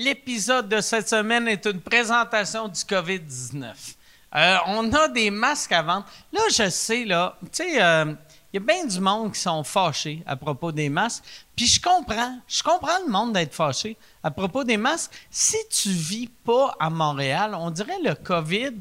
L'épisode de cette semaine est une présentation du COVID-19. Euh, on a des masques à vendre. Là, je sais, là, tu sais, il y a bien du monde qui sont fâchés à propos des masques. Puis je comprends, je comprends le monde d'être fâché à propos des masques. Si tu vis pas à Montréal, on dirait le COVID.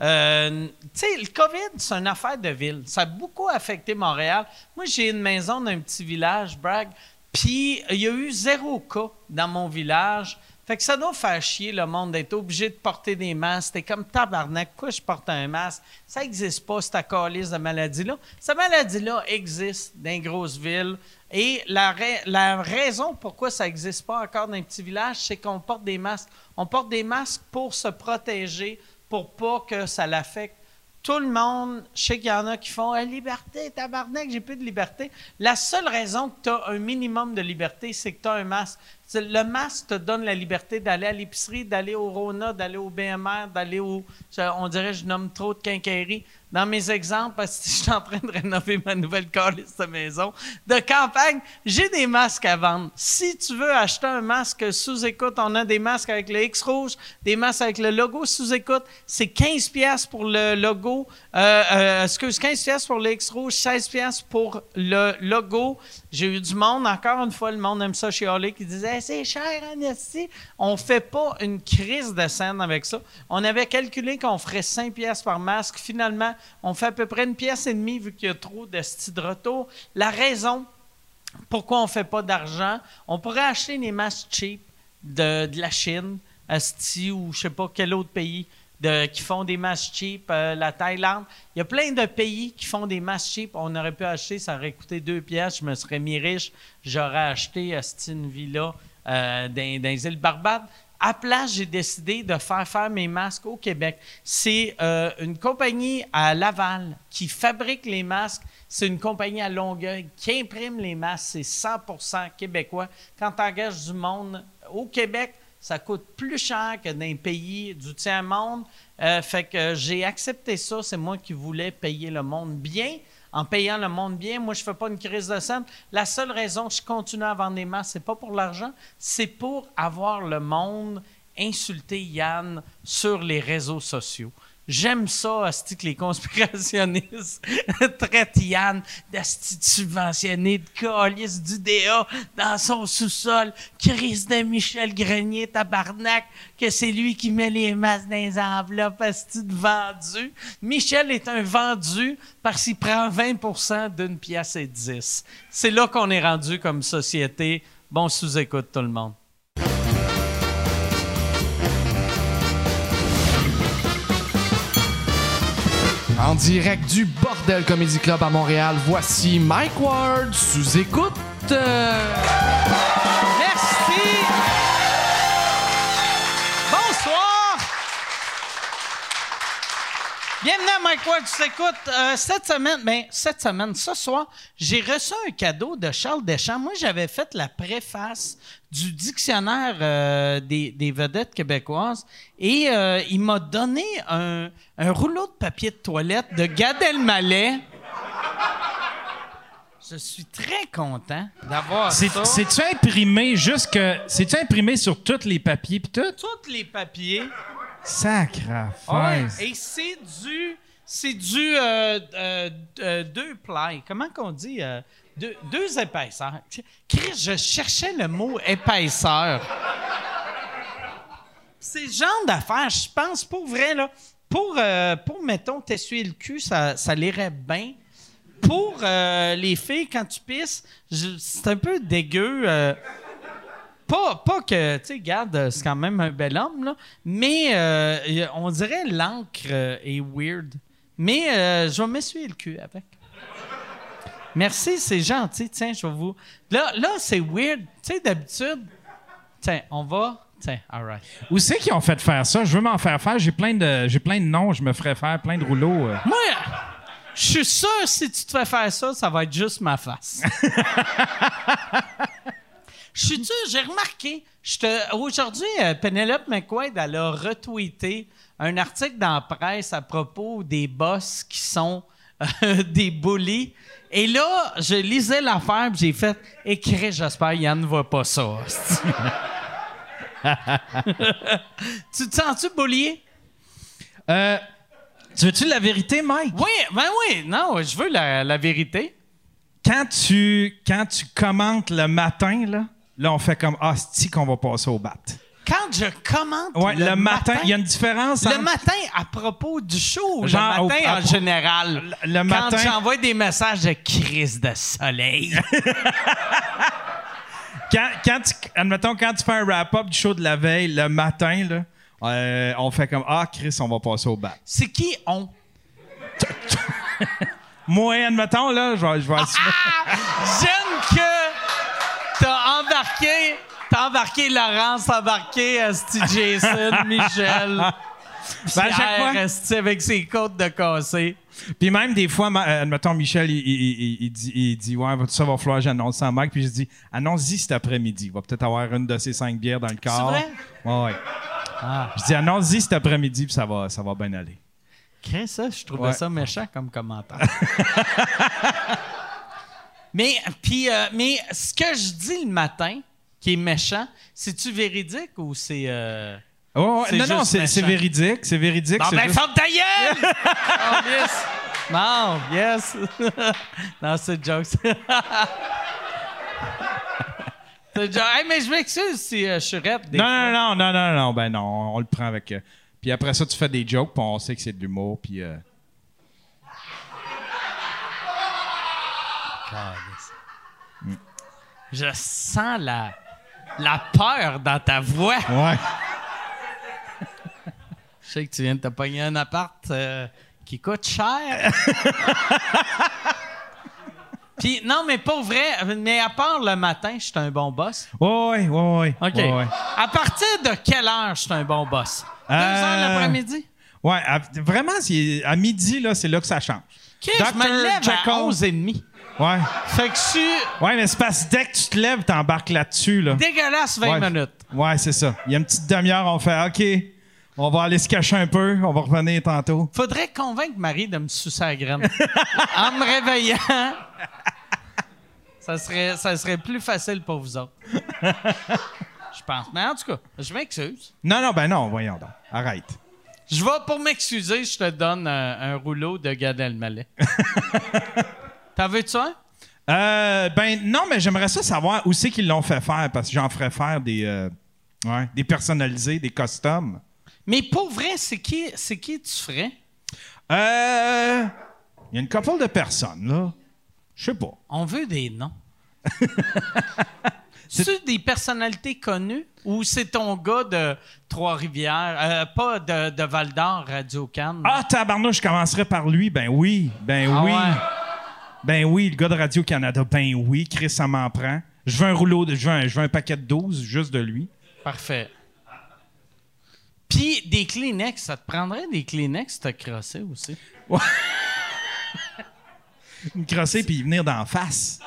euh, tu sais, le COVID, c'est une affaire de ville. Ça a beaucoup affecté Montréal. Moi, j'ai une maison d'un petit village, Bragg. Puis il y a eu zéro cas dans mon village. Fait que ça doit faire chier le monde d'être obligé de porter des masques. T'es comme tabarnak, pourquoi je porte un masque? Ça n'existe pas, cette calice de maladie-là. Cette maladie-là existe dans les grosses villes. Et la, ra- la raison pourquoi ça n'existe pas encore dans les petits villages, c'est qu'on porte des masques. On porte des masques pour se protéger, pour pas que ça l'affecte tout le monde, je sais qu'il y en a qui font Ah, liberté, tabarnak, j'ai plus de liberté. La seule raison que tu as un minimum de liberté, c'est que tu as un masque. C'est- Le masque te donne la liberté d'aller à l'épicerie, d'aller au Rona, d'aller au BMR, d'aller au. je- On dirait que je nomme trop de quincailleries dans mes exemples parce que je suis en train de rénover ma nouvelle calice de maison. De campagne, j'ai des masques à vendre. Si tu veux acheter un masque sous écoute, on a des masques avec le X rouge, des masques avec le logo sous écoute. C'est 15 pièces pour le logo. Euh, euh, excuse, 15 pièces pour le X rouge, 16 pièces pour le logo. J'ai eu du monde, encore une fois, le monde aime ça chez Holly qui disait Hey, c'est cher, Anastie. On fait pas une crise de scène avec ça. On avait calculé qu'on ferait 5 pièces par masque. Finalement, on fait à peu près une pièce et demie vu qu'il y a trop de styles de retour. La raison pourquoi on ne fait pas d'argent. On pourrait acheter des masques cheap de, de la Chine, Asti ou je sais pas quel autre pays de- qui font des masques cheap, euh, la Thaïlande. Il y a plein de pays qui font des masques cheap. On aurait pu acheter, ça aurait coûté deux pièces, je me serais mis riche, j'aurais acheté Asti une villa euh, dans, dans les îles Barbades. À place, j'ai décidé de faire faire mes masques au Québec. C'est euh, une compagnie à Laval qui fabrique les masques. C'est une compagnie à Longueuil qui imprime les masques. C'est 100 québécois. Quand tu engages du monde au Québec, ça coûte plus cher que dans les pays du tiers-monde. Euh, fait que euh, j'ai accepté ça. C'est moi qui voulais payer le monde bien. En payant le monde bien, moi, je ne fais pas une crise de scène. La seule raison que je continue à vendre des masques, ce n'est pas pour l'argent, c'est pour avoir le monde insulter Yann sur les réseaux sociaux. J'aime ça, Asti, que les conspirationnistes traitent Yann d'Asti de subventionné, de calice du DA dans son sous-sol, Chris de Michel Grenier, tabarnak, que c'est lui qui met les masses dans les enveloppes, Asti de vendu. Michel est un vendu parce qu'il prend 20 d'une pièce et 10. C'est là qu'on est rendu comme société. Bon sous-écoute, tout le monde. En direct du Bordel Comedy Club à Montréal, voici Mike Ward sous écoute. Euh, Merci. Bonsoir. Bienvenue à Mike Ward, tu t'écoutes. Euh, cette semaine, ben, cette semaine, ce soir, j'ai reçu un cadeau de Charles Deschamps. Moi, j'avais fait la préface du dictionnaire euh, des, des vedettes québécoises et euh, il m'a donné un, un rouleau de papier de toilette de Gad Elmaleh. Je suis très content d'avoir C'est- ça. C'est-tu imprimé jusque. C'est-tu imprimé sur tous les papiers pis tout? Ah tous les papiers. Sacre Ouais, affaire. Et c'est du. C'est du euh, euh, euh, deux plaies. Comment qu'on dit? euh, deux, deux épaisseurs. Chris, je cherchais le mot épaisseur. C'est le genre d'affaires, je pense, pour vrai, là. Pour, euh, pour mettons, t'essuyer le cul, ça, ça l'irait bien. Pour euh, les filles, quand tu pisses, je- c'est un peu dégueu. euh, pas, pas que, tu sais, regarde, euh, c'est quand même un bel homme, là, mais euh, y a- on dirait l'encre euh, est weird. Mais euh, je vais m'essuyer le cul avec. Merci, c'est gentil. Tiens, je vais vous. Là, là c'est weird. Tu sais, d'habitude. Tiens, on va. Tiens, all right. Où c'est qu'ils ont fait faire ça? Je veux m'en faire faire. J'ai plein de j'ai plein de noms, je me ferais faire plein de rouleaux. euh. Moi, je suis sûr si tu te fais faire ça, ça va être juste ma face. Je suis sûr, j'ai remarqué. je te- Aujourd'hui, euh, Penelope McQuaid, elle a retweeté un article dans la presse à propos des boss qui sont euh, des bullies. Et là, je lisais l'affaire et j'ai fait Écris, j'espère, Yann ne voit pas ça. hostie. Tu te sens-tu boulier? Euh, tu veux-tu la vérité, Mike? Oui, ben oui, non, je veux la, la vérité. Quand tu, quand tu commentes le matin, là, là, on fait comme Ah, c'est-tu qu'on va passer au bat. Quand je commente Ouais, le, matin, il y a une différence. le entre- matin à propos du show, ou Genre, le au- matin à en pro- général. le quand matin- j'envoie des messages de crise de soleil. quand, quand tu, admettons, quand tu fais un wrap-up du show de la veille, le matin, là, euh, on fait comme Ah, Chris, on va passer au bat. C'est qui on? Moi, admettons, là, je vais, Ah, je vais assumer. J'aime que t'as embarqué, t'as embarqué Laurence, t'as embarqué Esti Jason, Michel, Ben, à chaque Pierre, fois- Esti avec ses côtes de cassé. Puis même des fois, ma- euh, admettons, Michel, il, il- il- il dit, il dit Ouais, tout ça va falloir que j'annonce ça à Mike. Puis je dis Annonce-y cet après-midi. Il va peut-être avoir une de ces cinq bières dans le corps. vrai? Ah. Ouais, ouais. Je dis Annonce-y cet après-midi, puis ça va, ça va bien aller. Crée ça, je trouvais Ouais. ça méchant comme commentaire. mais puis, euh, mais ce que je dis le matin, qui est méchant, c'est-tu véridique ou c'est... euh, Ouais, ouais. C'est Non, non, juste c'est c'est méchant. véridique. C'est véridique. Non, c'est ben, juste- ferme ta gueule! oh, yes! Non, yes! non, c'est une joke. c'est une joke. Hey, mais je m'excuse si euh, je suis rep. des non, fois. non, non, non, non, non, ben non, on le prend avec. euh, Puis après ça, tu fais des jokes, puis on sait que c'est de l'humour, puis. euh, Je sens la, la peur dans ta voix. Ouais. Je sais que tu viens de te pogner un appart euh, qui coûte cher. Puis, non, mais pas vrai. Mais à part le matin, je suis un bon boss. Ouais, ouais, ouais, ouais. OK. Ouais, ouais. À partir de quelle heure je suis un bon boss? Deux Euh, heures l'après-midi? Ouais, à- vraiment, c'est- à midi, là, c'est là que ça change. Chris, je me Dr. lève Jekyll. à 11h30. Ouais. Fait que je suis Ouais, mais c'est parce que dès que tu te lèves, t'embarques là-dessus, là. dégueulasse 20 Ouais. minutes. Ouais, c'est ça. Il y a une petite demi-heure, on fait OK, on va aller se cacher un peu, on va revenir tantôt. Faudrait convaincre Marie de me sucer la graine. en me réveillant, ça serait, ça serait plus facile pour vous autres. Je pense. Mais en tout cas, je m'excuse. Non, non, ben non, voyons donc. Arrête. Je vais, pour m'excuser, je te donne un, un rouleau de Gad Elmaleh. T'en veux-tu un? Euh, ben non, mais j'aimerais ça savoir où c'est qu'ils l'ont fait faire, parce que j'en ferais faire des, euh, ouais, des personnalisés, des costumes. Mais pour vrai, c'est qui, c'est qui tu ferais? Euh. Il y a une couple de personnes, là. Je sais pas. On veut des noms. C'est des personnalités connues ou c'est ton gars de Trois-Rivières, euh, pas de, de Val-d'Or, Radio-Can? Ah, tabarnouche, je commencerai par lui. Ben oui, ben Ah oui. ouais. Ben oui, le gars de Radio-Canada, ben oui, Chris, ça m'en prend. Je veux un rouleau, de, je, veux un, je veux un paquet de 12 juste de lui. Parfait. Puis des Kleenex, ça te prendrait des Kleenex te crosser aussi? Me crosser puis venir d'en face.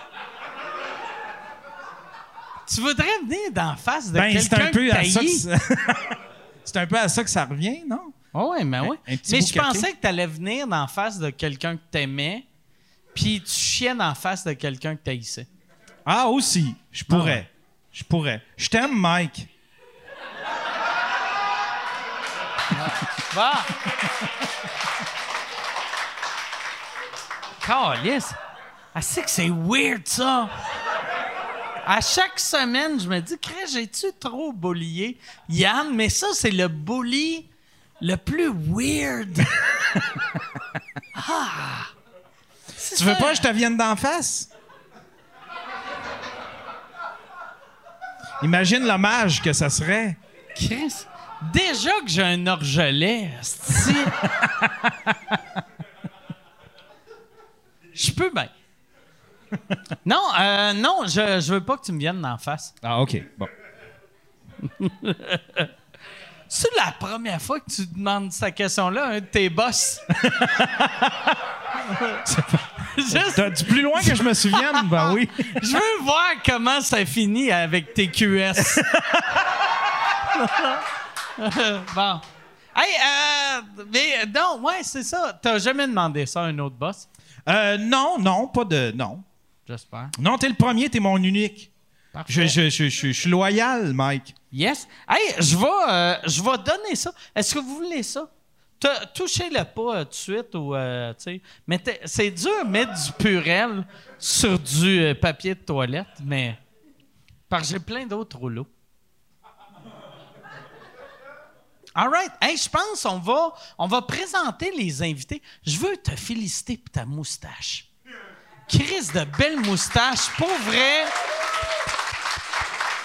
Tu voudrais venir d'en face de Ben, c'est quelqu'un un peu que à ça que t'haïs? ça- c'est un peu à ça que ça revient, non? Ah ouais, mais oui. un petit Mais bout je caqué. pensais que tu allais venir d'en face de quelqu'un que t'aimais, puis tu chiennes en face de quelqu'un que t'haïssais. Ah, aussi, je pourrais. Je pourrais. Je t'aime, Mike. Va! Calice! Ah, c'est que c'est weird, ça! À chaque semaine, je me dis, Cré, j'ai-tu trop bullié? Yann, mais ça, c'est le bully le plus weird! ah! Tu veux pas que je te vienne d'en face? Imagine l'hommage que ça serait. Chris, déjà que j'ai un orgelet, esti. Je peux bien. Non, euh, non, je, je veux pas que tu me viennes d'en face. Ah, OK. Bon. C'est la première fois que tu demandes cette question-là à un de tes boss. Juste, T'as- Du plus loin que je me souvienne, ben oui. je veux voir comment ça finit avec tes QS. bon. Hey, euh, mais non, ouais, c'est ça. T'as jamais demandé ça à un autre boss, Euh, non, non, pas de. Non. j'espère. Non, t'es le premier, t'es mon unique. Je, je- je- je- je suis loyal, Mike. Yes. Hey, je vais, euh, je vais donner ça. Est-ce que vous voulez ça? Te- Touchez-le pas euh, tout de suite ou, euh, tu sais. mettez- C'est dur de mettre du purel sur du euh, papier de toilette, mais. Parce que j'ai plein d'autres rouleaux. All right. Hey, je pense qu'on va, on va présenter les invités. Je veux te féliciter pour ta moustache. Chris, de belle moustache. Pour vrai.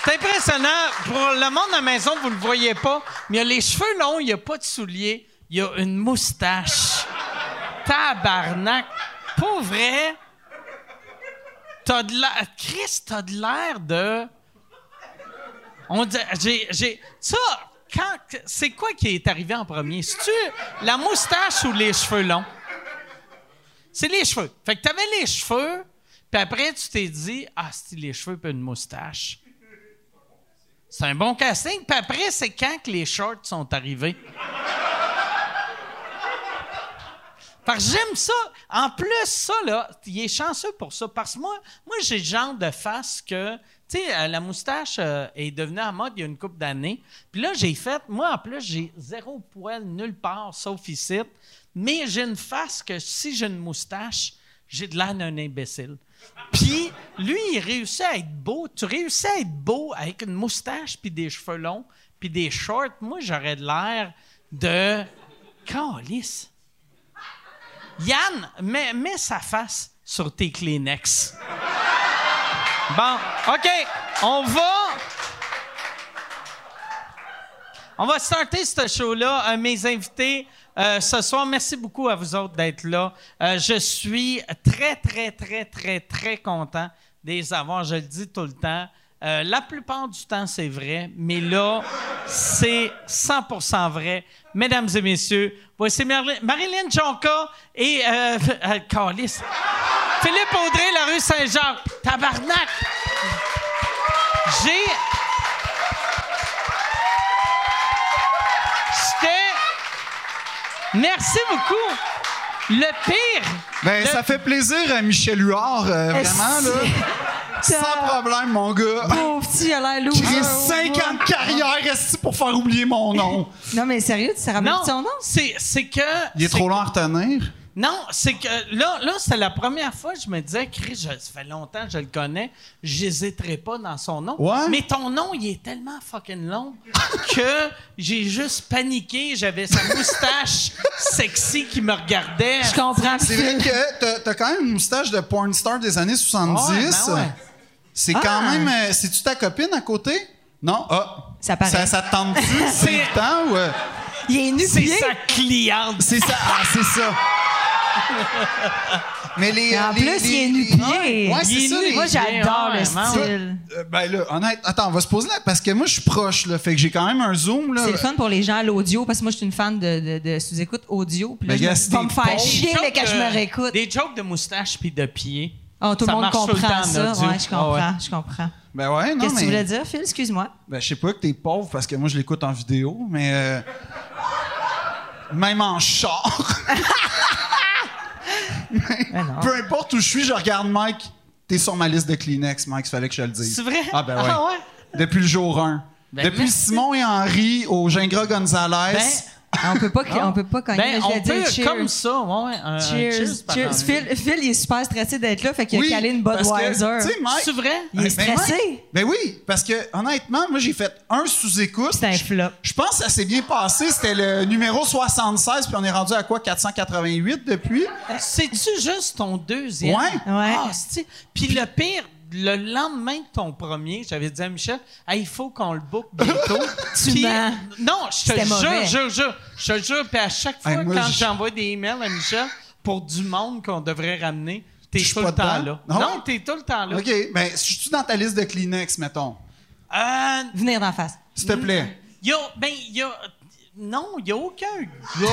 C'est impressionnant. Pour le monde à la maison, vous ne le voyez pas, mais il a les cheveux longs, il n'y a pas de souliers, il a une moustache. Tabarnak. Pour vrai, t'as de l'air... Chris, t'as de l'air de... On dit... J'ai... j'ai- Ça, quand... C'est quoi qui est arrivé en premier? C'est-tu la moustache ou les cheveux longs? C'est les cheveux. Fait que t'avais les cheveux, puis après, tu t'es dit, « Ah, c'est les cheveux puis une moustache. » C'est un bon casting. Puis après, c'est quand que les shorts sont arrivés. Parce que j'aime ça. En plus, ça, là, il est chanceux pour ça. Parce que moi, moi j'ai le genre de face que, tu sais, euh, la moustache euh, est devenue en mode il y a une couple d'années. Puis là, j'ai fait, moi, en plus, j'ai zéro poil nulle part, sauf ici. Mais j'ai une face que si j'ai une moustache, j'ai de l'air d'un imbécile. Puis lui, il réussit à être beau. Tu réussis à être beau avec une moustache, puis des cheveux longs, puis des shorts. Moi, j'aurais de l'air de... Calice. Yann, mets, mets sa face sur tes Kleenex. Bon, OK, on va. On va starter ce show-là. Euh, mes invités euh, ce soir, merci beaucoup à vous autres d'être là. Euh, je suis très, très, très, très, très content de les avoir. Je le dis tout le temps. Euh, la plupart du temps, c'est vrai, mais là, c'est 100% vrai. Mesdames et messieurs, voici Marli- Marilyn Jonca et... Euh, euh, câlisse. Philippe Audrey, la rue Saint-Jacques. Tabarnak! J'ai... J'étais- Merci beaucoup. Le pire... Ben, le- ça fait plaisir à Michel Huard, euh, vraiment, là. Sans problème, mon gars. Ah, Pauvre petit, il a l'air lourd. J'ai 5 ans de carrière esti pour faire oublier mon nom. Non, mais sérieux, tu sais ramené Non, son nom? c'est c'est que... Il est c'est trop long à retenir. Non, c'est que là, là c'est la première fois que je me disais, Chris, je- ça fait longtemps que je le connais, j'hésiterai pas dans son nom. Ouais. Mais ton nom, il est tellement fucking long que j'ai juste paniqué. J'avais sa moustache sexy qui me regardait. Je comprends. C'est vrai que t'as- t'as quand même une moustache de porn star des années 70. Ouais, ben ouais. C'est quand Ah. même. euh, C'est-tu ta copine à côté? Non? Ah. Ça paraît. Ça, ça te tente-tu? C'est le temps ou. euh, Il est nu C'est pied. sa cliente. C'est ça. Ah, c'est ça. Mais les. Et en les- plus, les- il est nu les- pied. Ouais, Il c'est est ça. nu. les- Moi, j'adore Ouais, le vraiment. style. Euh, Ben là, honnête, attends, on va se poser là parce que moi je suis proche là, fait que j'ai quand même un zoom là. C'est le fun pour les gens à l'audio, parce que moi, je suis une fan de, de, de sous-écoute audio. Puis là, Mais je me gars, dis, c'est va me des faire pauvres. chier, Des mais jokes, quand je euh, me réécoute. Des jokes de moustache puis de pied. Oh, tout ça le monde marche tout le comprend temps, ça. notre Dieu. Ouais, je Ah ouais. comprends, je comprends. Ben ouais, non Qu'est-ce que mais tu voulais dire, Phil? Excuse-moi. ben je sais pas que t'es pauvre parce que moi je l'écoute en vidéo, mais euh, même en char, Ben non. peu importe où je suis, je regarde Mike. T'es sur ma liste de Kleenex, Mike, fallait que je le dise. C'est vrai? Ah ben ouais. Ah ouais? Depuis le jour 1. Ben, Depuis merci. Simon et Henri au Gingras Gonzalez. Ben, On peut pas, on peut pas cogner. Ben, je on l'ai dit, peut cheers. comme ça. Ouais, ouais, un- un Cheers, par cheers. exemple. Phil, Phil, il est super stressé d'être là, fait qu'il Oui, a calé une parce que, Budweiser. tu sais, Mike, C'est vrai? Il est Ben, Mike, stressé. Ben, oui, parce que honnêtement, moi j'ai fait un sous-écoute. C'est un flop. Je pense que ça s'est bien passé. C'était le numéro 76, puis on est rendu à quoi? 488 depuis? C'est-tu juste ton deuxième? Ouais. Ouais. Ouais. Puis le pire, le lendemain de ton premier, j'avais dit à Michel, Hey, il faut qu'on le book bientôt. Tu Puis- mens. Non, je te C'était jure, mauvais. jure, jure. Je te jure, puis à chaque fois, Hey, moi, quand je- j'envoie des emails à Michel pour du monde qu'on devrait ramener, t'es Je suis tout le pas temps dedans. là. Ah ouais? Non, t'es tout le temps là. OK. Ben, je suis dans ta liste de Kleenex, mettons. Euh, Venir d'en face. S'il te plaît. Y a- ben, y a. Non, il n'y a aucun gars.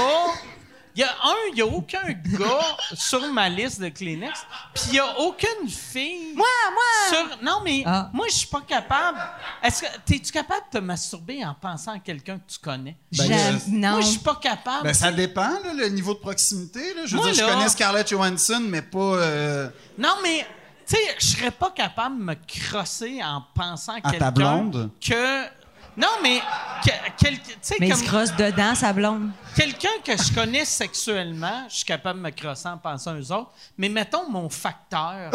Il y a un, il n'y a aucun gars sur ma liste de Kleenex. Puis il n'y a aucune fille. Moi, moi! sur- non, mais Ah. moi, je suis pas capable. Est-ce que. Es-tu capable de te masturber en pensant à quelqu'un que tu connais? Ben, J'aime- euh, non. Moi, je suis pas Ah, capable. Ben, ça dépend, là, le niveau de proximité. Là. Je veux Moi, dire, là- je connais Scarlett Johansson, mais pas. euh, Non, mais. tu Tu sais, je serais pas capable de me crosser en pensant ta quelqu'un blonde? que non mais que- quel- tu sais Mais il comme se crosse dedans, sa blonde. quelqu'un que je connais sexuellement, je suis capable de me crosser en pensant aux autres, mais mettons mon facteur.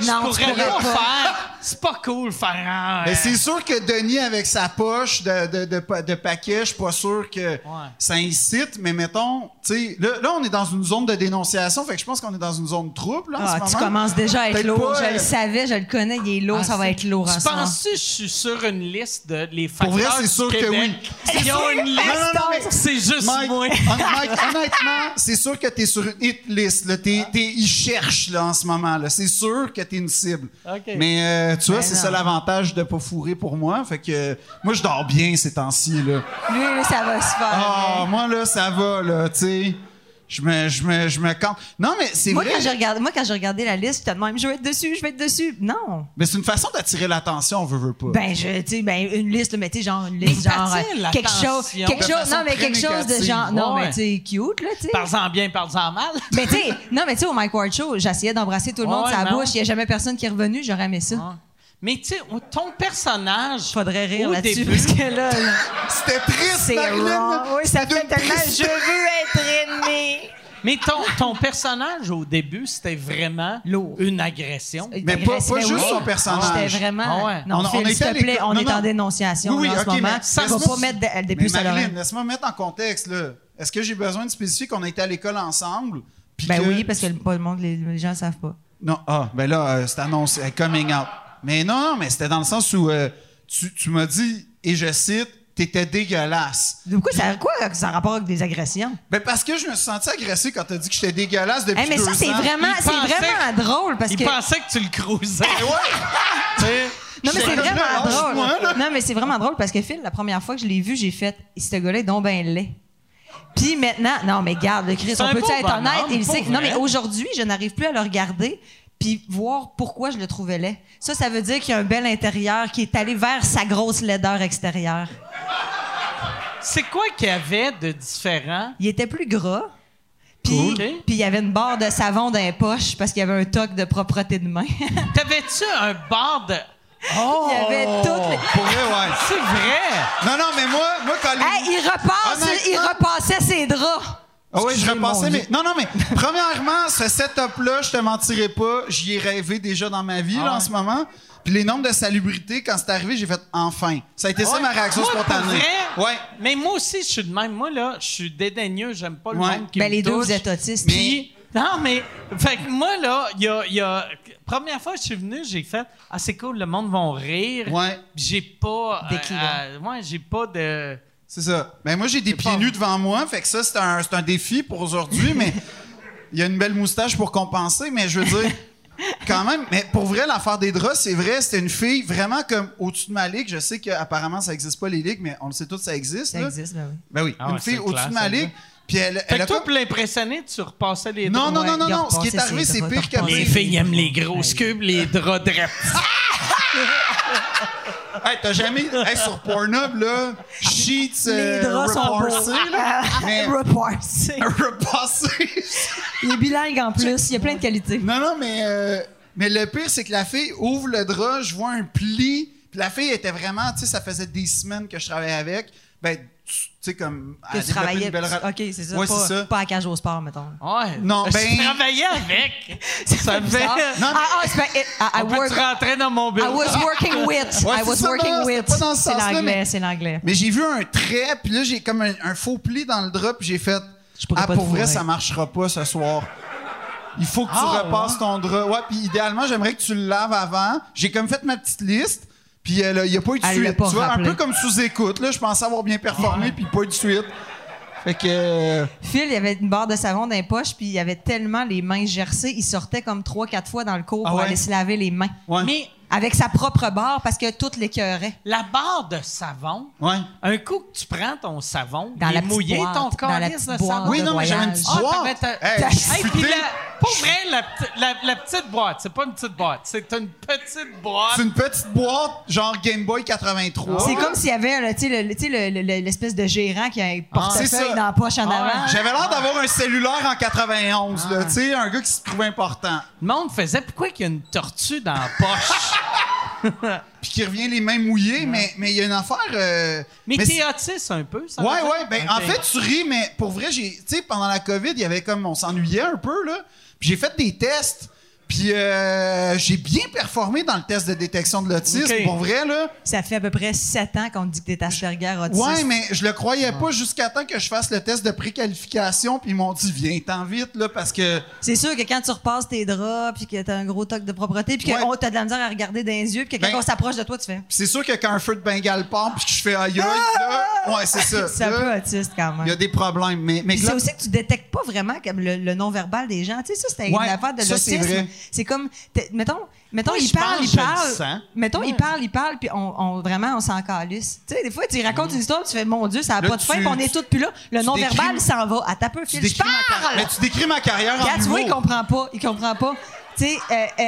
Je Non, tu pourrais pourrais pas pas. faire. C'est pas cool faire. ah, Mais euh, c'est sûr que Denis, avec sa poche de, de, de, pa- de paquet, je suis pas sûr que ça incite, mais mettons, tu sais, là, là, on est dans une zone de dénonciation, fait que je pense qu'on est dans une zone trouble, là, en Ah, ce tu moment. commences déjà à être Peut-être lourd. pas, Je le euh, savais, je le connais, il est lourd, Ah, ça va être lourd Tu ensemble. penses-tu que je suis sur une liste de les facteurs Pour vrai, c'est du sûr que Québec? Ils ont une liste. Non, non, non, mais- C'est juste Mike, moi. hon- Mike, honnêtement, c'est sûr que t'es sur une hit list. Là. T'es, t'es- ils cherchent là, en ce moment. Là. C'est sûr que t'es une cible. OK. Mais euh, tu vois, Mais c'est Ben non. ça l'avantage de pas fourrer pour moi. Fait que euh, moi, je dors bien ces temps-ci. Là. Lui, là, ça va se faire. Ah, moi, là, ça va, là, tu sais. Je me, je me, je me campe. Non, mais c'est Moi vrai. quand, j'ai regardé, moi, quand j'ai regardé la liste, j'étais de même, je vais être dessus, je vais être dessus. Non. Mais c'est une façon d'attirer l'attention, on veut, veut pas. Ben, je, tu sais, ben, une liste, là, mais tu sais, genre, une liste, Mais genre, t'attires euh, quelque chose, l'attention quelque de chose, façon non, mais très quelque chose de négative. genre, non, Ouais. mais tu sais, cute, là, tu sais. Parle-en bien, parle-en mal. Mais tu sais, non, mais tu sais, au Mike Ward Show, j'essayais d'embrasser tout le monde Ouais, sa non. bouche, il n'y a jamais personne qui est revenu, j'aurais aimé ça. Mais tu sais, ton personnage. Faudrait rire au là-dessus, début- parce que là, là, C'était triste, c'est Marilyn. wrong. Oui, ça fait tellement, je veux être aimé. Mais ton, ton personnage au début, c'était vraiment Lourd. une agression. Mais Ben, pas- pas juste son personnage. J'étais vraiment. Ah ouais. Non, On- on Phil, était s'il à te plaît, l'école. on Non, est non. en dénonciation Oui, oui, là, en ok, ce moment. mais ça on se va pas peut- mettre de- Mais des puces à l'oreille. Marilyn, laisse-moi mettre en contexte, là. Est-ce que j'ai besoin de spécifier qu'on a été à l'école ensemble? puis Ben que- oui, parce que le- pas le monde, les, les gens ne savent pas. Non, ah, ben là, euh, c'est annoncé, euh, coming out. Mais non, non, mais c'était dans le sens où euh, tu, tu m'as dit, et je cite, t'étais dégueulasse. De quoi ça, quoi ça a rapport avec des agressions? Ben parce que je me suis senti agressé quand t'as dit que j'étais dégueulasse depuis Eh, mais ça, deux c'est ans. vraiment, il c'est pensait- vraiment drôle parce Il que. pensait que tu le croisais. Eh ouais! Non, mais c'est vraiment drôle. Moi, là. Non, mais c'est vraiment drôle parce que Phil, la première fois que je l'ai vu, j'ai fait ce gars-là est donc ben laid. Puis maintenant, non, mais garde, le Chris, C'est un on peut-tu beau être bonhomme, honnête? Il pour sait. Non, vrai. mais aujourd'hui, je n'arrive plus à le regarder puis voir pourquoi je le trouvais laid. Ça, ça veut dire qu'il y a un bel intérieur qui est allé vers sa grosse laideur extérieure. C'est quoi qu'il y avait de différent? Il était plus gras. Puis, Cool. puis il y avait une barre de savon dans les poches parce qu'il y avait un toc de propreté de main. T'avais-tu un bar de. il y avait Oh! toutes les... Pour vrai, ouais. C'est vrai! Non, non, mais moi, moi quand les- Hey, il repasse, il Honnêtement- repassait ses draps. Ah oui, je Excusez, repensais, mon mais. Non, non, mais premièrement, ce setup-là, je te mentirais pas, j'y ai rêvé déjà dans ma Ah vie, là, en ce moment. Puis les nombres de salubrité, quand c'est arrivé, j'ai fait enfin. Ça a Ah été ça ma réaction Moi, pour spontanée. vrai, Ouais. Mais moi aussi, je suis de même. Moi, là, je suis dédaigneux. J'aime pas le Ouais. monde qui Ben, me les deux, touche. vous êtes autistes. Puis, non, mais, fait que moi, là, il y a, il y a- Première fois que je suis venu, j'ai fait Ah, c'est cool, le monde va rire. Ouais. Puis J'ai pas. Des clients. euh, ouais, j'ai pas de. C'est ça. Ben moi, j'ai des pieds pas nus devant moi, fait que ça, c'est un, c'est un défi pour aujourd'hui, mais il y a une belle moustache pour compenser, mais je veux dire, quand même, mais pour vrai, l'affaire des draps, c'est vrai, c'était une fille vraiment comme au-dessus de ma ligue. Je sais qu'apparemment, ça n'existe pas les ligues, mais on le sait tous, ça existe. Ça là. existe, ben oui. Ben oui, Ah une ouais, fille c'est au-dessus clair, de ma ça, ligue. là. Puis elle, Fait elle que a toi, comme- pour l'impressionner, tu repassais les Non, draps. non, Ouais, non, non, il a non. Ce qui repassé est arrivé, ses c'est draps, pire t'as qu'après. Les filles aiment les grosses cubes, les draps drettes. Hey, t'as jamais. Hey, sur Pornhub, là, sheets euh, Ah, Les draps sont repassés, beaux. là. Mais Repassé. repassés. Il est bilingue en plus, il y a plein de qualités. Non, non, mais, euh, mais le pire, c'est que la fille ouvre le drap, je vois un pli. Puis la fille était vraiment, tu sais, ça faisait des semaines que je travaillais avec. Ben, tu tu sais, comme. Que elle a tu développé travaillais. Ah, une belle ra- OK, c'est ça, Ouais, pas, c'est ça. Pas à cage au sport, mettons. Ouais. Non, ben- Je travaillais avec. ça fait. Bizarre. Non, Ah, ah, c'est pas. it- I, I On peut work- te rentrer dans mon I bureau. Ah, was working with. Ouais, I c'est was ça, non, working c'était with. pas dans ce C'est sens-là, l'anglais, mais- c'est l'anglais. Mais j'ai vu un trait, puis là, j'ai comme un, un faux pli dans le drap, puis j'ai fait. Je pourrais ah, pas pour te vrai, fourrer. ça marchera pas ce soir. Il faut que tu Ah, repasses ton drap. Ouais, puis idéalement, j'aimerais que tu le laves avant. J'ai comme fait ma petite liste. Puis euh, là, il n'y a pas eu de Elle l'a suite. pas Tu vois, un rappelé. peu comme sous-écoute. Là, je pensais avoir bien performé, puis pas eu de suite. Fait que. euh, Phil, il y avait une barre de savon dans les poches, puis il avait tellement les mains gercées, il sortait comme trois, quatre fois dans le cours Ah pour ouais? aller se laver les mains. ouais. Mais avec sa propre barre parce que tout l'écœurait. La barre de savon, Ouais. un coup que tu prends ton savon, Dans il la est petite mouillé boîte, ton dans la calice petite de boîte. savon. Oui, non, mais j'avais une voyage. petite Ah, boîte. t'avais ta- Hey, ta- je suis Hey, puis futé. la- Pour vrai, la, p'ti- la- la petite boîte, c'est pas une petite boîte, c'est une petite boîte. C'est une petite boîte, genre Game Boy 83. C'est comme s'il y avait un, tu sais, le- tu sais, le- le- l'espèce de gérant qui a un Ah. C'est portefeuille ça. dans la poche en Ah, avant. J'avais l'air d'avoir un cellulaire en 91, Ah. là, tu sais, un gars qui se trouvait important. Le monde faisait pourquoi qu'il y a une tortue dans la poche? Puis qui revient les mains mouillées, mais mais il y a une affaire. euh, Mais, mais t'es autiste un peu, ça? Ouais, veut dire? ouais. Ben, Ok. En fait, tu ris, mais pour vrai, j'ai, tu sais, pendant la COVID, il y avait comme, on s'ennuyait un peu, là. Puis j'ai fait des tests. Puis euh, j'ai bien performé dans le test de détection de l'autisme, Ok. pour vrai, là. Ça fait à peu près sept ans qu'on dit que t'es Asperger autiste. Ouais, mais je le croyais pas jusqu'à temps que je fasse le test de préqualification. Puis ils m'ont dit, viens, t'en vite, là, parce que. C'est sûr que quand tu repasses tes draps, puis que t'as un gros toc de propreté, puis que Ouais. oh, t'as de la misère à regarder dans les yeux, puis que Ben- quand on s'approche de toi, tu fais... Puis c'est sûr que quand un feu de Bengale part, puis que je fais aïe, aïe, là, ouais, c'est ça. C'est un Là, peu autiste quand Il Euh, y même. a des problèmes, mais, mais Puis c'est aussi que tu détectes pas vraiment comme le, le non-verbal des gens. Tu sais, ça, c'était une Ouais, affaire de ça, c'est l'autisme. vrai. C'est comme, t'es- mettons, mettons Moi, il je parle, pense il que je le parle. sens. Mettons, il parle, il parle, puis on, on- vraiment, on s'en calisse. Tu sais, des fois, tu racontes une histoire, tu fais, mon Dieu, ça n'a Mm. Là, pas de tu- fin, puis on est tous plus là. Le tu non-verbal décris- s'en va. À ta peu, tu Phil, je décris ma, car- parle! mais tu décris ma carrière Regarde, en tu vois, il humour. comprend pas. Il comprend pas. Tu sais, euh, euh,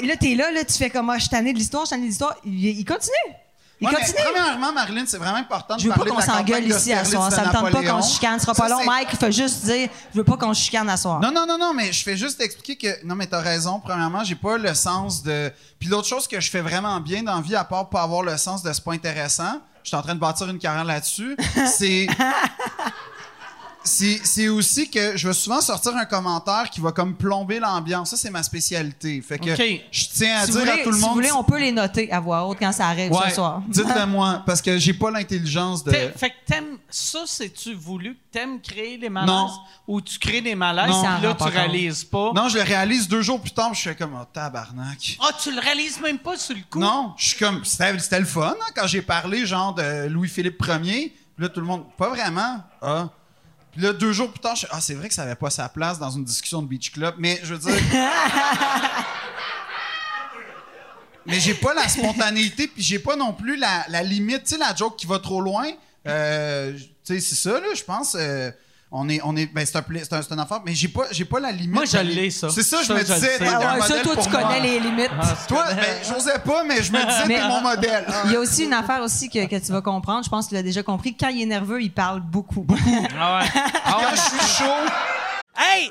il- là, t'es là, là, tu fais comme, ah, je suis tanné de l'histoire, je suis tanné de l'histoire. Il, il continue. Il Ouais, mais continue. premièrement, Marilyn, c'est vraiment important de Je veux pas parler qu'on de la s'engueule campagne ici à soir. d'Austerlitz Ça de me tente pas Napoléon. qu'on se chicane. Ce sera pas Ça, long, c'est- Mike. Il faut juste dire, je veux pas qu'on se chicane à soir. Non, non, non, non, mais je fais juste expliquer que. Non, mais t'as raison. Premièrement, j'ai pas le sens de. Puis l'autre chose que je fais vraiment bien dans la vie, à part pas avoir le sens de ce pas intéressant, je suis en train de bâtir une carrière là-dessus, c'est. C'est c'est aussi que je vais souvent sortir un commentaire qui va comme plomber l'ambiance. Ça, c'est ma spécialité. Fait que Ok. je tiens à Si vous dire voulez, à tout le si monde. vous voulez, on peut les noter à voix haute quand ça arrive Ouais, ce soir. Dites-le moi, parce que j'ai pas l'intelligence de. T'es- Fait que t'aimes ça, c'est-tu voulu que t'aimes créer les malaises Non. ou tu crées des malaises Non. puis Ça en là rend tu pas compte. réalises pas? Non, je le réalise deux jours plus tard, je suis comme, oh, tabarnak. Ah, tu le réalises même pas sur le coup? Non, je suis comme, c'était c'était le fun hein, quand j'ai parlé, genre, de Louis-Philippe Ier. Puis là, tout le monde, pas vraiment. Ah. Puis là, deux jours plus tard, je suis, ah, c'est vrai que ça avait pas sa place dans une discussion de Beach Club, mais je veux dire. mais j'ai pas la spontanéité, puis j'ai pas non plus la, la limite, tu sais, la joke qui va trop loin. Euh, tu sais, c'est ça, là, je pense. euh, on est, on est, ben, c'est un, pla- c'est un, c'est une affaire, mais j'ai pas, j'ai pas la limite. Moi, je l'ai, ça. C'est ça, je Ça, me je le disais. sais. t'es Ah un ouais, ça, modèle toi, pour tu moi. connais les limites. Toi, ben, j'osais pas, mais je me disais, Mais- ah, t'es mon modèle. Il y a aussi une affaire aussi que, que tu vas comprendre. Je pense que tu l'as déjà compris. Quand il est nerveux, il parle beaucoup. Ah ouais. Quand je suis chaud, Hey,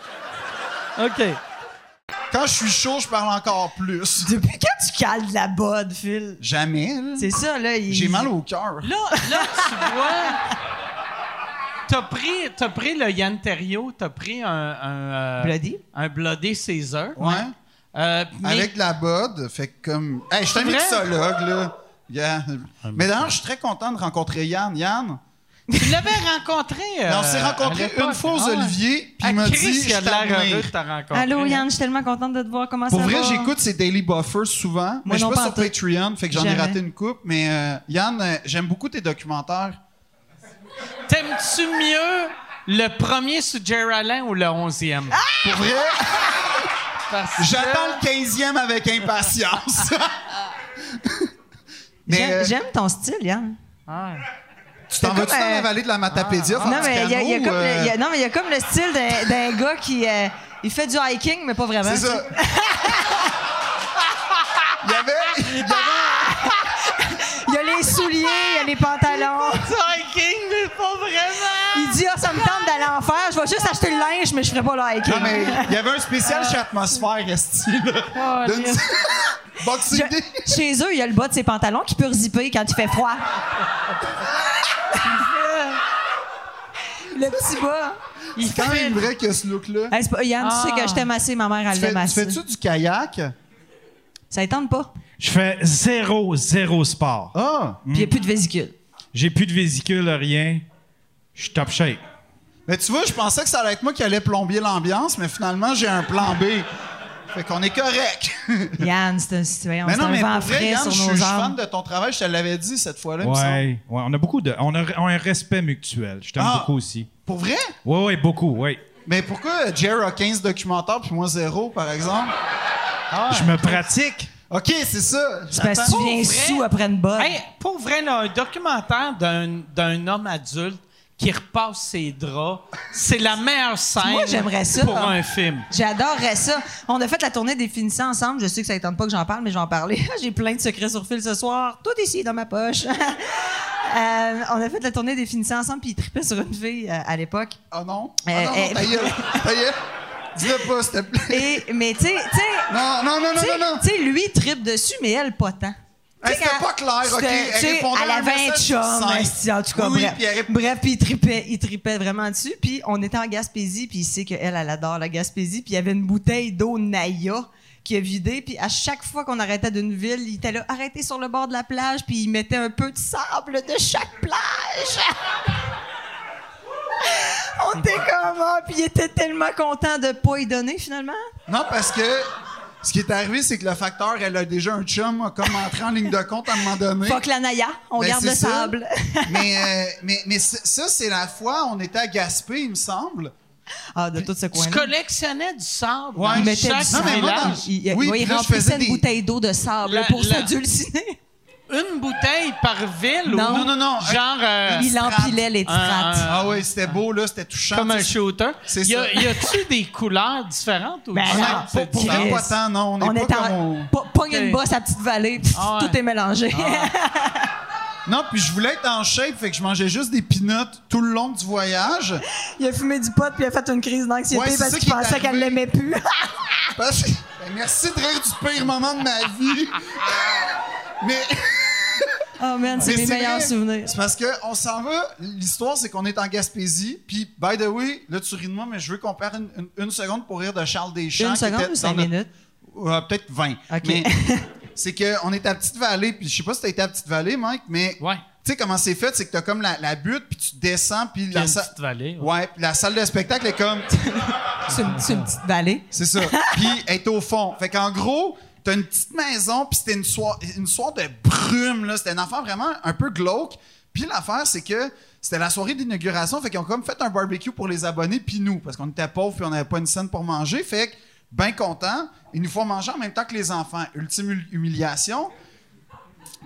OK. quand je suis chaud, je parle encore plus. Depuis quand tu cales de la bode, Phil? Jamais, là. C'est ça, là. il- J'ai mal au cœur. Là, là tu vois. T'as pris, t'as pris le Yann Terriot, t'as pris un. un euh, Bloody? Un Bloody Caesar. Ouais. Euh, mais- Avec de la bod, fait que comme. Hey, je suis un vrai? mixologue, là. Yeah. Mais d'ailleurs, je suis très content de rencontrer Yann. Yann, Tu l'avais rencontré. Mais on euh, s'est à rencontrés l'époque. une fois aux Ah ouais. Olivier, puis Ah, il m'a Chris, dit. il a je de l'air t'admire. heureux de t'avoir rencontré. Allô, Yann, je suis tellement contente de te voir. Comment Pour ça vrai, va? j'écoute ses Daily Buffers souvent. Moi mais je non, suis pas pas en sur tout. Patreon, fait que j'en ai Jamais. raté une coupe. Mais euh, Yann, euh, j'aime beaucoup tes documentaires. T'aimes-tu mieux le premier sur Jerry Allen ou le onzième? Pour vrai, Parce que- j'attends le 15e avec impatience. mais, J'aime euh, j'aime ton style, Yann. Ah. Tu t'en C'est vas-tu dans comme, euh, la vallée de la Matapédia? faire Non, Ah, du mais il y a- il y a canot, comme euh, le- il y a- non, mais il y a comme le style d'un d'un gars qui euh, il fait du hiking, mais pas vraiment. C'est ça. Il y avait. il y avait- Il y a les souliers, il y a les pantalons. C'est hiking, mais pas vraiment! Il dit, ah, ça me tente d'aller en faire. Je vais juste acheter le linge, mais je ferai pas le hiking. Non, mais il y avait un spécial chez Atmosphère, Esti. là. D'une- Boxing Day. Oh, Je- chez eux, il y a le bas de ses pantalons qui peut zipper quand il fait froid. le petit bas. Il C'est quand même vrai qu'il y a ce look-là. Hey, c'est pas- Yann, tu sais que je t'aime assez, ma mère, elle Tu fais- l'aime tu assez. fais-tu du kayak? Ça étend pas. Je fais zéro, zéro sport. Ah! Puis il n'y a plus de vésicule. J'ai plus de vésicule, rien. Je suis top shape. Mais tu vois, je pensais que ça allait être moi qui allait plomber l'ambiance, mais finalement, j'ai un plan B. Fait qu'on est correct. Yann, c'est un citoyen. mais C'est non, un mais vent pour vrai, frais Yann, sur je nos suis fan âmes. de ton travail, je te l'avais dit cette fois-là. il me semble. Ouais, ouais, on a beaucoup de. On a, on a un respect mutuel. Je t'aime Ah. beaucoup aussi. Pour vrai? Oui, oui, beaucoup, oui. Mais pourquoi Jer a 15 documentaires puis moi zéro, par exemple? Ah Je me pratique. OK, c'est ça. C'est parce que tu J'attends. viens vrai. sous après une botte. Hey, pour vrai, là, un documentaire d'un, d'un homme adulte qui repasse ses draps, c'est la meilleure scène Moi, j'aimerais ça. pour un film. J'adorerais ça. On a fait la tournée des finissants ensemble. Je sais que ça étonne pas que j'en parle, mais je vais en parler. J'ai plein de secrets sur fil ce soir. Tout ici, dans ma poche. Euh, on a fait la tournée des finissants ensemble, puis il tripait sur une fille euh, à l'époque. Ah non? Euh, ah non, non, euh, ta gueule, ta gueule. Dis-le pas, s'il te plaît. Et, mais tu sais, tu sais, Non, non, non, non, tu sais- non, non. tu sais, lui tripe dessus, mais elle, pas tant. Hey, Tu sais, c'était quand- pas clair, OK? c'était- Elle tu sais, répondait Elle à un avait un message chum, succinct. esti, hein, en tout cas, Oui, bref. puis elle rép- Bref, puis il tripait, il tripait vraiment dessus. Puis on était en Gaspésie, puis il sait qu'elle, elle adore la Gaspésie. Puis il y avait une bouteille d'eau Naya qui a vidé. Puis à chaque fois qu'on arrêtait d'une ville, il était là, arrêté sur le bord de la plage, puis il mettait un peu de sable de chaque plage. on était comme, ah, puis il était tellement content de pas y donner, finalement. Non, parce que ce qui est arrivé, c'est que le facteur, elle a déjà un chum comme entré en ligne de compte à un moment donné. Fuck la Naya, on Ben, garde c'est le ça. sable. mais, euh, mais, mais c- ça, c'est la fois, on était à Gaspé, il me semble. Ah, de tout ce Tu coin-là. collectionnais du sable. Ouais, dans Il mettait chaque du sang. Non, mais moi, village. dans- Il, il- Oui, ouais, puis il là, je remplissait faisais une des- bouteille d'eau de sable La- pour la- s'adulciner. Une bouteille par ville Non. ou Non, non, non, un- Genre euh, il strate. empilait les Un- strates. un- Ah oui, c'était beau, là, c'était touchant. comme un Tu sais, shooter. C'est y, a, ça. y a-tu des couleurs différentes ou Ben du- on non, a- Ah, c'est Pour, pour du- vrai, Chris. pas tant, non. On On n'est est pas en. comme on- po- Pogne Ok. une bosse à petite vallée, pff, Ah ouais. tout est mélangé. Non, puis je voulais être en shape, fait que je mangeais juste des peanuts tout le long du voyage. il a fumé du pot puis il a fait une crise d'anxiété Ouais, c'est parce ça qu'il qui est pensait qu'elle arrivé. l'aimait plus. Parce que- Ben, merci de rire du pire moment de ma vie. Mais oh man, c'est Mais mes c'est meilleurs vrai. souvenirs. c'est parce que on s'en va. L'histoire, c'est qu'on est en Gaspésie. Puis, by the way, là, tu ris de moi, mais je veux qu'on perde une, une- une seconde pour rire de Charles Deschamps. Une qui seconde était ou cinq dans notre- minutes? Ouais, Ah, peut-être 20. OK. Mais c'est qu'on est à Petite-Vallée, puis je sais pas si t'as été à Petite-Vallée, Mike, mais Ouais. tu sais comment c'est fait, c'est que t'as comme la, la butte, puis tu descends, puis Il y a la une salle... petite vallée. ouais. Ouais, puis la salle de spectacle est comme... C'est une, c'est une petite vallée. C'est ça. Puis elle est au fond. Fait qu'en gros, t'as une petite maison, puis c'était une soirée une soir de brume, là. C'était une affaire vraiment un peu glauque. Puis l'affaire, c'est que c'était la soirée d'inauguration, fait qu'ils ont comme fait un barbecue pour les abonnés, puis nous, parce qu'on était pauvres, puis on n'avait pas une scène pour manger. Fait que, ben content, ils nous font manger en même temps que les enfants. Ultime hul- humiliation.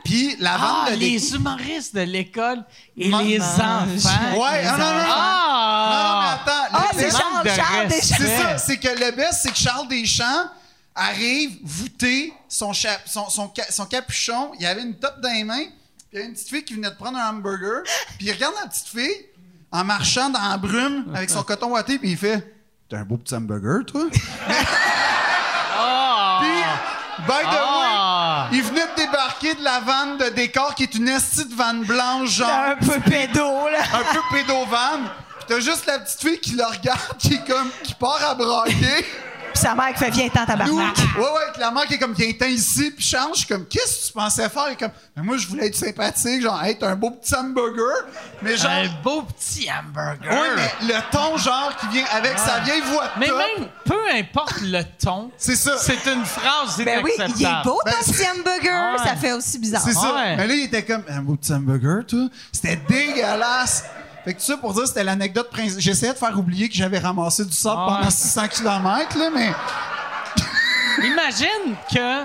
Puis la vente Ah, de les déco- humoristes de l'école et Maman, les je- enfants. Ouais, ah, non, non, non. Ah! Non, non, mais attends. Ah, le c'est best- manque Charles, de Charles respect. Deschamps. C'est ça, c'est que le best, c'est que Charles Deschamps arrive, voûté, son, cha- son, son, ca- son capuchon, il avait une top dans les mains, puis il y a une petite fille qui venait de prendre un hamburger, puis il regarde la petite fille en marchant dans la brume avec son coton ouaté, puis il fait « T'as un beau petit hamburger, toi? » Ah! Puis, by the Ah. way, il venait de débarquer de la vanne de décor qui est une estie de vanne blanche, genre Un peu pédo, là. un peu pédovane. Puis t'as juste la petite fille qui le regarde, qui est comme, qui part à brailler. Puis sa mère qui fait Viens, t'en Nous, ouais, tabarnak. ouais, clairement, qui est comme, viens t'en ici, puis change. Je suis comme, qu'est-ce que tu pensais faire? Il est comme, Ben, moi, je voulais être sympathique, genre, hey, t'as un beau petit hamburger. Mais genre, Un beau petit hamburger. ouais, mais le ton, genre, qui vient avec Ah. sa vieille voix de mais top, même, peu importe le ton, C'est ça. c'est une phrase Ben oui, inacceptable. Ah il est beau Ben, ton petit hamburger. Ouais. Ça fait aussi bizarre. C'est ça. ouais. Mais là, il était comme, un beau petit hamburger, toi. C'était dégueulasse. Fait que tout ça pour dire, c'était l'anecdote principale. J'essayais de faire oublier que j'avais ramassé du sable Ah. pendant 600 km, là, mais. Imagine que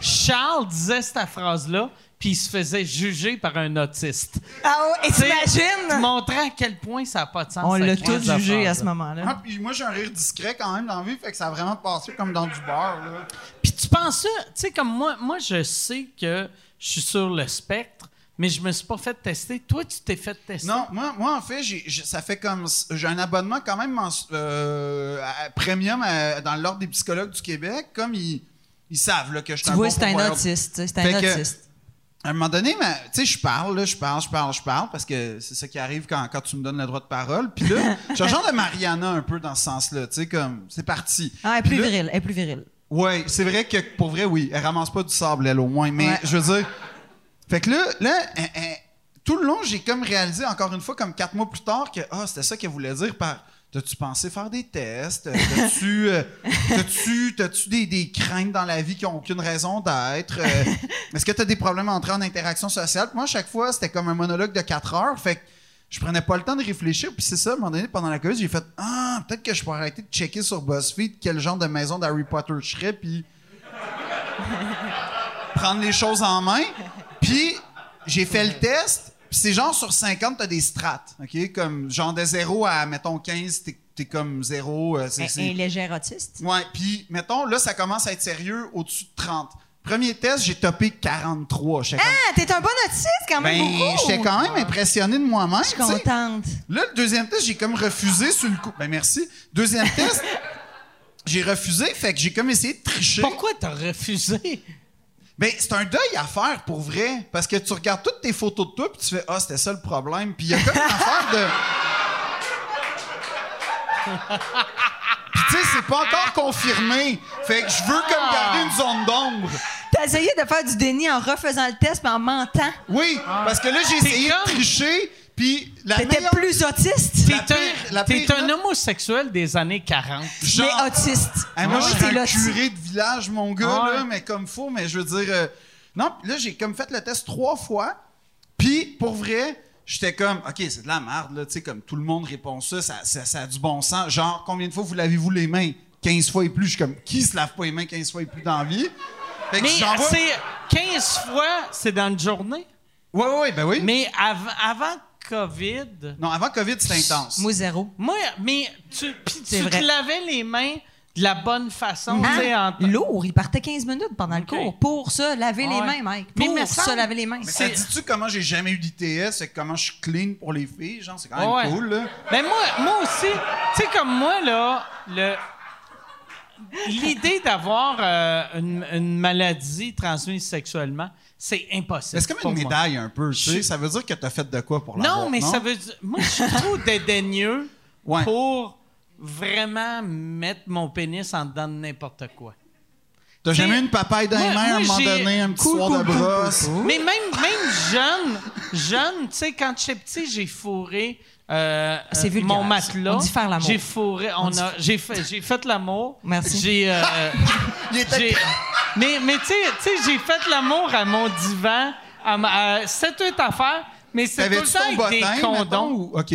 Charles disait cette phrase-là, puis il se faisait juger par un autiste. Ah ouais, et Tu sais, te t'imagines? Montrant à quel point ça n'a pas de sens. On cette l'a crise tous de jugé à phrase-là. ce moment-là. Ah, puis moi, j'ai un rire discret quand même dans la vie, fait que ça a vraiment passé comme dans du beurre, là. Puis tu penses, ça, tu sais, comme moi, moi, je sais que je suis sur le spectre, mais je me suis pas fait tester. Toi, tu t'es fait tester. Non, moi, moi en fait, j'ai- j'ai- ça fait comme. J'ai un abonnement quand même mens- euh, à- premium à- dans l'Ordre des psychologues du Québec. Comme ils, ils savent là, que je suis Tu un vois, bon c'est un pourvoyeur. autiste. tu sais, C'est Fait un que- autiste. À un moment donné, ma- tu sais, je parle, là, je parle, je parle, je parle, parce que c'est ça qui arrive quand, quand tu me donnes le droit de parole. Puis là, je suis un genre de Mariana un peu dans ce sens-là. Tu sais, comme, c'est parti. Ah, elle est Puis plus là- virile. Elle est plus virile. Ouais, c'est vrai que pour vrai, oui, elle ramasse pas du sable, elle au moins. Mais Ouais. je veux dire. Fait que là, là euh, euh, tout le long, j'ai comme réalisé, encore une fois, comme quatre mois plus tard, que ah, c'était ça qu'elle voulait dire par. T'as-tu pensé faire des tests? T'as-tu euh, t'as-tu- t'as-tu des, des craintes dans la vie qui n'ont aucune raison d'être? Euh, Est-ce que t'as des problèmes à entrer en interaction sociale? Puis moi, à chaque fois, c'était comme un monologue de quatre heures. Fait que je prenais pas le temps de réfléchir. Puis c'est ça, à un moment donné, pendant la COVID, j'ai fait Ah, peut-être que je pourrais arrêter de checker sur BuzzFeed quel genre de maison d'Harry Potter je serais. Puis prendre les choses en main. Puis j'ai fait le test. Puis c'est genre sur 50, t'as des strates. OK? Comme genre de 0 à, mettons, 15, t'es t'es comme 0. euh, c'est- Un, c'est- un léger autiste. Ouais, puis mettons, là, ça commence à être sérieux au-dessus de 30. Premier test, j'ai topé 43. J'étais comme- Ah, t'es un bon autiste quand même ben, beaucoup. j'étais quand même impressionné de moi-même. Je suis tu sais. contente. Là, le deuxième test, j'ai comme refusé sur le coup. Ben merci. Deuxième test, j'ai refusé, fait que j'ai comme essayé de tricher. Pourquoi t'as refusé? Ben, c'est un deuil à faire pour vrai. Parce que tu regardes toutes tes photos de toi puis tu fais Ah, c'était ça le problème. Puis il y a comme une affaire de. Puis tu sais, c'est pas encore confirmé. Fait que je veux Ah. comme garder une zone d'ombre. T'as essayé de faire du déni en refaisant le test, mais en mentant. Oui, parce que là, j'ai essayé de comme- tricher. Puis la Ah. T'étais meilleure- plus autiste, T'es La pire- un, la t'es pire un note- homosexuel des années 40. Genre- mais autiste. Ah, Hey, moi, je T'es suis Ah, un l'autiste. curé de village, mon gars, Ouais. là, mais comme faux, mais je veux dire. euh, non, pis là, j'ai comme fait le test trois fois, puis pour vrai, j'étais comme, OK, c'est de la merde, là, tu sais, comme tout le monde répond ça ça, ça, ça a du bon sens. Genre, combien de fois vous lavez-vous les mains? 15 fois et plus. Je suis comme, qui se lave pas les mains 15 fois et plus dans la vie? Fait que Mais j'envoie- c'est 15 fois, c'est dans une journée. Ouais, ouais, ouais, ben oui. Mais av- avant COVID, Non, avant COVID, c'était intense. Moi, zéro. moi, mais tu, puis tu C'est vrai. te lavais les mains de la bonne façon. tu sais, en- Hein? Lourd, il partait 15 minutes pendant le Ok. Ah cours pour se laver les Ouais. mains, Mike. Mais Pour me se semble- laver les mains. mais ça dit-tu comment j'ai jamais eu d'ITS et comment je suis clean pour les filles? Genre, c'est quand même Ouais. cool, là. Mais moi, moi aussi, tu sais, comme moi, là, le- l'idée d'avoir euh, une, une maladie transmise sexuellement, c'est impossible. C'est comme pour une moi. médaille un peu, tu sais. Je- Ça veut dire que t'as fait de quoi pour l'avoir, Non, mais ça veut dire. Moi, je suis trop dédaigneux Ouais. pour vraiment mettre mon pénis en dedans de n'importe quoi. T'as jamais T'sais, eu une papaye dans les moi- mains à un moi, moment j'ai- donné, un petit Cool, soir cool, de cool, brosse? Mais même, même jeune, jeune, tu sais, quand j'étais petit, j'ai fourré euh, C'est euh, vulgaire, mon ça. matelas. On dit faire l'amour. J'ai fourré, on, a, j'ai fait, j'ai fait l'amour. Merci. J'ai, euh, Il était j'ai- mais, mais tu sais, tu sais, j'ai fait l'amour à mon divan, à, ma- à cette autre affaire, mais c'est tout T'avais-tu le ton temps avec des bottin, mettons, condoms. ou... OK.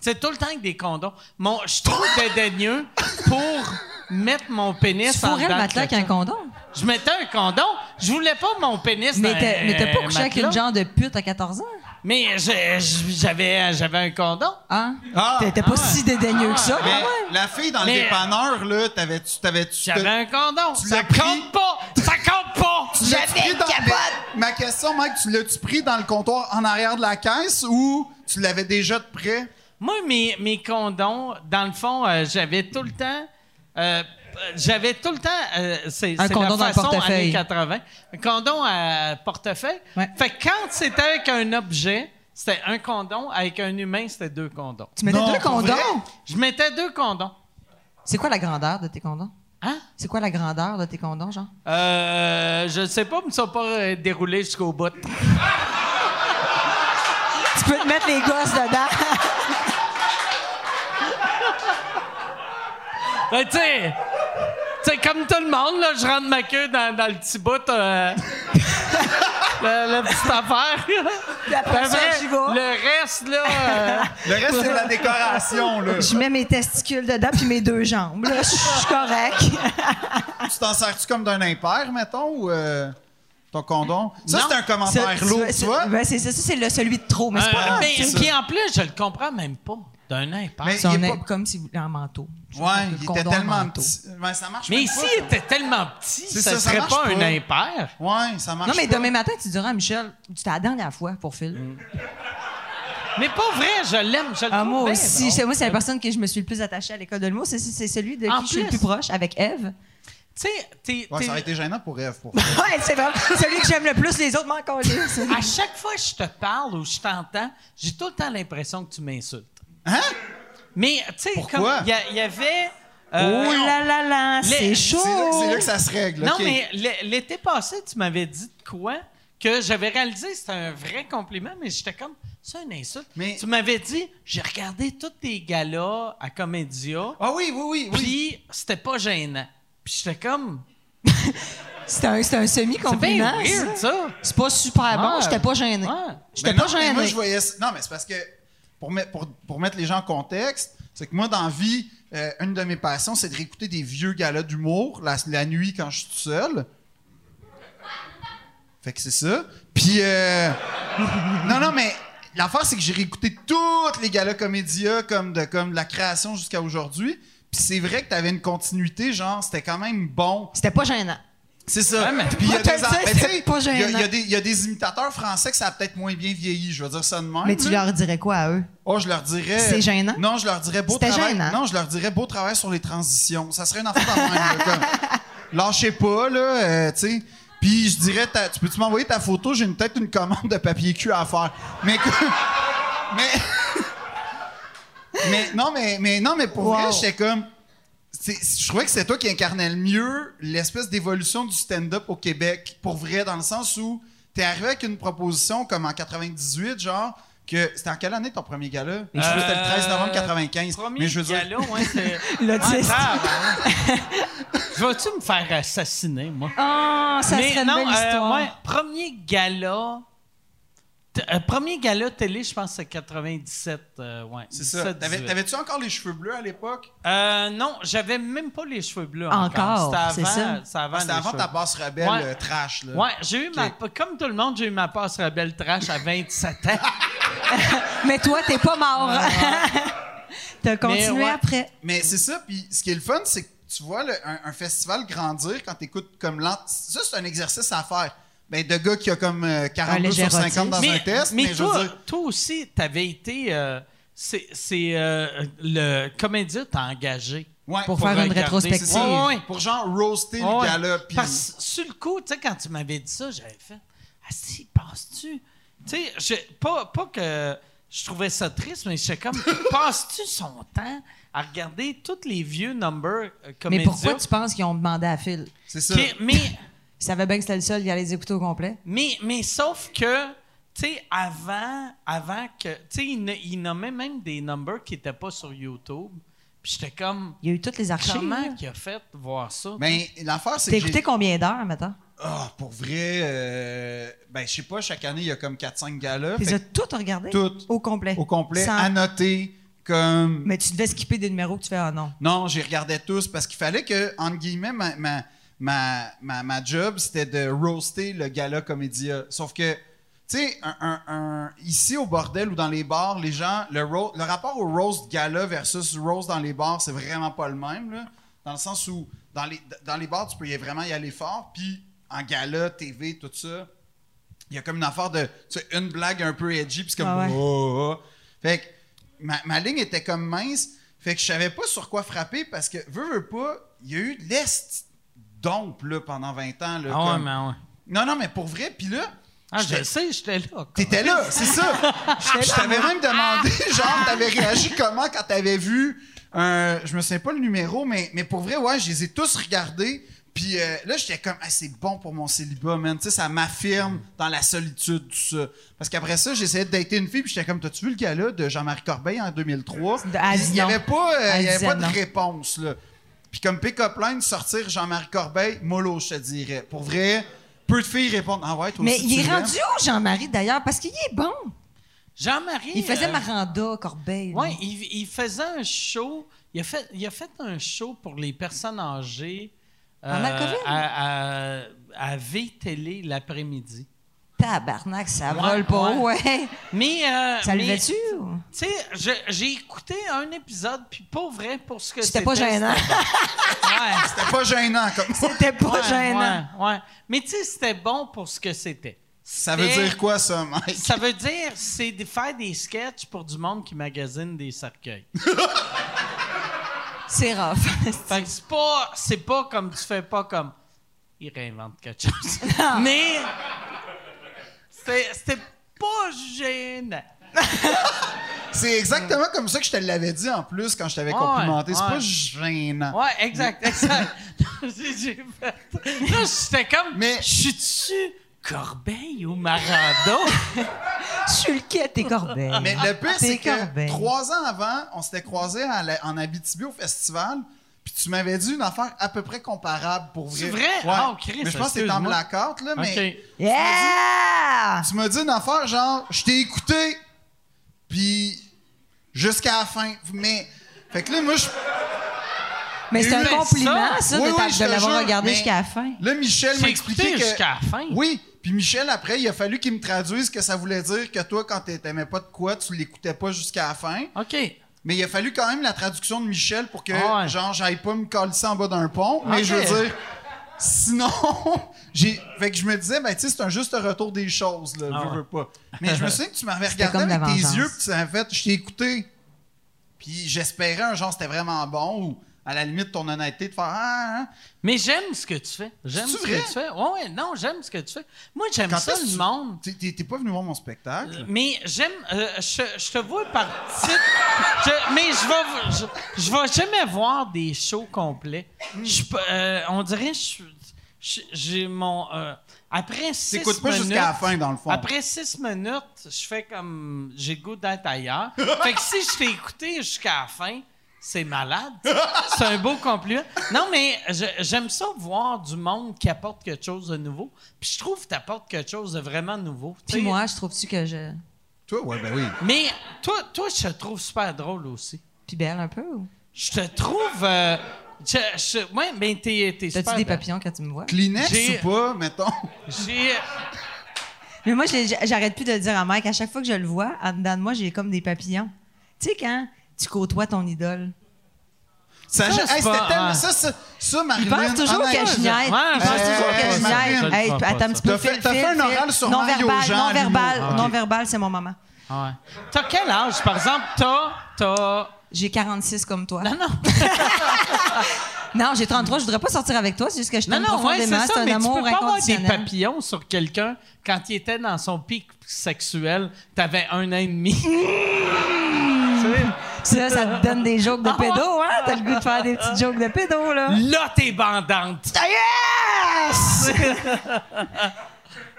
C'est tout le temps avec des condoms. Mon, je suis trop dédaigneux pour mettre mon pénis Tu en pourrais le dedans de matelas avec un quelqu'un. condom. Je mettais un condom. Je voulais pas mon pénis Mais dans t'as- un- mais t'as pas un couché avec matelas. une genre de pute à 14 ans? Mais je- je- j'avais j'avais un condom. Hein? Ah! T'étais pas si dédaigneux que ça, quand Mais même. la fille dans Mais- le dépanneur, là, t'avais-tu... T'avais-tu... J'avais un condom. Tu Ça l'as pris? compte pas. Ça compte pas. Tu l'as-tu pris dans le... Ma question, Mike, tu l'as-tu pris dans le comptoir en arrière de la caisse ou tu l'avais déjà de près? Moi, mes, mes condoms, dans le fond, euh, j'avais tout le temps. euh, j'avais tout le temps, euh, c'est Un c'est condom dans la le façon portefeuille. années 80, un condom à portefeuille. Ouais. Fait que quand c'était avec un objet, c'était un condom, avec un humain, c'était deux condoms. Tu mettais Non, deux pour vrai? condoms? Je mettais deux condoms. C'est quoi la grandeur de tes condoms? Hein? C'est quoi la grandeur de tes condoms, genre? Euh, je sais pas, mais ça n'a pas euh, déroulé jusqu'au bout. Tu peux te mettre les gosses dedans. Ben, tu sais, tu sais, comme tout le monde, là, je rentre ma queue dans, dans le petit bout, euh, la, la petite affaire. Puis après Ben, ça, ben, j'y vais. le reste, là, euh, Le reste, c'est de la décoration, là. Je mets mes testicules dedans puis mes deux jambes. Là, je suis correct. tu t'en sers-tu comme d'un impair, mettons, ou... euh, Ton condom? Ça, Non. c'est un commentaire lourd, tu vois? Ben, c'est ça, ça, c'est le celui de trop, mais c'est pas euh, grave. mais tu sais. qui, en plus, je le comprends même pas d'un impact. Mais Mais, C'est un il est aim- pas- comme si vous en manteau. Je sais pas, Ouais, le il était condom en tellement manteau. petit. Ben, ça marche même ici, pas, il était tellement petit, C'est ça, ça, ça serait marche pas, un pas. impair. Ouais, ça marche Non, mais pas. demain matin, tu diras à Michel, c'était la dernière fois pour Phil. Mais pas vrai, je l'aime, je le Ah, trouve moi bien aussi. drôle. C'est- Moi, c'est la personne que je me suis le plus attachée à l'école de l'humour. C'est c'est celui de En qui je suis le plus. plus proche, avec Eve. Tu sais, t'es- Ouais, t'es- ça aurait été gênant pour Eve, pour ouais, c'est vrai. Celui que j'aime le plus, les autres m'en calissent. à chaque fois que Ah, je te parle ou je t'entends, j'ai tout le temps l'impression que tu m'insultes. Hein? Mais, tu sais, comme. Pourquoi? Il y, a- il y avait Euh, oh là là là, c'est Les- chaud! C'est là, c'est là que ça se règle. Non, ok. mais l'é- l'été passé, tu m'avais dit de quoi que j'avais réalisé que c'était un vrai compliment, mais j'étais comme, c'est une insulte. Mais- Tu m'avais dit, j'ai regardé tous tes galas à Comédia, Ah oui, oui, oui, oui. puis c'était pas gênant. Puis j'étais comme, C'est un, c'est un c'est bien semi-compliment. weird, ça. ça. C'est pas super bon, Ouais. j'étais pas gêné. Ouais. J'étais Mais pas non, mais moi, gêné. je voyais ça- Non, mais c'est parce que pour, mettre- pour, pour mettre les gens en contexte, c'est que moi, dans la vie, euh, une de mes passions, c'est de réécouter des vieux galas d'humour la, la nuit quand je suis tout seul. Fait que c'est ça. Puis. euh, non, non, mais. L'affaire, c'est que j'ai réécouté toutes les galas comédia comme de, comme de la création jusqu'à aujourd'hui. Puis c'est vrai que t'avais une continuité, genre, c'était quand même bon. C'était pas gênant. C'est ça. Ouais, mais- Puis il y a Moi, t'as des le en- dire, mais c'est tu sais, pas il y a- il y, gênant. a des- il y a des imitateurs français que ça a peut-être moins bien vieilli. Je vais dire ça de même. Mais tu là. leur dirais quoi à eux? Oh, je leur dirais. C'est gênant? Non, je leur dirais beau C'était travail. gênant? Non, je leur dirais beau travail sur les transitions. Ça serait une affaire de même. là, comme, Lâchez pas, là, euh, tu sais. Puis je dirais, ta- tu peux-tu m'envoyer ta photo? J'ai une- peut-être une commande de papier cul à faire. Mais que- mais, mais non, mais, mais non, mais pour vrai, Wow. j'étais comme. c'est- Je trouvais que c'est toi qui incarnais le mieux l'espèce d'évolution du stand-up au Québec, pour vrai, dans le sens où t'es arrivé avec une proposition comme en 98, genre, que c'était en quelle année ton premier gala? Je sais que c'était le 13 novembre 95. Euh, Premier mais je veux dire, gala, ouais, c'est. L'autiste. Vas-tu me faire assassiner, moi? Ah, ça Mais serait une non, belle euh, histoire. ouais, premier gala. t- euh, premier gala télé, je pense que c'est 97. euh, ouais, c'est ça. 17, T'avais- 18. T'avais-tu encore les cheveux bleus à l'époque? Euh, non, j'avais même pas les cheveux bleus. Encore, Encore, C'était c'est avant- ça. c'était avant, Ah, C'était les avant cheveux ta passe rebelle Ouais. euh, trash, là. bleus. Ouais, j'ai eu ma. Comme tout le monde, j'ai eu ma passe rebelle trash à 27 ans. Mais toi, t'es pas mort. T'as continué Mais ouais. après. Mais c'est ça, puis ce qui est le fun, c'est que tu vois le- un, un festival grandir quand t'écoutes comme l'an... Ça, c'est un exercice à faire. Ben, de gars qui a comme euh, 42 léger sur 50 dans mais, un test, mais, mais je veux toi, dire... toi aussi, t'avais été. euh, c'est c'est, euh, le comédien t'a engagé. Ouais, Pour faire une regarder. C'est rétrospective. ça, Ouais, ouais, ouais. pour genre roaster Ah ouais. le gala, puis... Parce que sur le coup, tu sais, quand tu m'avais dit ça, j'avais fait Ah si, penses-tu Tu sais, je- pas, pas que je trouvais ça triste, mais j'étais comme Passes-tu son temps à regarder tous les vieux numbers euh, comme Mais pourquoi tu penses qu'ils ont demandé à Phil? C'est ça. mais, Ils savaient bien que c'était le seul, ils allaient les écouter au complet. mais, mais sauf que, tu sais, avant, avant que. Tu sais, il, n- il nommait même des numbers qui n'étaient pas sur YouTube. Puis j'étais comme Il y a eu toutes les archives. Comment là. qu'il a fait de voir ça Mais l'affaire, c'est T'as que... écouté j'ai- combien d'heures, maintenant? Ah, pour vrai, euh, ben, je sais pas, chaque année, il y a comme 4-5 galas. Tu les fait as toutes regardées? Toutes. Au complet. Au complet, Sans- annoté, comme... Mais tu devais skipper des numéros que tu fais, ah non. Non, j'y regardais tous parce qu'il fallait que, entre guillemets, ma, ma, ma, ma, ma job, c'était de roaster le gala comédia. Sauf que, tu sais, un, un- un- ici au bordel ou dans les bars, les gens, le, ro- le rapport au roast gala versus roast dans les bars, c'est vraiment pas le même. là. Dans le sens où, dans les, dans les bars, tu peux y- vraiment y aller fort, puis en gala, TV, tout ça, il y a comme une affaire de tu sais, une blague un peu edgy, puis c'est comme. Ah ouais. Oh, oh, oh. Fait que ma, ma ligne était comme mince, fait que je savais pas sur quoi frapper parce que, veux, veux pas, il y a eu de l'est dompe là, pendant 20 ans. Là, Ah ouais, comme- mais ouais. Non, non, mais pour vrai, puis là. Ah, je j'étais- le sais, j'étais là. quoi. T'étais là, c'est ça. Je t'avais même demandé, Ah! genre, t'avais réagi comment quand t'avais vu un. Je me souviens pas le numéro, mais, mais pour vrai, ouais, je les ai tous regardés. Puis euh, là, j'étais comme, ah, c'est bon pour mon célibat, man. Tu sais, ça m'affirme dans la solitude, tout ça. Parce qu'après ça, j'essayais de dater une fille, puis j'étais comme, t'as-tu vu le gars-là de Jean-Marie Corbeil en 2003? De- elle dit Il n'y non. avait pas, euh, Elle il y avait disait pas de non. réponse, là. Puis comme pick-up line, sortir Jean-Marie Corbeil, mollo, je te dirais. Pour vrai, peu de filles répondent, ah ouais, toi Mais aussi, il tu est l'aimes? rendu où, Jean-Marie, d'ailleurs? Parce qu'il est bon. Jean-Marie. Il faisait euh, Maranda, Corbeil. Oui, non? il, il faisait un show. Il a, fait, il a fait un show pour les personnes âgées euh, Pendant le COVID? à, à, à V-Télé l'après-midi. Tabarnak, ça Ouais, vole pas, ouais. ouais. Mais, euh, Ça mais, levait-tu? ou? Tu sais, je- j'ai écouté un épisode, puis pas vrai pour ce que c'était. C'était pas gênant. Ouais, C'était pas gênant comme C'était pas ouais, gênant. ouais, ouais. Mais tu sais, c'était bon pour ce que c'était. Ça veut C'était- dire quoi ça, Mike? Ça veut dire, c'est de faire des sketchs pour du monde qui magasine des cercueils. C'est rough. Fait que c'est pas, c'est pas comme tu fais pas comme il réinvente quelque chose. Mais c'était c'était pas gênant. c'est exactement comme ça que je te l'avais dit en plus quand je t'avais Ouais, complimenté. C'est ouais. pas gênant. Ouais, exact, exact. J'ai- J'ai fait. Là, j'étais comme. Mais- Je suis-tu Corbeil ou Marado? Je suis le quai, t'es corbeil. Mais Ah, le pire, T'es c'est que corbeil. trois ans avant, on s'était croisés à la- en Abitibi au festival, puis tu m'avais dit une affaire à peu près comparable pour vrai. C'est vrai? Ah, oh, Christ, Mais je pense que c'était en excuse-moi. blackout, là, mais OK. Yeah! tu m'as dit une affaire genre, je t'ai écouté, puis jusqu'à la fin. Mais, fait que là, moi, je. Mais c'est un Mais ça- compliment, ça, Oui, de, oui, ta- je de te l'avoir jure, regardé mais- jusqu'à la fin. Là, Michel m'a J'ai expliqué écouté que. jusqu'à la fin. Oui, puis Michel, après, il a fallu qu'il me traduise que ça voulait dire que toi, quand t'a- t'aimais pas de quoi, tu l'écoutais pas jusqu'à la fin. OK. Mais il a fallu quand même la traduction de Michel pour que, Ah ouais. genre, j'aille pas me calisser en bas d'un pont. Mais Ok. je veux dire, sinon, j'ai. Fait que je me disais, ben, tu sais, c'est un juste retour des choses, là. Ah veux, ouais. veux pas. Mais je me souviens que tu m'avais regardé comme avec la tes vengeance. yeux, puis tu m'avais fait, je t'ai écouté. Puis j'espérais un genre, c'était vraiment bon, ou à la limite, ton honnêteté de faire, ah, ah, ah. Mais j'aime ce que tu fais. J'aime C'est-tu ce vrai? que tu fais. Ouais, ouais, non, j'aime ce que tu fais. Moi, j'aime Quand ça, est-ce que le tu- monde. T'es- T'es t'es pas venu voir mon spectacle? Mais j'aime. euh, je, je te vois par titre. Je- mais je vais, je, je vais jamais voir des shows complets. Je suis pas- euh, on dirait je- je- j'ai mon. euh, après six minutes. T'écoutes pas jusqu'à la fin, dans le fond. Après six minutes, je fais comme. J'ai le goût d'être ailleurs. fait que si je t'ai écouté jusqu'à la fin, c'est malade. C'est un beau compliment. Non, mais je- j'aime ça voir du monde qui apporte quelque chose de nouveau. Puis je trouve que tu apportes quelque chose de vraiment nouveau. Tu Puis sais, moi, je trouve-tu que je. Toi, ouais, ben oui. mais toi, toi, je te trouve super drôle aussi. Puis belle un peu ou? Je te trouve. euh, je, je- ouais, mais t'es, t'es super. T'as-tu des belle. papillons quand tu me vois? J'ai- Kleenex ou pas, mettons? J'ai- Mais moi, j'ai- j'arrête plus de le dire à Mike. À chaque fois que je le vois, en dedans de moi, j'ai comme des papillons. Tu sais, quand tu côtoies ton idole, Ça, Ça, hey, c'est c'était pas- ah. tellement- ouais. ça, ça, ça, Il Marilyn, pense toujours honnêtement, qu'elle gignette. Ouais, Il je- pense toujours euh, qu'elle Marine, gignette. Hey, je le attends un petit peu. T'as fait- Phil, t'as fait Phil, un oral sur Non Mario verbal, Jean non Lino. verbal, Ah, ok. non verbal, c'est mon maman. ouais. T'as quel âge, par exemple? T'as. t'as... J'ai 46 comme toi. Non, non. Non, j'ai 33, je voudrais pas sortir avec toi, c'est juste que je Non, t'aime non, ouais, c'est profondément, ça, c'est un mais tu amour peux pas avoir des inconditionnel. papillons sur quelqu'un quand il était dans son pic sexuel, t'avais un an et demi. Ça, ça te donne des jokes de Ah, pédo, hein? T'as le goût de faire des petites jokes de pédo, là. Là, t'es bandante. Yes!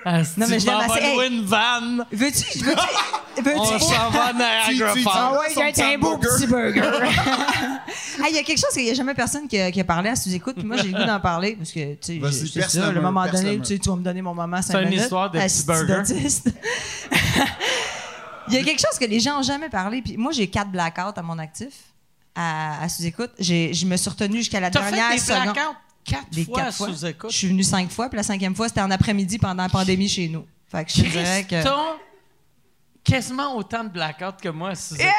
Ah, Non, mais je l'aime assez. Hey. une vanne. Veux-tu, veux-tu, veux-tu? On s'en va à Niagara Tu- tu- Falls. Ah ouais, il y a un beau petit burger. Il y a quelque chose qu'il n'y a jamais personne qui a, qui a parlé à sous-écoute, puis moi, j'ai le goût d'en parler, parce que, tu sais, Vas-y, je- c'est perce ça, la le main, moment perce la donné, main. tu sais, tu vas me donner mon maman C'est 5 une minutes. Ah, histoire de Asti petit burger. d'autiste. Il y a quelque chose que les gens n'ont jamais parlé, puis moi, j'ai quatre blackouts à mon actif, à, à sous-écoute. J'ai- Je me suis retenue jusqu'à la T'as dernière fait des seconde. placards quatre Des fois quatre fois. sous écoute. Je suis venue cinq fois, puis la cinquième fois, c'était en après-midi pendant la pandémie chez nous. Fait que je te dirais que... Christon, quasiment autant de blackouts que moi. si c'est-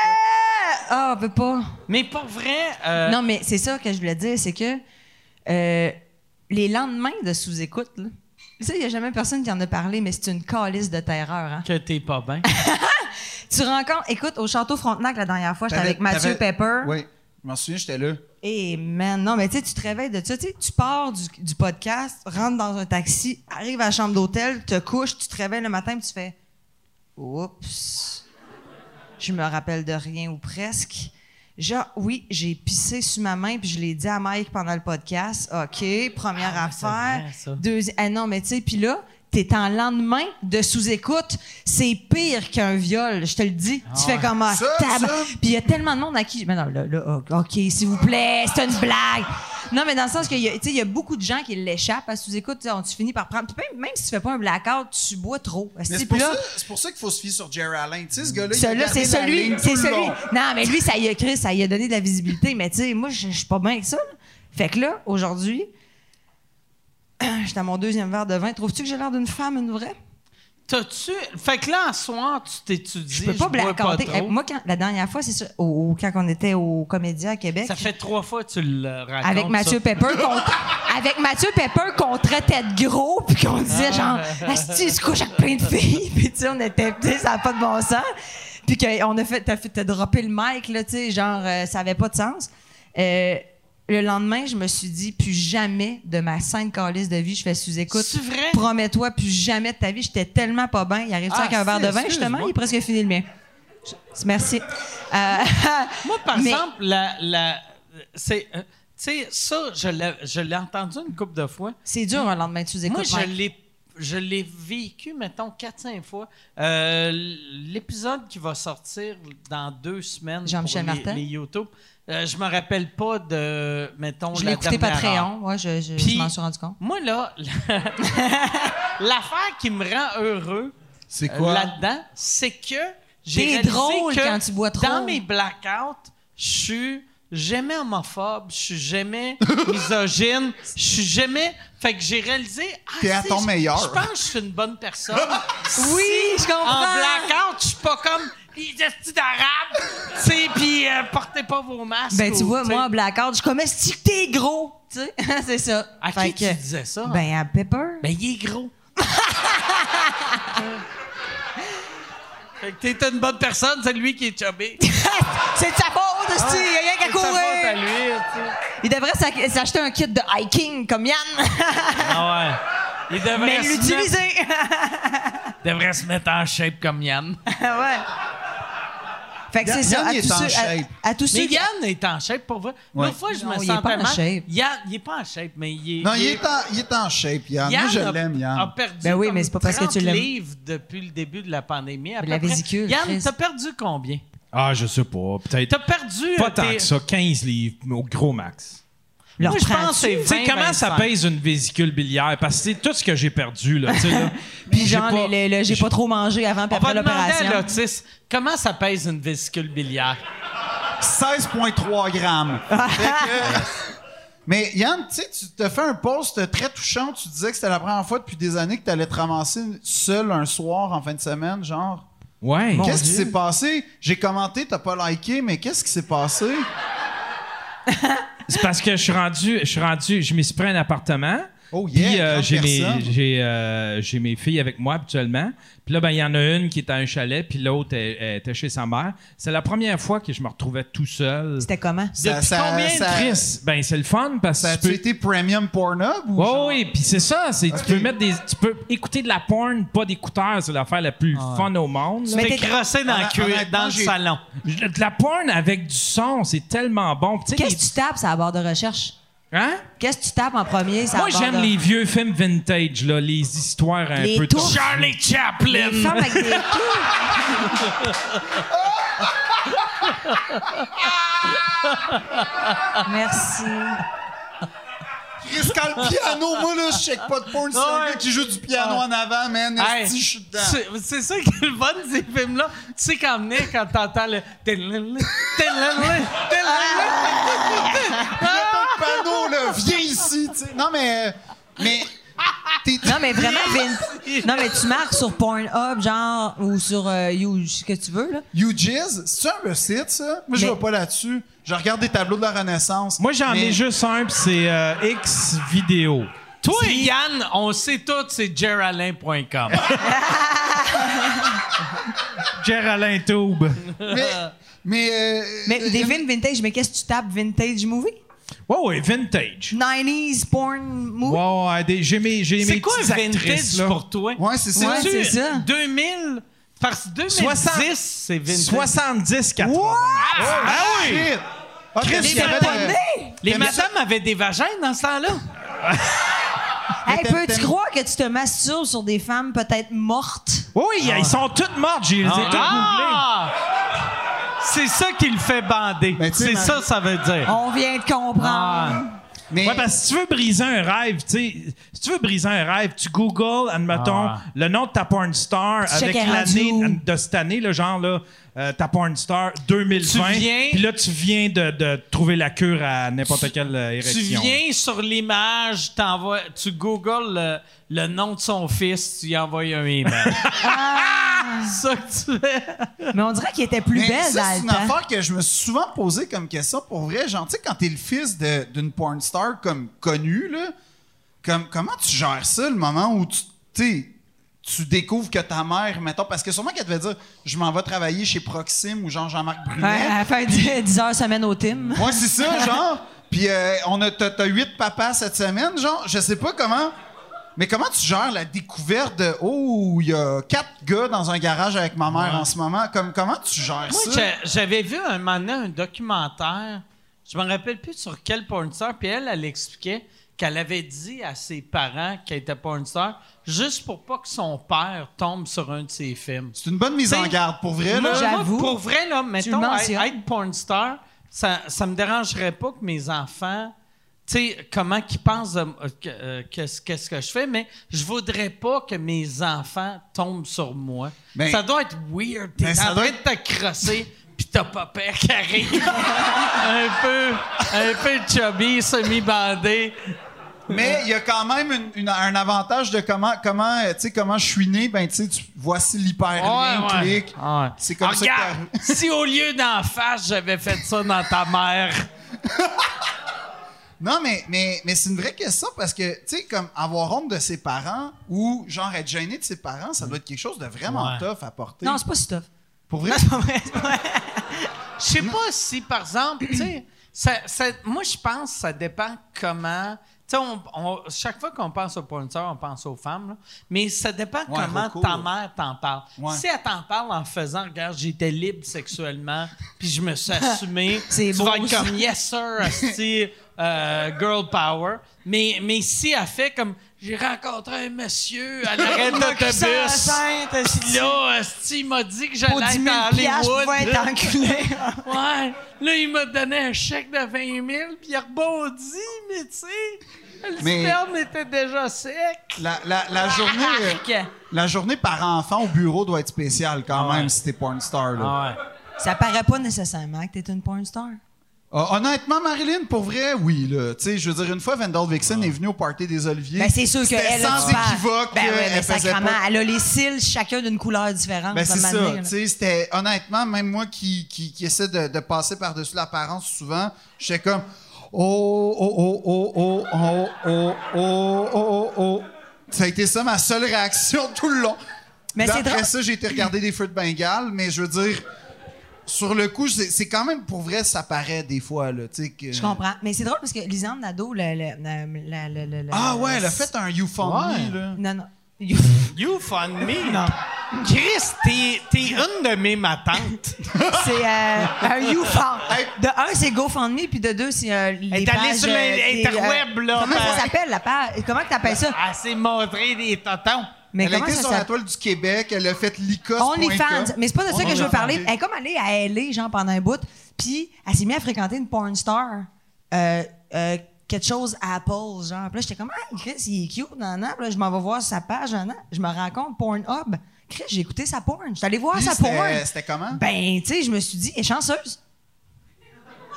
Ah, on peut pas... Mais pour vrai, euh, Non, mais c'est ça que je voulais dire, c'est que euh, les lendemains de sous-écoute, là, ça, il n'y a jamais personne qui en a parlé, mais c'est une calice de terreur. Hein? que t'es pas bien. Tu rencontres, écoute, au Château Frontenac la dernière fois, j'étais T'avais- avec Mathieu t'avais- Pepper. Oui, je m'en souviens, j'étais là. Et man, non, mais tu sais, tu te réveilles de ça. Tu sais, tu pars du, du podcast, rentres dans un taxi, arrives à la chambre d'hôtel, te couches, tu te réveilles le matin, puis tu fais Oups, je me rappelle de rien ou presque. Genre, oui, j'ai pissé sur ma main, puis je l'ai dit à Mike pendant le podcast. OK, première Ah ouais, c'est affaire. vrai, ça. Deuxième. Ah non, mais tu sais, puis là, t'es en lendemain de sous-écoute. C'est pire qu'un viol, je te le dis. tu fais comme ah, Ça, tab- ça. puis il y a tellement de monde à qui. Mais non, là, là, oh, OK, s'il vous plaît, c'est une blague. Non, mais dans le sens qu'il y, a- tu sais, il y a beaucoup de gens qui l'échappent à sous-écoute. Tu sais, on- Tu finis par prendre. puis Même, même si tu fais pas un blackout, tu bois trop. Mais c'est Puis pour, là, ça- c'est pour ça qu'il faut se fier sur Jerry Allen. Tu sais, ce gars-là, il a celui-là, gardé c'est la celui. ligne tout C'est le celui. long. Non, mais lui, ça y a créé, ça y a donné de la visibilité. Mais tu sais, moi, je je suis pas bien avec ça. là. Fait que là, aujourd'hui, j'étais à mon deuxième verre de vin. Trouves-tu que j'ai l'air d'une femme, une vraie? T'as-tu. Fait que là, en soir, tu t'étudies. Je peux pas bois blackout. trop. Moi, quand, la dernière fois, c'est sûr, au- au- quand on était au Comédien à Québec. Ça fait trois fois que tu le racontes. avec Mathieu ça. Pepper qu'on avec Mathieu Pepper qu'on traitait de gros puis qu'on disait Ah, genre Asti, il se couche avec plein de filles puis tu sais on était tu sais, ça n'a pas de bon sens puis qu'on a fait t'as fait t'as droppé le mic là tu sais genre euh, ça avait pas de sens Euh, le lendemain je me suis dit plus jamais de ma sainte calice de vie je fais sous écoute C'est vrai? promets-toi plus jamais de ta vie j'étais tellement pas bien il arrive ça Ah, avec un verre si, de vin justement excuse-moi. il est presque fini le mien Je- merci Euh, Moi, par mais- exemple, la, la- c'est, euh, tu sais, ça, je l'ai, je l'ai entendu une couple de fois. C'est dur un lendemain, tu nous Moi, écoutes. je Mike. l'ai, je l'ai vécu, mettons, 4-5 fois. Euh, l'épisode qui va sortir dans deux semaines Jean-Michel pour les, Martin. les YouTube, euh, je me rappelle pas de, mettons, Je la l'ai écouté dernière heure. Patreon. hein. Ouais, je, je, je Puis- m'en suis rendu compte. Moi, là, l'affaire qui me rend heureux C'est euh, quoi? là-dedans, c'est que T'es j'ai réalisé drôle que quand tu bois trop. Dans mes blackouts, je suis jamais homophobe, je suis jamais misogyne, je suis jamais... Fait que j'ai réalisé... Ah, T'es à si, ton je- meilleur. Je pense que je suis une bonne personne. Oui, je en comprends. blackout, je suis pas comme... Les estis d'arabe, tu sais, puis euh, portez pas vos masques. Ben, tu ou, vois, tu sais. moi, en blackout, je suis comme, est-ce que t'es gros? Tu sais, c'est ça. À Fait qui tu que- disais ça? Ben, Ben, à Pepper. il est gros. fait que t'es une bonne personne, c'est lui qui est chubby. c'est de sa faute, aussi. Il y a rien qu'à Ah C'est de sa faute à courir. lui, tu sais. Il devrait s'ac- s'acheter un kit de hiking comme Yann, Ah ouais. Il devrait, mais se mettre, l'utiliser. devrait se mettre en shape comme Yann. ouais. Fait que c'est Yann, Yann, ça. À il est tous en ceux- shape. à- à tous Mais ceux qui- Yann est en shape pour vrai. Ouais. L'autre fois, je Non, me il est sentais pas en mal. shape. Yann, il est pas en shape, mais il est. Non, il est, en, il est en shape, Yann. Moi, je a- l'aime, a Yann. perdu Ben oui, comme mais c'est pas parce que tu 30 l'aimes. livres depuis le début de la pandémie. à Mais peu la près. vésicule, Yann, Chris. t'as perdu combien? Ah, je sais pas. Peut-être T'as perdu. euh, pas tant tes- que ça. 15 livres au gros max. leur Moi, je prends- pense que c'est Tu sais, 20, comment ça 25. pèse une vésicule biliaire? Parce que c'est tout ce que j'ai perdu, là. tu sais, là. J'ai Puis genre, pas- les- les- les- j'ai pas trop mangé avant puis On va après demander à l'opération. l'autiste comment ça pèse une vésicule biliaire. 16,3 grammes. Fait que- Mais Yann, tu sais, tu te fais un post très touchant. Tu disais que c'était la première fois depuis des années que tu allais te ramasser seul un soir en fin de semaine, genre. Ouais. Qu'est-ce qui s'est passé? J'ai commenté, t'as pas liké, mais qu'est-ce qui s'est passé? C'est parce que je suis rendu, je suis rendu, je me suis pris un appartement. Oh yeah, Puis, euh, grande j'ai mes, personne. j'ai, euh, j'ai mes filles avec moi habituellement. Puis là, ben, il y en a une qui est à un chalet, puis l'autre elle- elle était chez sa mère. C'est la première fois que je me retrouvais tout seul. C'était comment? Ça- ça- ça- Chris, ben, c'est le fun parce Ça que a-tu tu peux. été premium Pornhub ou Ouais, genre- oui, puis c'est ça, c'est tu peux mettre des, tu peux écouter de la porn, pas d'écouteurs, c'est l'affaire la plus Ah. fun au monde. là. Tu Mais t'es Ben, t'es- crossé dans, le Honnêtement, cuir- dans le j'ai- salon. Je- De la porn avec du son, c'est tellement bon. Tu sais, Qu'est-ce les- que tu tapes sur la barre de recherche? hein? Qu'est-ce que tu tapes en premier? sur la Moi, barre j'aime de- les vieux films vintage, là, les histoires un Les peu touches. Charlie Chaplin! Les femmes avec des queues. Merci. Chris, quand le piano, moi là, je check pas de porn, c'est un Ouais. gars qui joue du piano en avant, man. Hey, Esti, je suis dedans. c'est c'est ça qui est le fun de ces films-là. Tu sais qu'en venir, quand t'entends le... Tinlin, tinlin, tinlin. Le panneau, là, viens ici, tu sais. Non, mais. euh, Mais. T'es. Non, mais vraiment, Vin- Non, mais tu marques sur Pornhub, genre, ou sur euh, You, ce que tu veux, là. You Jizz, c'est un le site, ça? Moi, je Mais- vais pas là-dessus. Je regarde des tableaux de la Renaissance. Moi, j'en Mais- ai juste un, puis c'est euh, X vidéo. Toi, Yann, on sait tout, c'est geralin.com. Geraldine Toube. Mais. Mais. euh, Mais des films vintage, mais qu'est-ce que tu tapes? Vintage movie? Ouais, ouais, vintage. 90s porn movie? Ouais, ouais, des- j'ai mes, j'ai mes C'est quoi petites actrices, vintage là. pour toi? Ouais, c'est ça. Ouais, Tu- c'est ça. 2000... Parce que 2010, Soixante- c'est vintage. 70 80. Ah oui! Ah, Chris, parce qu'il y avait t'es de- Les T'aimes madames avaient des vagins dans ce temps-là. Hey, Mais t'aimes- peux-tu t'aimes- croire que tu te masturbes sur des femmes peut-être mortes? Oui, oui, ils sont toutes mortes, j'ai les ai toutes googlées. Ah! C'est ça qui le fait bander. Mais tu sais, C'est ma- ça, ça veut dire. On vient de comprendre. Ah. Mais. Ouais, parce que si tu veux briser un rêve, tu sais, si tu veux briser un rêve, tu googles, admettons, Ah. le nom de ta porn star Tu avec checkes rendu l'année où. de cette année, le genre là, euh, ta porn star 2020. Tu viens- Puis là, tu viens de, de trouver la cure à n'importe quelle euh, Tu érection. viens sur l'image, t'envoies- tu googles le, le nom de son fils, tu lui envoies un email. C'est ça que tu fais. Mais on dirait qu'elle était plus Mais belle ça, dans c'est le une temps. affaire que je me suis souvent posée comme question pour vrai. Genre, tu sais, quand t'es le fils de- d'une porn star comme connue, là, comme, comment tu gères ça le moment où tu, tu sais, tu découvres que ta mère, mettons, parce que sûrement qu'elle devait dire je m'en vais travailler chez Proxime ou genre Jean-Marc Brunet. Ouais, à faire 10 heures semaine au team. Hein? Ouais, c'est ça, genre. Puis euh, on a t'as, t'as huit papas cette semaine, genre. Je sais pas comment. Mais comment tu gères la découverte de Oh, il y a quatre gars dans un garage avec ma mère en ce moment? Comme, comment tu gères Moi, ça? j'a- j'avais vu un moment donné un documentaire, je me rappelle plus sur quel pornstar, puis elle, elle expliquait qu'elle avait dit à ses parents qu'elle était pornstar juste pour pas que son père tombe sur un de ses films. C'est une bonne mise en T'sais, garde pour vrai. Là. Moi, J'avoue. Pour vrai, là, mettons, le être, mentionnes. être pornstar, ça, ça me dérangerait pas que mes enfants, tu sais, comment qu'ils pensent de- euh, que- euh, qu'est-ce qu'est-ce que je fais, mais je voudrais pas que mes enfants tombent sur moi. Ben, ça doit être weird. T'es ben, en ça train doit de te crosser, pis t'as pas peur qui arrive. un peu, un peu chubby, semi-bandé. Mais il y a quand même une- une- un avantage de comment, comment, euh, tu sais, comment je suis né. Ben, tu sais, tu- voici l'hyperlien, Ouais, ouais. clique. Ouais. C'est comme ça que Regarde, si au lieu d'en face, j'avais fait ça dans ta mère. Non, mais, mais, mais c'est une vraie question parce que, tu sais, comme avoir honte de ses parents ou genre être gêné de ses parents, ça doit être quelque chose de vraiment Ouais. tough à porter. Non, c'est pas si tough. pour vrai. C'est pas vrai, c'est pas vrai. Je sais pas si, par exemple, tu sais, ça- ça- moi, je pense que ça dépend comment. Tu sais, on- on- chaque fois qu'on pense au pointer, on pense aux femmes, là. mais ça dépend comment Rocco, ta là. mère t'en parle. Ouais. Si elle t'en parle en faisant, regarde, j'étais libre sexuellement, puis je me suis assumé, C'est tu beau, vas être ça. comme yes sir, asti, euh, girl power. Mais, mais si elle fait comme j'ai rencontré un monsieur à l'arrêt d'autobus, puis là, asti, il m'a dit que j'allais Pour 10 être 000 à piastres, je Hollywood. pouvais être enculé. Ouais. Là, il m'a donné un chèque de 20 000, puis il a rebondi, mais tu sais, le Mais- sperme était déjà sec. La, la, la journée, euh, Arc. la journée par enfant au bureau doit être spéciale Ah quand ouais. même si t'es porn star. Là. Ah Ça paraît pas nécessairement que t'es une porn star. Euh, honnêtement, Marilyn, pour vrai, oui. Là. Tu sais, je veux dire, une fois, Vendel Vixen est venue au party des Oliviers. Ah. Ben, c'est sûr C'était qu'elle a sans du père. équivoque. Ben euh, ouais, mais elle faisait sacrément, pas- elle a les cils chacun d'une couleur différente. Ben, ça c'est m'a ça. donné, là. Tu sais, c'était honnêtement, même moi qui, qui, qui essaie de, de passer par-dessus l'apparence souvent, j'étais comme oh oh oh oh oh oh oh oh oh oh. Ça a été ça ma seule réaction tout le long. Mais Là, c'est après drôle. ça, j'ai été regarder des feux de Bengale, mais je veux dire, sur le coup, c'est c'est quand même pour vrai, ça paraît des fois là, tu sais que. Je comprends. Mais c'est drôle parce que Lisanne Nadeau, la, la, la- la- la- la- la- Ah ouais, elle a fait hein. un You Found Me, là. Non, non. You fun me. Chris, t'es, t'es une de mes matantes. c'est euh, un you found. Hey. De un, c'est GoFundMe, puis de deux, c'est euh, Elle les est allée pages, sur euh, les- des, euh, Interweb, là, Comment ben. ça s'appelle, la page? Comment que t'appelles ça? Elle s'est montrée des tontons. Mais elle a comment été ça sur la s'appelle? toile du Québec, elle a fait l'icos. OnlyFans. Mais c'est pas de ça que je veux parler. Elle Hey, est comme allée à LA, genre, pendant un bout, puis elle s'est mise à fréquenter une porn star. euh, euh, quelque chose à Apple, genre. Puis là, j'étais comme, ah, Chris, il est cute, nan, nan. Puis là, je m'en vais voir sa page, nan, nan. Je me rends compte, Pornhub. Chris, j'ai écouté sa porn. Je suis allée voir Puis sa c'était- porn. c'était comment? Ben, tu sais, je me suis dit, elle est chanceuse.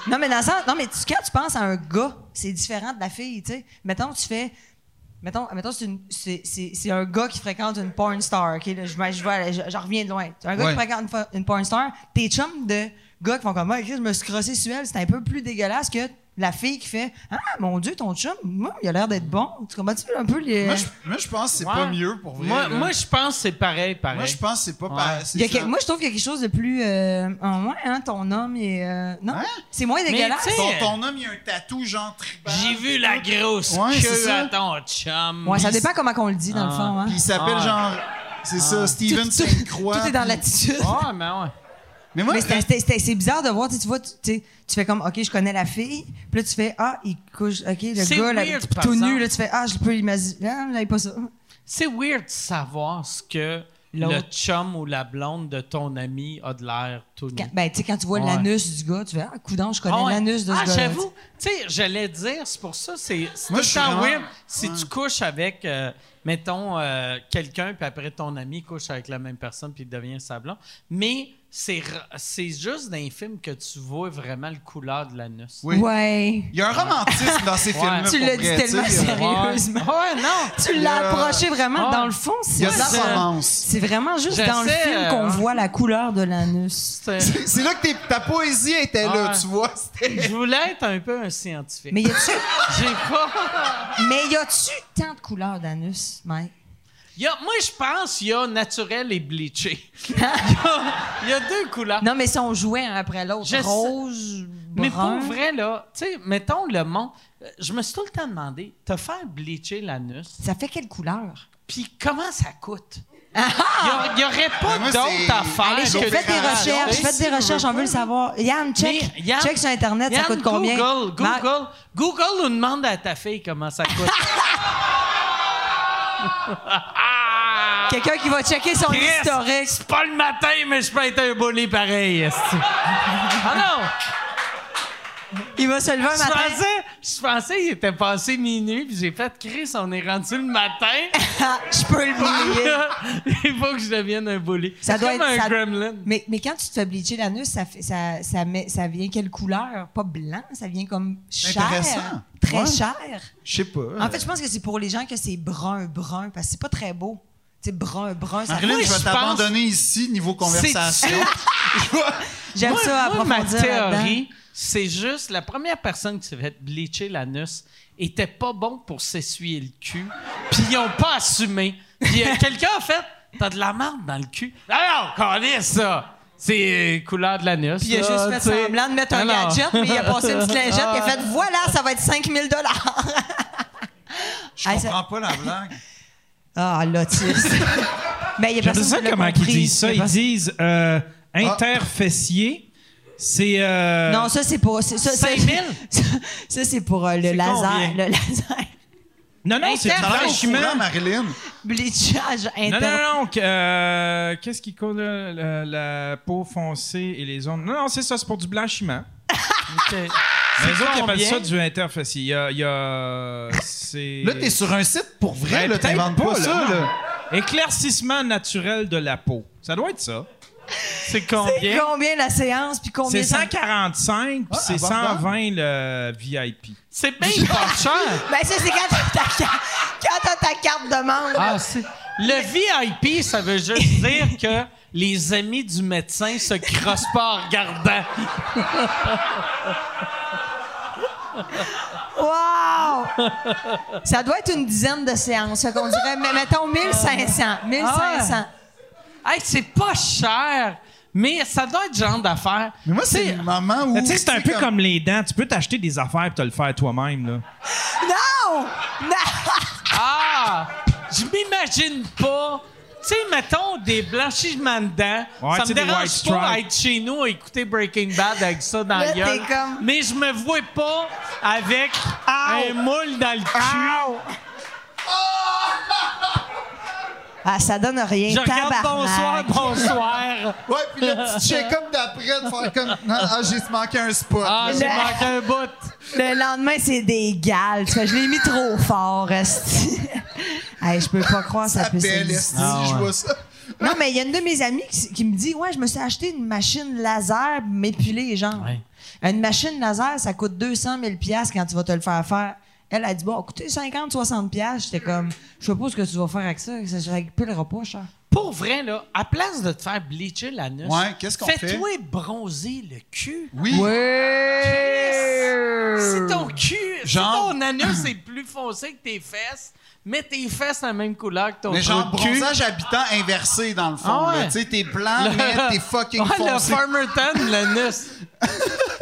Non, mais dans le sens, non, mais tu- quand tu penses à un gars, c'est différent de la fille, tu sais. Mettons, tu fais. Mettons, mettons c'est, une- c'est- c'est- c'est un gars qui fréquente une porn star, OK? Là, je, vais- je, vais- je- je reviens de loin. C'est un gars Ouais. qui fréquente une, fo- une porn star, tes chums de gars qui font comme, ah, Chris, je me suis crossé sur elle, c'est un peu plus dégueulasse que la fille qui fait, ah, mon Dieu, ton chum, moi, il a l'air d'être bon. Tu comprends-tu un peu les. Moi, je, moi, je pense que c'est pas Ouais. mieux pour vrai. Moi, là. moi, je pense que c'est pareil, pareil. Moi, je pense que c'est pas Ouais. pareil. Il y a que- moi, je trouve qu'il y a quelque chose de plus. Euh, en moins, hein, ton homme est. euh, non, Hein? c'est moins dégueulasse. tu sais, ton, ton homme, il a un tatou genre tribal. J'ai vu la grosse Ouais, c'est queue ça. à ton chum. Ouais, ça dépend comment qu'on le dit, dans le Ah. fond. Hein. Puis il s'appelle Ah. genre. C'est ça, Tout- Steven tout- Sainte-Croix. Tout est dans puis- l'attitude. Ouais, mais ouais. Mais moi, Mais c'était- c'était- c'était- c'est bizarre de voir, tu sais, tu vois, tu, tu sais, tu fais comme, OK, je connais la fille. Puis là, tu fais, ah, il couche, OK, C'est le gars, là, weird, tout par nu, exemple. là, tu fais, ah, je peux l'imaginer. Ah, là, il est pas ça. C'est weird de savoir ce que le L'autre. chum ou la blonde de ton ami a de l'air tout nu. Quand- ben, tu sais, quand tu vois Ouais. l'anus du gars, tu fais, ah, coudon, je connais Ah ouais. l'anus de ce Ah, gars. j'avoue. Tu sais, j'allais dire, c'est pour ça, c'est c'est tout Moi, le je suis temps vraiment- weird. Si tu couches avec, euh, mettons, euh, quelqu'un, puis après ton ami couche avec la même personne, puis il devient sablon. Mais c'est ra- c'est juste dans les films que tu vois vraiment le couleur de l'anus. Oui. Ouais. il y a un romantisme dans ces Ouais. films-là. Tu pour l'as vrai, dit tu sais, il tellement y a- sérieux. Sérieusement. Ouais, Ouais, non. Tu y l'as a- approché vraiment, Ah. dans le fond, Il y c'est a de la c'est- romance. c'est vraiment juste Je dans le sais, film euh, qu'on ouais. voit la couleur de l'anus. C'est- C'est c'est là que t'es- ta poésie était là, Ouais. tu vois. c'était- Je voulais être un peu un scientifique. Mais y a-tu J'ai pas. mais y a-tu tant de couleurs d'anus, Mike? Il y a- moi, je pense qu'il y a naturel et bleaché. il, y a, il y a deux couleurs. Non, mais ils sont joués un après l'autre. Je sais- Rose, Mais brun. pour vrai, là, tu sais, mettons le mont. euh, Je me suis tout le temps demandé, te faire bleacher l'anus, Ça fait quelle couleur? puis comment ça coûte? Il n'y aurait pas Mais moi, d'autre c'est- affaire. Allez, Ah! Allez, j'ai que j'ai donc, fait de des Yann, recherches, si j'ai fait des recherches, on veut le savoir. Yann, check, Mais Yann- check sur Internet, ça Yann, coûte combien? Google, Marc- Google, Google nous demande à ta fille comment ça coûte. Quelqu'un qui va checker son Chris, historique. C'est pas le matin, mais je peux être un bully pareil. esti. ah non! Il va se lever un Je matin. pensais, je pensais qu'il était passé minuit, puis j'ai fait Chris, on est rendu le matin. Ah, je peux le briller. Il faut que je devienne un bully. Ça C'est doit comme être- un ça- gremlin. Mais, mais quand tu te fais bleacher l'anus, ça, fait- ça, ça, met- ça vient quelle couleur? Pas blanc, ça vient comme Intéressant. cher. Très Ouais. cher. Je sais pas. En fait, je pense que c'est pour les gens que c'est brun, brun, parce que c'est pas très beau. C'est brun, brun. Ça... Marilyn, Moi, je je pense- vais t'abandonner ici, niveau conversation. J'aime Moi- ça moi, ma approfondir là-dedans. théorie, c'est juste la première personne qui s'est fait bleacher l'anus était pas bon pour s'essuyer le cul, puis ils ont pas assumé. Puis euh, quelqu'un a fait T'as de la marde dans le cul. Ah non, connais ça C'est euh, couleur de l'anus. Puis il a là, juste fait tu sais. Ah semblant de mettre un Alors. gadget, mais il a passé une petite lingette, puis il a fait voilà, ça va être 5000 dollars. Je Ah, ça- comprends pas la blague. Ah, l'autiste. Mais il y a J'aime personne ça qui l'a comment ils compris. disent ça. Il y a Ils Ah. personne- disent euh, interfessier. C'est. euh, Non, ça c'est pour ça, ça, ça- 5000? Ça, ça, c'est pour euh, le C'est laser, combien? le laser non, non, c'est Ça a l'air au blanchiment. courant, Marilyn. bleachage Non, inter. non, non. que, euh, Qu'est-ce qui cause euh, la, la peau foncée et les ondes? Non, non, c'est ça, c'est pour du blanchiment. Ok. Mais les autres, ils combien? appellent ça du interfessier. Il y a. il y a- c'est. Là, t'es sur un site pour vrai, Ben, là, peut-être t'inventes pas ça, non. là. Éclaircissement naturel de la peau. Ça doit être ça. C'est C'est combien combien la séance puis combien C'est ça- 145, puis Ah, c'est abordable. 120 le VIP. C'est bien pas cher. Ben ça c'est quand t'as ta carte, quand t'as ta carte de membre. Ah, c'est- Le VIP, ça veut juste dire que les amis du médecin se crossent pas en regardant. Wow! ça doit être une dizaine de séances. Fait qu'on dirait, mais mettons 1500, 1500. Hey, c'est pas cher, mais ça doit être genre d'affaire. Mais moi, c'est le moment où. Mais Tu sais, c'est un peu comme... les dents. Tu peux t'acheter des affaires et te le faire toi-même. Là. Non! Non! Ah! Je m'imagine pas. Tu sais, mettons des blanchissements de dents. ça Ouais, tu me sais, des dérange pas white stripes. être chez nous à écouter Breaking Bad avec ça dans Là, la gueule. t'es comme- Mais je me vois pas avec un moule dans le cul. Ah, ça donne rien. Je regarde Tabarnak. bonsoir, bonsoir. Ouais, puis le petit check-up d'après, de faire comme. Non, ah, j'ai manqué un spot. Ah, j'ai Le- manqué un bout. Le lendemain, c'est des gales. Tu fais, je l'ai mis trop fort, esti. hey, je peux pas croire ça ça puisse pèle, exister. esti, je vois ça. Non, mais il y a une de mes amies qui, qui me dit Ouais, je me suis acheté une machine laser pour m'épiler les jambes. Ouais. Une machine laser, ça coûte 200 000 quand tu vas te le faire faire. Elle a dit Bon, coûtez 50, 60 J'étais comme Je sais pas ce que tu vas faire avec ça. Ça ne répulera pas, cher. Pour vrai, là, à place de te faire bleacher l'anus, Ouais, qu'est-ce qu'on fait? fais-toi bronzer le cul. Oui. Si ton cul, Genre- si ton anus est plus foncé que tes fesses, mets tes fesses la même couleur que ton Mais genre trou de cul. bronzage habitant inversé dans le fond. Ah ouais. là. Tu sais, t'es blanc, mais t'es fucking ouais, le foncé. Farmerton, l'anus.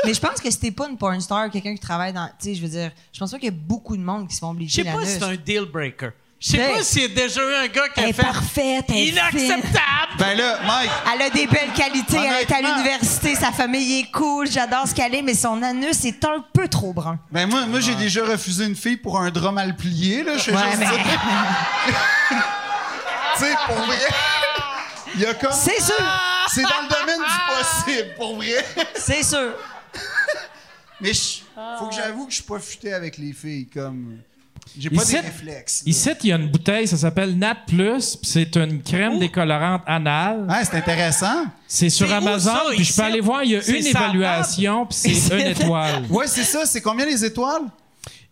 mais je pense que si t'es pas une porn star, quelqu'un qui travaille dans. Tu sais, je veux dire, je pense pas qu'il y a beaucoup de monde qui se font Je sais bleacher pas si l'anus. c'est un deal breaker. Je sais Hey. pas s'il y a déjà eu un gars qui a fait Imparfaite, inacceptable. Ben là, Mike, Elle a des belles qualités, elle est à Honnêtement. l'université, sa famille est cool, j'adore ce qu'elle est, mais son anus est un peu trop brun. ben moi, moi j'ai déjà refusé une fille pour un drap mal plié, là. Je sais Ouais, juste mais- dire. Tu sais, pour vrai. Il y a comme. C'est sûr, Ah! C'est dans le domaine du possible, pour vrai. c'est sûr. Mais je- faut que j'avoue que je suis pas futé avec les filles, comme. J'ai Il pas des sait- réflexes. là. Ici, il y a une bouteille, ça s'appelle Nat Plus, puis c'est une crème décolorante anale. Ah, c'est intéressant. C'est sur C'est où Amazon, ça, puis je ici? peux aller voir, il y a C'est une sa évaluation, puis c'est une étoile. Ouais, c'est ça. C'est combien les étoiles?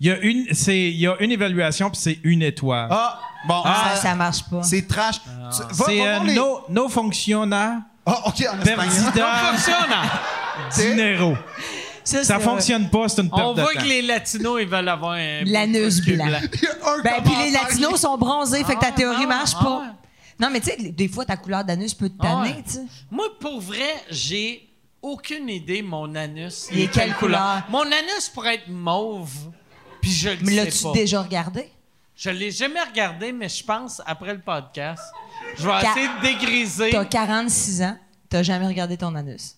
Il y a une, c'est, il y a une évaluation, puis c'est une étoile. Ah, bon. ça, ça marche pas. C'est trash. Tu- va- va c'est voir euh, les- no, no functiona Ah, ok, en espagnol. perdida Fonctionne. hein. C'est- dinero. Ça, Ça c'est- fonctionne pas, c'est une perte On de voit temps. que les Latinos, ils veulent avoir un. L'anus muscle blanc. Il y a un Ben, puis les commentaire qui- latinos sont bronzés, fait que ta Ah, théorie ah, marche ah, pas. ouais. Non, mais tu sais, des fois, ta couleur d'anus peut te Ah ouais. tanner, tu sais. Moi, pour vrai, j'ai aucune idée, mon anus. Il est quelle couleur? Mon anus pourrait être mauve, puis je le Mais sais l'as-tu pas. déjà regardé? Je l'ai jamais regardé, mais je pense, après le podcast, je vais Ca- essayer de dégriser. T'as 46 ans, t'as jamais regardé ton anus.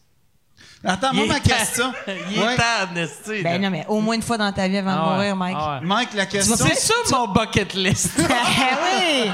Attends, moi, Il ma est temps- question. Il Ouais. est tard, esti, là. Ben non, mais au moins une fois dans ta vie avant Ah de ouais, mourir, Mike. ah ouais. Mike, la question. C'est ça mon bucket list. Eh oui!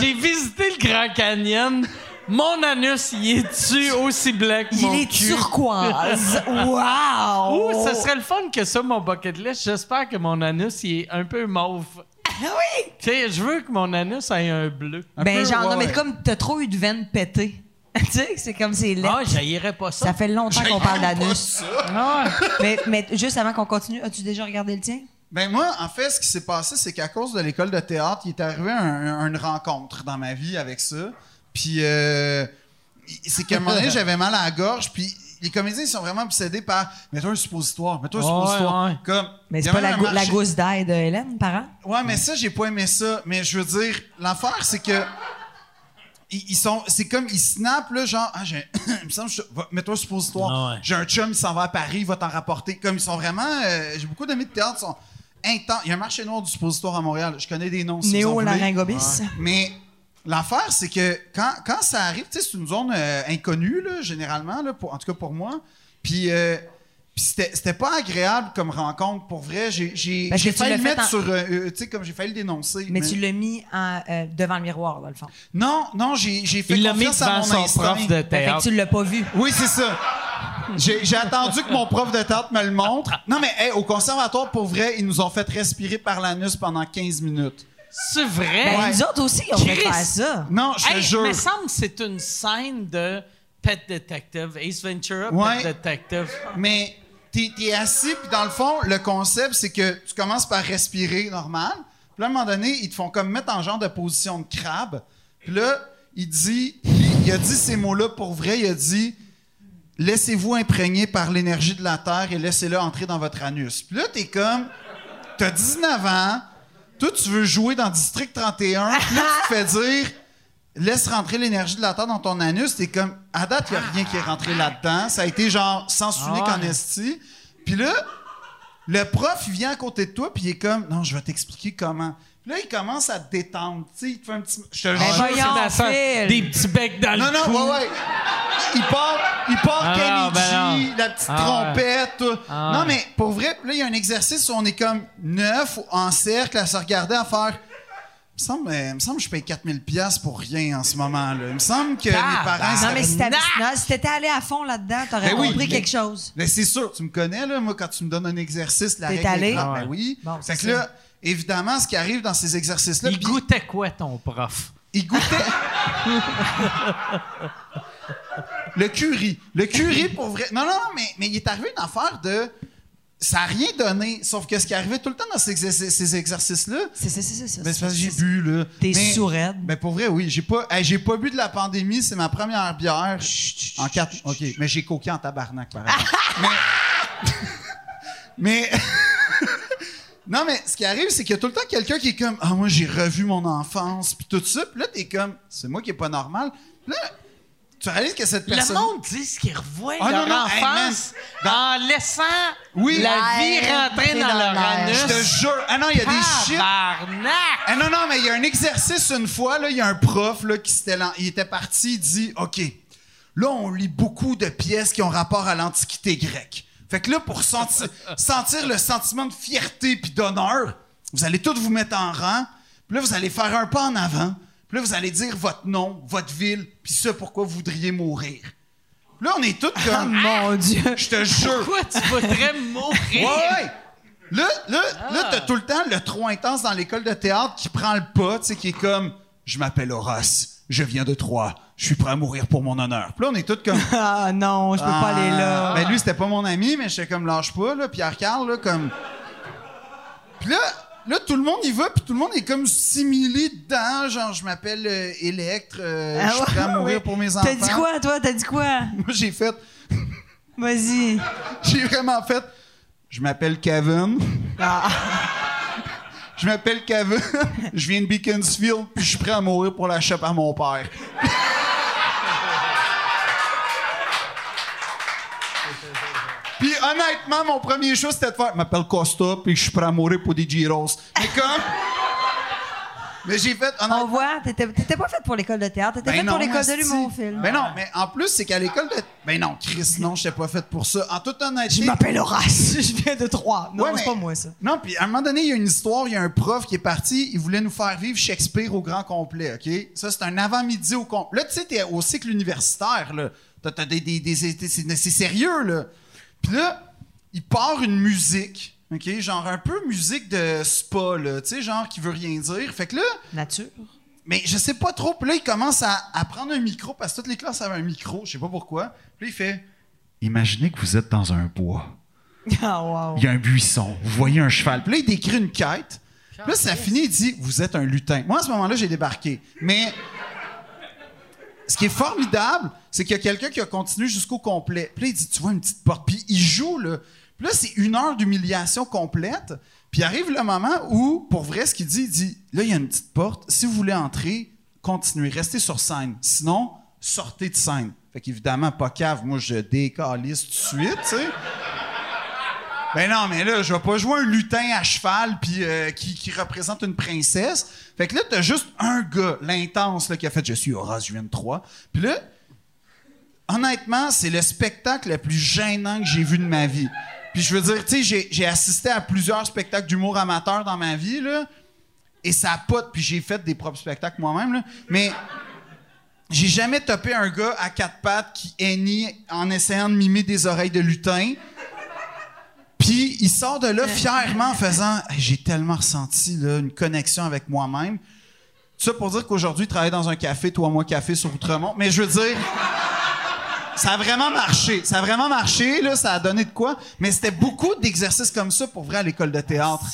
J'ai visité le Grand Canyon. Mon anus, il est-tu aussi blanc que mon Il est Oh. cul? turquoise. Wow! Ouh, ça serait le fun que ça, mon bucket list. J'espère que mon anus, il est un peu mauve. Eh oui! Tu sais, je veux que mon anus ait un bleu. Ben peu, genre, non, ouais, mais ouais. comme t'as trop eu de veines pétées. tu sais, c'est comme c'est laid. Ah, j'haïrais pas ça. ça fait longtemps qu'on parle d'anus. Ah, ouais. mais, mais juste avant qu'on continue, as-tu déjà regardé le tien? Ben moi, en fait, ce qui s'est passé, c'est qu'à cause de l'école de théâtre, il est arrivé un- un- une rencontre dans ma vie avec ça. Puis euh, c'est qu'à un moment donné, j'avais mal à la gorge. Puis les comédiens, ils sont vraiment obsédés par mets-toi un suppositoire, mets-toi un Ouais, suppositoire. ouais. Comme, Mais il y c'est a pas même la, un go- la marché- gousse d'ail de Hélène, parent? Ouais, mais ça, j'ai pas aimé ça. Mais je veux dire, l'affaire, c'est que. Ils ils sont, c'est comme, ils snappent, là, genre, ah, j'ai, il me semble, que je- va- mets-toi un suppositoire. Ah ouais. J'ai un chum, il s'en va à Paris, il va t'en rapporter. Comme, ils sont vraiment, euh, j'ai beaucoup d'amis de théâtre, ils sont intenses. Il y a un marché noir du suppositoire à Montréal. Je connais des noms, si vous en voulez. Néo-laryngobis. Mais l'affaire, c'est que quand, quand ça arrive, tu sais, c'est une zone euh, inconnue, là, généralement, là, pour, en tout cas pour moi. Puis, euh, puis c'était c'était pas agréable comme rencontre, pour vrai. J'ai j'ai- Parce que j'ai tu failli l'as le fait mettre en- sur. euh, euh, tu sais, comme j'ai failli le dénoncer. Mais tu l'as mis en, euh, devant le miroir, dans le fond. Non, non, j'ai j'ai fait Il l'a mis confiance à devant mon son instinct. prof de Ben, Fait théâtre. que tu l'as pas vu. Oui, c'est ça. J'ai j'ai attendu que mon prof de théâtre me le montre. Non, mais hey, au conservatoire, pour vrai, ils nous ont fait respirer par l'anus pendant 15 minutes. C'est vrai? Ben, Ouais. nous autres aussi, on devrait Chris! faire ça. Non, je te Hey, jure. me semble que c'est une scène de Pet Detective, Ace Ventura, Ouais. Pet Detective. Mais t'es es assis, puis dans le fond, le concept, c'est que tu commences par respirer normal. Puis là, à un moment donné, ils te font comme mettre en genre de position de crabe. Puis là, il dit, il a dit ces mots-là pour vrai. Il a dit Laissez-vous imprégner par l'énergie de la Terre et laissez-la entrer dans votre anus. Puis là, t'es comme T'as 19 ans, toi, tu veux jouer dans District 31, puis là, tu te fais dire laisse rentrer l'énergie de la Terre dans ton anus, t'es comme, à date, il a rien qui est rentré là-dedans. Ça a été genre sens unique Ah en ouais. esti. Puis là, le prof, il vient à côté de toi, puis il est comme, non, je vais t'expliquer comment. Puis là, il commence à te détendre. Tu sais, il te fait un petit. Je te jure, Je sais voyons, pas si c'est la scène. Phil. Des petits becs dans Non, le cou. non, ouais, ouais. Il part, il part Ah Kenny non, ben G, non. la petite Ah trompette. tout. Ah non, ouais. mais pour vrai, là, il y a un exercice où on est comme neuf en cercle à se regarder, à faire. Il me semble, euh, il me semble que je paye 4000 pièces pour rien en ce moment. Là. Il me semble que Ah, mes parents... ben, ça Non, mais fait- si t'avais- non, si t'étais allé à fond là-dedans, t'aurais Ben oui, compris mais- quelque chose. Mais c'est sûr, tu me connais, là, moi, quand tu me donnes un exercice, la T'es règle allé? est grave, Ah ouais. ben oui. Bon, fait c'est que là, évidemment, ce qui arrive dans ces exercices-là... Il puis- goûtait quoi, ton prof? Il goûtait. le curry. Le curry pour vrai. Non, non, non, mais, mais il est arrivé une affaire de. Ça n'a rien donné. Sauf que ce qui arrivait tout le temps dans ces, exer- ces exercices-là, C'est ça, c'est ça, c'est ça. ben, c'est parce que c'est j'ai ça. bu, là. T'es Mais- sourde. Ben, pour vrai, oui. J'ai pas, hey, j'ai pas bu de la pandémie. C'est ma première bière. en quatre. OK. Mais j'ai coqué en tabarnak, par exemple. mais. mais non, mais ce qui arrive, c'est qu'il y a tout le temps quelqu'un qui est comme Ah, moi, j'ai revu mon enfance, puis tout ça. Puis là, t'es comme C'est moi qui est pas normal. Puis là, tu réalises que cette personne. Le monde dit ce qu'ils revoient Ah, leur non, non, hey, enfance en laissant Oui. la Ouais, vie rentrer dans, dans leur l'air. anus. Je te jure. Ah non, il y a des shit. Tabarnak! Ah non, non, mais il y a un exercice une fois, là, il y a un prof là, qui s'était lan- il était parti, il dit OK, là, on lit beaucoup de pièces qui ont rapport à l'Antiquité grecque. Fait que là, pour senti- sentir le sentiment de fierté puis d'honneur, vous allez tous vous mettre en rang, puis là, vous allez faire un pas en avant, puis là, vous allez dire votre nom, votre ville, puis ce pourquoi vous voudriez mourir. Puis Là, on est tous Oh comme. mon Dieu! Je te jure. Pourquoi tu voudrais mourir? Ouais, Ah. ouais. Là, là, là, t'as tout le temps le trop intense dans l'école de théâtre qui prend le pas, tu sais, qui est comme Je m'appelle Horace, je viens de Troyes, je suis prêt à mourir pour mon honneur. Puis là, on est tous comme. Ah non, je peux pas aller là. Mais lui, c'était pas mon ami, mais j'étais comme lâche pas, là, Pierre Carl, là, comme. Puis là, là, tout le monde y va, puis tout le monde est comme similé dedans, genre, je m'appelle euh, Electre, euh, Ah je suis prêt à ouais, mourir ouais. pour mes enfants. T'as dit quoi, toi? T'as dit quoi? Moi, j'ai fait. Vas-y. J'ai vraiment fait. Je m'appelle Kevin. Ah. Je m'appelle Kevin. Je viens de Beaconsfield. Puis je suis prêt à mourir pour la chope à mon père. Puis honnêtement, mon premier show, c'était de faire. Je m'appelle Costa. Puis je suis prêt à mourir pour des gyros. Mais comme. Mais j'ai fait. honnêtement, On voit, t'étais t'étais pas faite pour l'école de théâtre, t'étais ben faite Oh, pour non, l'école de asti. l'humour, Phil. Ben non, mais en plus, c'est qu'à l'école de. Ben non, Chris, non, j'étais pas faite pour ça. En toute honnêteté. Je m'appelle Horace, je viens de Troyes. Non, Ouais, c'est mais- pas moi, ça. Non, puis à un moment donné, il y a une histoire, il y a un prof qui est parti, il voulait nous faire vivre Shakespeare au grand complet, OK? Ça, c'est un avant-midi au complet. Là, tu sais, t'es au cycle universitaire, là. T'as- t'as des- des- des- c'est- c'est c'est sérieux, là. Puis là, il part une musique, OK? Genre un peu musique de spa, là. Tu sais, genre qui veut rien dire. Fait que là, Nature. mais je sais pas trop. Puis là, il commence à, à prendre un micro parce que toutes les classes avaient un micro, je sais pas pourquoi. Puis là, il fait Imaginez que vous êtes dans un bois. Ah, wow. Il y a un buisson. Vous voyez un cheval. Puis là, il décrit une quête. Puis là, ça finit, il dit Vous êtes un lutin. Moi, à ce moment-là, j'ai débarqué. Mais ce qui est formidable, c'est qu'il y a quelqu'un qui a continué jusqu'au complet. Puis là, il dit Tu vois une petite porte. Puis il joue, là. Puis là, c'est une heure d'humiliation complète. Puis arrive le moment où, pour vrai, ce qu'il dit, il dit Là, il y a une petite porte. Si vous voulez entrer, continuez. Restez sur scène. Sinon, sortez de scène. Fait qu'évidemment, pas cave. Moi, je décalisse tout de suite, tu sais. Ben non, mais là, je vais pas jouer un lutin à cheval puis euh, qui, qui représente une princesse. Fait que là, t'as juste un gars, l'intense, là, qui a fait « Je suis Horace, je viens de Troyes. Puis là, honnêtement, c'est le spectacle le plus gênant que j'ai vu de ma vie. Puis je veux dire, tu sais, j'ai- j'ai assisté à plusieurs spectacles d'humour amateur dans ma vie, là. Et ça a pas... de- Puis j'ai fait des propres spectacles moi-même, là. Mais... J'ai jamais topé un gars à quatre pattes qui hennit en essayant de mimer des oreilles de lutin. Puis il sort de là fièrement en faisant Hey, J'ai tellement ressenti là, une connexion avec moi-même. Ça pour dire qu'aujourd'hui, travailler dans un café, toi, moi, café sur Outremont. Mais je veux dire, ça a vraiment marché. Ça a vraiment marché, là, ça a donné de quoi. Mais c'était beaucoup d'exercices comme ça pour vrai à l'école de théâtre.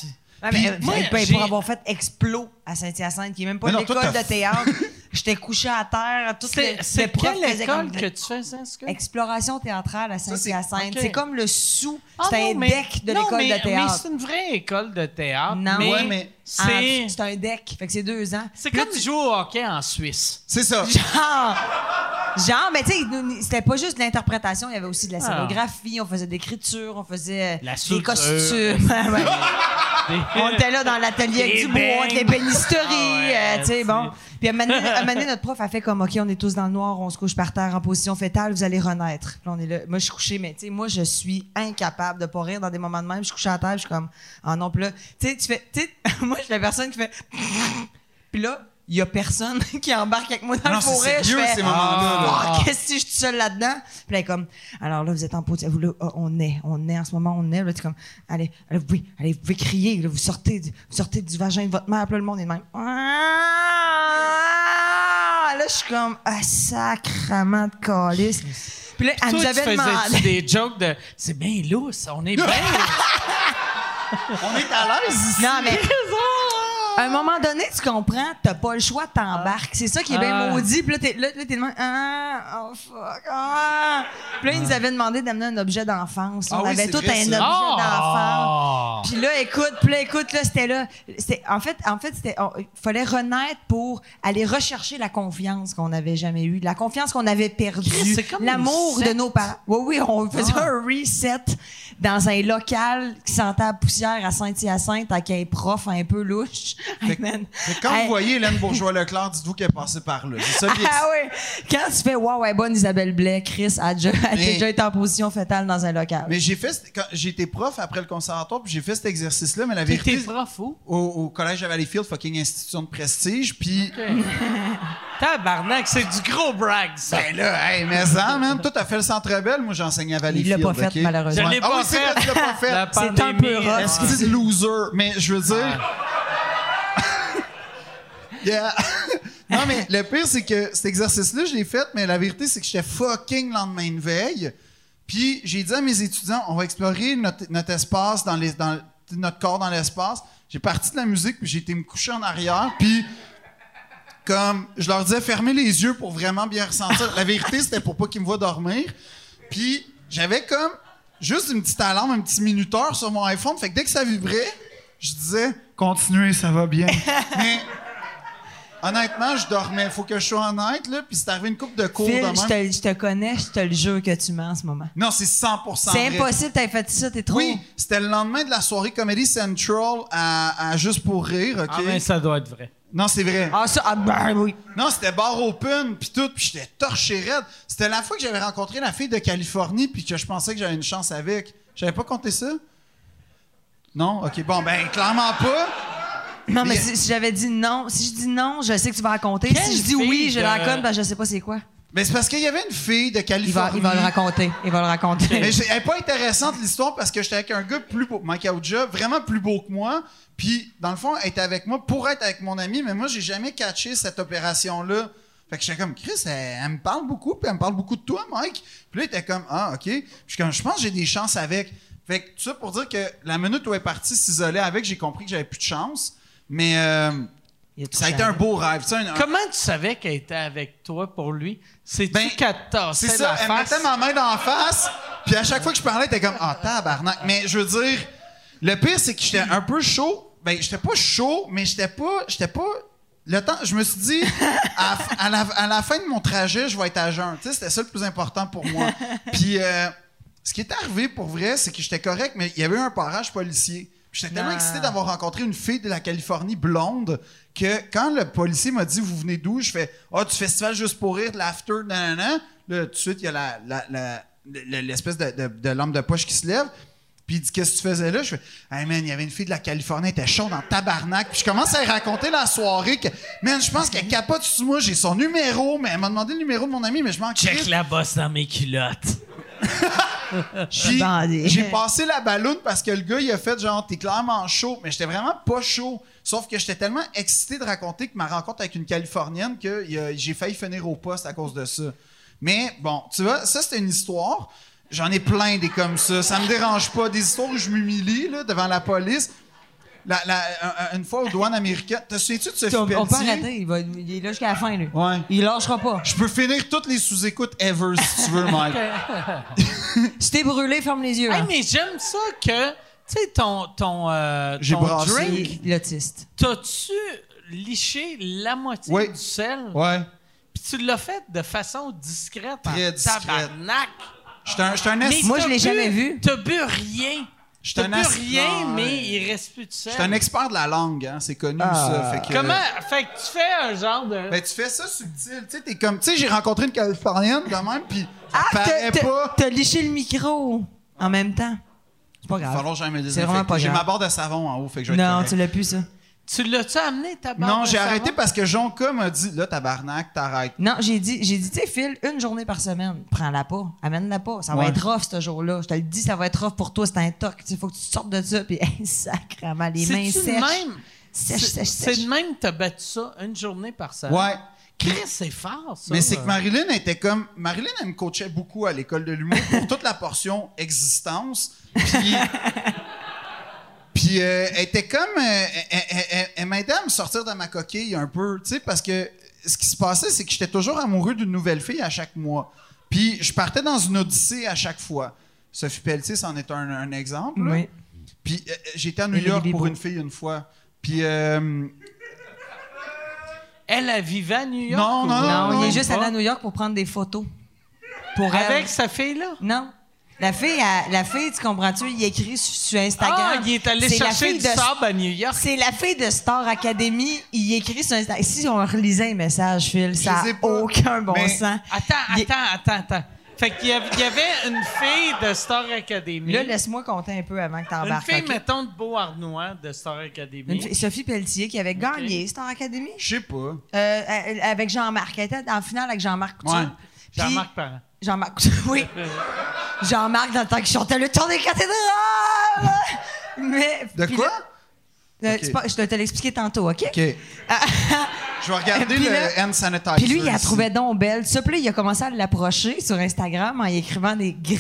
Ouais, Puis mais, euh, moi, ben, ben, j'ai- pour avoir fait Explo à Saint-Hyacinthe, qui est même pas Mais une non, toi, école t'as- de théâtre, j'étais couché à terre. Toutes les, C'est c'est les profs quelle faisaient école comme- que tu faisais, ce que? Exploration théâtrale à c'est- Saint-Hyacinthe. ok. C'est comme le sous. Ah c'est non, un mais- deck de non, l'école mais- de théâtre. Mais c'est une vraie école de théâtre. Non. mais, Ouais, mais- c'est, Ah, C'est un deck. Fait que c'est deux ans. c'est Puis là, comme jouer au hockey en Suisse. C'est ça. Genre, genre, mais tu sais, il nous- c'était pas juste de l'interprétation, il y avait aussi de la scénographie, on faisait de l'écriture, on faisait Ah. euh, La des soudure. costumes. Ouais. on était là dans l'atelier avec Des du bois, beignes. des bénisteries, euh, Ah ouais, tu sais, c'est- bon. Puis à un moment donné- à un moment donné, notre prof a fait comme, OK, on est tous dans le noir, on se couche par terre en position fétale, vous allez renaître. Puis là, on est là. Moi, je suis couché, mais tu sais, moi, je suis incapable de pas rire dans des moments de même. Je suis couché à terre, je suis comme, ah non, puis là, tu sais, tu fais, tu sais, moi, je suis la personne qui fait, puis là, il y a personne qui embarque avec moi dans Non, le c'est forêt. Je sérieux, fais, ces moments-là, là. Ah, qu'est-ce que je suis seule là-dedans? Puis là, elle est comme, alors là, vous êtes en pause. Vous, là, ah, on est, on est, en ce moment, on est. Là, tu es comme, allez, allez, vous pouvez, allez, vous pouvez crier. là, vous, sortez, du- vous sortez du vagin de votre mère. Puis là, le monde est de même. Ah! Là, je suis comme, ah, sacrement de calice. Puis là, Toi, elle nous tu avait demandé. faisais des jokes de « C'est bien lousse, on est bien... On est à l'aise ici. Non, mais. À un moment donné, tu comprends, t'as pas le choix, t'embarques. C'est ça qui est bien Ah. maudit. Puis là, t'es là, là, t'es de même, ah, oh fuck, ah. Puis là, ils nous avaient demandé d'amener un objet d'enfance. là. Ah On oui, avait c'est tout vrai, un ça. objet d'enfance. Ah! Puis là, écoute, puis là, écoute, là, c'était là. C'était- en fait, en fait, c'était, on- il fallait renaître pour aller rechercher la confiance qu'on n'avait jamais eue, la confiance qu'on avait Chris, perdue, c'est comme une l'amour secte. de nos parents. Oui, oui, on faisait Ah. un reset dans un local qui sentait la poussière à Saint-Hyacinthe avec un prof un peu louche. Hey, man. Mais quand Hey. vous voyez Hélène Bourgeois-Leclerc, dites-vous qu'elle est passée par là. C'est ça qui est- Ah oui! Quand tu fais Wow, ouais, bonne Isabelle Blais, Chris a déjà, a Mais- déjà été en position fétale dans un local. Mais j'ai fait, quand j'étais prof après le conservatoire, puis j'ai fait cet exercice-là, mais la vérité. T'étais prof où? au, au collège à Valleyfield, fucking institution de prestige, puis Tabarnak, c'est du gros brag, ça! ben là, hey, mais ça, man, toi t'as fait le Centre Bell, moi j'enseignais à Valleyfield. Il l'a pas fait, ok? malheureusement. Je l'ai ah pas oui, c'est vrai, fait. tu l'as pas fait. La C'est un pandémie, peu rough. est-ce que- Esti de loser, mais je veux dire. Yeah. non, mais le pire, c'est que cet exercice-là, je l'ai fait, mais la vérité, c'est que j'étais fucking lendemain de veille. Puis j'ai dit à mes étudiants, on va explorer notre, notre espace, dans les, dans, notre corps dans l'espace. J'ai parti de la musique, puis j'ai été me coucher en arrière, puis comme je leur disais fermez les yeux pour vraiment bien ressentir. La vérité, c'était pour pas qu'ils me voient dormir. Puis j'avais comme juste une petite alarme, un petit minuteur sur mon iPhone. Fait que dès que ça vibrait, je disais continuez, ça va bien. Mais honnêtement, je dormais. Faut que je sois honnête là. Puis c'est arrivé une coupe de cours Phil, de je même. te, je te connais, je te le jure que tu mens en ce moment. Non, c'est 100% C'est vrai. impossible, t'as fait ça, t'es trop. Oui, c'était le lendemain de la soirée Comedy Central à, à Juste pour rire, OK? Ah, mais ça doit être vrai. Non, c'est vrai. Ah, ça, ah, ben oui. Non, c'était bar open, puis tout, puis j'étais torché raide. C'était la fois que j'avais rencontré la fille de Californie, puis que je pensais que j'avais une chance avec. J'avais pas compté ça? Non? OK, bon, ben, clairement pas. Non, mais Mais- si, si j'avais dit non, si je dis non, je sais que tu vas raconter. Quelle Si je dis fille oui, de- je la raconte, ben je sais pas c'est quoi. Mais c'est parce qu'il y avait une fille de Il va, Californie. il va le raconter. Il va le raconter. Mais j'ai- elle est pas intéressante l'histoire parce que j'étais avec un gars plus beau, Mike Aouja, vraiment plus beau que moi. Puis dans le fond, elle était avec moi pour être avec mon ami, mais moi j'ai jamais catché cette opération là. Fait que j'étais comme Chris, elle, elle me parle beaucoup, puis elle me parle beaucoup de toi, Mike. Puis là, il était comme ah ok. Puis je suis comme je pense que j'ai des chances avec. Fait que tout ça pour dire que la minute où elle est partie s'isoler avec, j'ai compris que j'avais plus de chance. Mais euh, Il est ça a été un touchant. beau rêve, tu sais, un- un- Comment tu savais qu'elle était avec toi pour lui? C'est-tu Ben, qu'elle te tassait C'est ça, la elle face? mettait ma main d'en face, puis à chaque fois que je parlais, elle était comme Ah, tabarnak. Mais je veux dire, le pire, c'est que j'étais un peu chaud. Ben, j'étais pas chaud, mais j'étais pas. J'étais pas. Le temps, je me suis dit, à, à la, à la fin de mon trajet, je vais être à jeun. Tu sais, c'était ça le plus important pour moi. Puis, euh, ce qui est arrivé pour vrai, c'est que j'étais correct, mais il y avait eu un parage policier. Puis J'étais tellement Ah. excité d'avoir rencontré une fille de la Californie blonde que quand le policier m'a dit Vous venez d'où Je fais Ah, du festival juste pour rire, de l'after, nanana. Là, tout de suite, il y a la- la- la- le- l'espèce de, de, de lampe de poche qui se lève. Puis il dit Qu'est-ce que tu faisais là Je fais Hey man, il y avait une fille de la Californie, elle était chaude en tabarnak. Puis je commence à lui raconter la soirée que Man, je pense qu'elle capote sur moi, j'ai son numéro, mais elle m'a demandé le numéro de mon ami, mais je m'en Check crisse. la bosse dans mes culottes. Puis, Bandé. j'ai passé la balloune parce que le gars, il a fait genre, t'es clairement chaud, mais j'étais vraiment pas chaud. Sauf que j'étais tellement excité de raconter que ma rencontre avec une Californienne que il a- j'ai failli finir au poste à cause de ça. Mais bon, tu vois, ça, c'était une histoire. J'en ai plein des comme ça. Ça me dérange pas. Des histoires où je m'humilie là, devant la police. La- la- un- un- une fois aux douanes américaines. Te souviens-tu de ce On, on peut Pelletier? arrêter. Il, va, il est là jusqu'à la fin, lui. Ouais. Il lâchera pas. Je peux finir toutes les sous-écoutes ever, si tu veux, Mike. Si t'es brûlé, ferme les yeux. Ah. Hey, hein. mais j'aime ça que, tu sais, ton, ton, euh, J'ai ton brassé. drink, Il- L'autiste. t'as-tu liché la moitié Oui. du sel? Ouais. Puis tu l'as fait de façon discrète. en Très discrète. Tabarnak. J'étais un, j'étais un Mais esti- Moi, je t'as l'ai bu- jamais vu. T'as bu rien. j'étais T'as un bu esti- rien, Non, ouais. mais il reste plus de sel. J'étais un expert de la langue, hein, c'est connu Ah. ça. Fait que, Comment? Fait que tu fais un genre de... Ben, tu fais ça subtil, tu sais, t'es comme, tu sais, j'ai rencontré une Californienne quand même, puis ça Ah, paraît t'as- t'as pas. t'as liché le micro en même temps. C'est pas Il va falloir grave. que j'aille me C'est vraiment pas désinfecter. J'ai grave. ma barre de savon en haut, fait que je vais être Non, correct. tu l'as plus, ça. Tu l'as-tu amené, ta barre Non, de j'ai savon? arrêté parce que Jonka m'a dit, là, tabarnak, t'arrêtes. Non, j'ai dit, j'ai dit, tu sais, Phil, une journée par semaine, prends-la pas, amène-la pas. Ça va Ouais. être rough ce jour-là. Je te le dis, ça va être rough pour toi, c'est un toc. Il faut que tu sortes de ça, puis hey, sacrément, les mains C'est-tu de sèches. même? Sèche, C'est- sèche, C'est sèche. de même que t'as battu ça une journée par semaine. Ouais. Chris, c'est fort, ça. Mais c'est Euh, que Marilyn elle était comme. Marilyn, elle me coachait beaucoup à l'école de l'humour pour toute la portion existence. Puis. Puis euh, elle était comme. euh, elle elle- elle- elle m'aidait à me sortir de ma coquille un peu, tu sais, parce que ce qui se passait, c'est que j'étais toujours amoureux d'une nouvelle fille à chaque mois. Puis je partais dans une odyssée à chaque fois. Sophie Pelletier, c'en est un, un exemple. là. Oui. Puis euh, j'étais à New Et les York pour libéraux. une fille une fois. Puis. euh, Elle, elle vivait à New York? Non, ou- non, Non, il non, est juste pas. allé à New York pour prendre des photos. Pour elle. Avec sa fille-là? Non. La fille, elle- la fille, tu comprends-tu, il écrit sur, sur Instagram. Ah, il est allé C'est la chercher fille du de- sable à New York. C'est la fille de Star Academy, il écrit sur Instagram. Si on relisait les messages, Phil, ça les ai n'a pas, aucun bon mais- sens. Attends, Il- attends, attends, attends. Fait qu'il y avait, il y avait une fille de Star Academy. Là, laisse-moi compter un peu avant que une t'embarques. fille, ok? mettons, de Beauharnois de Star Academy. Une fille- Sophie Pelletier qui avait gagné Star Academy Je sais pas. euh, elle- avec Jean-Marc. Elle était en finale avec Jean-Marc Couture. Ouais. Puis- Jean-Marc Parent. Jean-Marc Couture, oui. Jean-Marc dans le temps qui chantait le temps des cathédrales. Mais. De puis quoi? là- euh, Ok. c'est pas- je te te l'expliquer tantôt, OK? Ah, OK. Je vais regarder Puis le là- hand sanitizer. Puis lui, il la ici. trouvait donc belle. Ça, puis là, il a commencé à l'approcher sur Instagram en y écrivant des gr-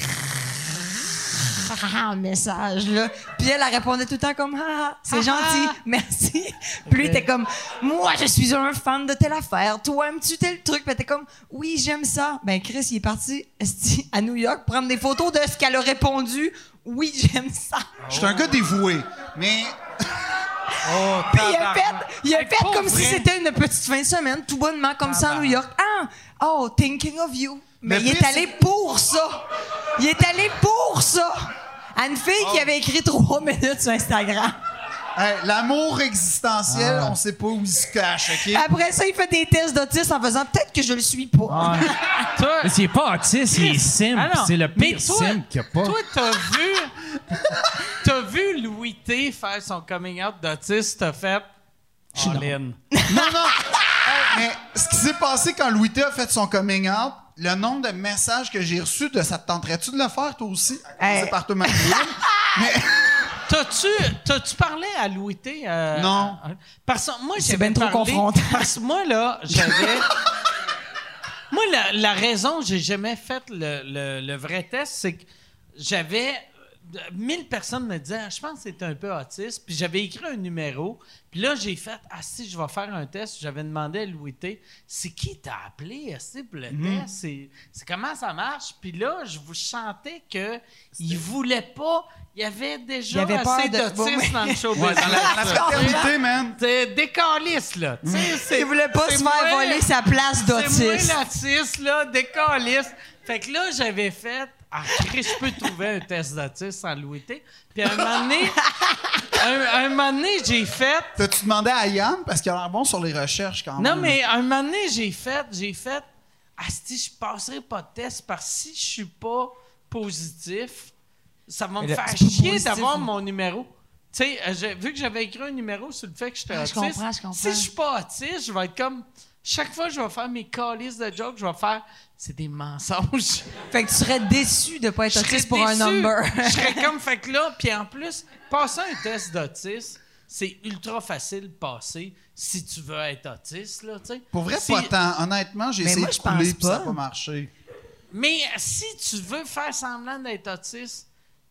grand message, là. Puis elle, elle répondait tout le temps comme, ah, ah, c'est gentil, merci. Puis lui, t'es comme, moi, je suis un fan de telle affaire. Toi, aimes-tu tel truc? Puis t'es comme, oui, j'aime ça. Ben, Chris, il est parti esti, à New York prendre des photos de ce qu'elle a répondu. Oui, j'aime ça. Je suis un gars dévoué, mais Oh, Puis il a tabarnak. fait, il a Hey, fait pour comme si vrai. c'était une petite fin de semaine, tout bonnement, comme ça à New York. Ah, oh, thinking of you. Mais, Mais il est pire, allé pour ça. Il est allé pour ça. À une fille Oh. qui avait écrit trois minutes sur Instagram. hey, l'amour existentiel, Ah. on sait pas où il se cache, OK? Après ça, il fait des tests d'autisme en faisant peut-être que je le suis pas. Toi- Mais c'est pas autiste, il est simple. Ah non, c'est le mais pire toi- simple qu'il n'y a pas. Toi, t'as vu, t'as vu Louis T faire son coming out d'autiste, t'as fait. All-in. Non, non! Hey, mais ce qui s'est passé quand Louis T a fait son coming out, le nombre de messages que j'ai reçus de ça te tenterait-tu de le faire, toi aussi? À commencer Hey. par toi, Marie-Lou. T'as-tu, t'as-tu parlé à Louis T? euh, Non. à- parce que moi, C'est j'avais ben trop parlé- confrontant. Parce que moi, là, j'avais. moi, la, la raison que j'ai jamais fait le, le- le vrai test, c'est que j'avais. 1000 personnes me disaient, Ah, je pense que c'est un peu autiste. Puis j'avais écrit un numéro. Puis là, j'ai fait, ah si, je vais faire un test. J'avais demandé à Louis T, c'est qui t'a appelé esti, pour le Mm-hmm. test? C'est, c'est comment ça marche? Puis là, je vous chantais que il voulait pas. Il y avait Il y déjà avait peur assez de- d'autisme dans le show. Dans la, la fraternité, man! C'est décaliste, là. Tu sais, c'est- Mm. Il voulait pas c'est se faire moi- voler sa place C'est moi d'autiste. l'autiste, là, décaliste. Fait que là, j'avais fait. Ah, Chris, je peux trouver un test d'autisme sans Louis T. Puis à un moment donné, un, un moment donné, j'ai fait. T'as-tu demandé à Yann? Parce qu'il a l'air bon sur les recherches, quand même. Non, mais un moment donné, j'ai fait, j'ai fait, Asti, je passerai pas de test parce que si je suis pas positif, ça va me là, faire c'est pas chier positif, d'avoir mais- mon numéro. Tu sais, euh, j'ai- vu que j'avais écrit un numéro sur le fait que j'étais Ah, je autiste, comprends, je comprends. si je suis pas autiste, je vais être comme. Chaque fois que je vais faire mes calices de jokes, je vais faire. C'est des mensonges. Fait que tu serais déçu de pas être Je serais autiste pour un déçu. number. je serais comme fait que là, puis en plus, passer un test d'autisme, c'est ultra facile de passer si tu veux être autiste là, tu sais. Pour vrai, Si- pas tant. Honnêtement, j'ai Mais essayé moi, de je pense couler, puis ça n'a pas. pas marché. Mais si tu veux faire semblant d'être autiste,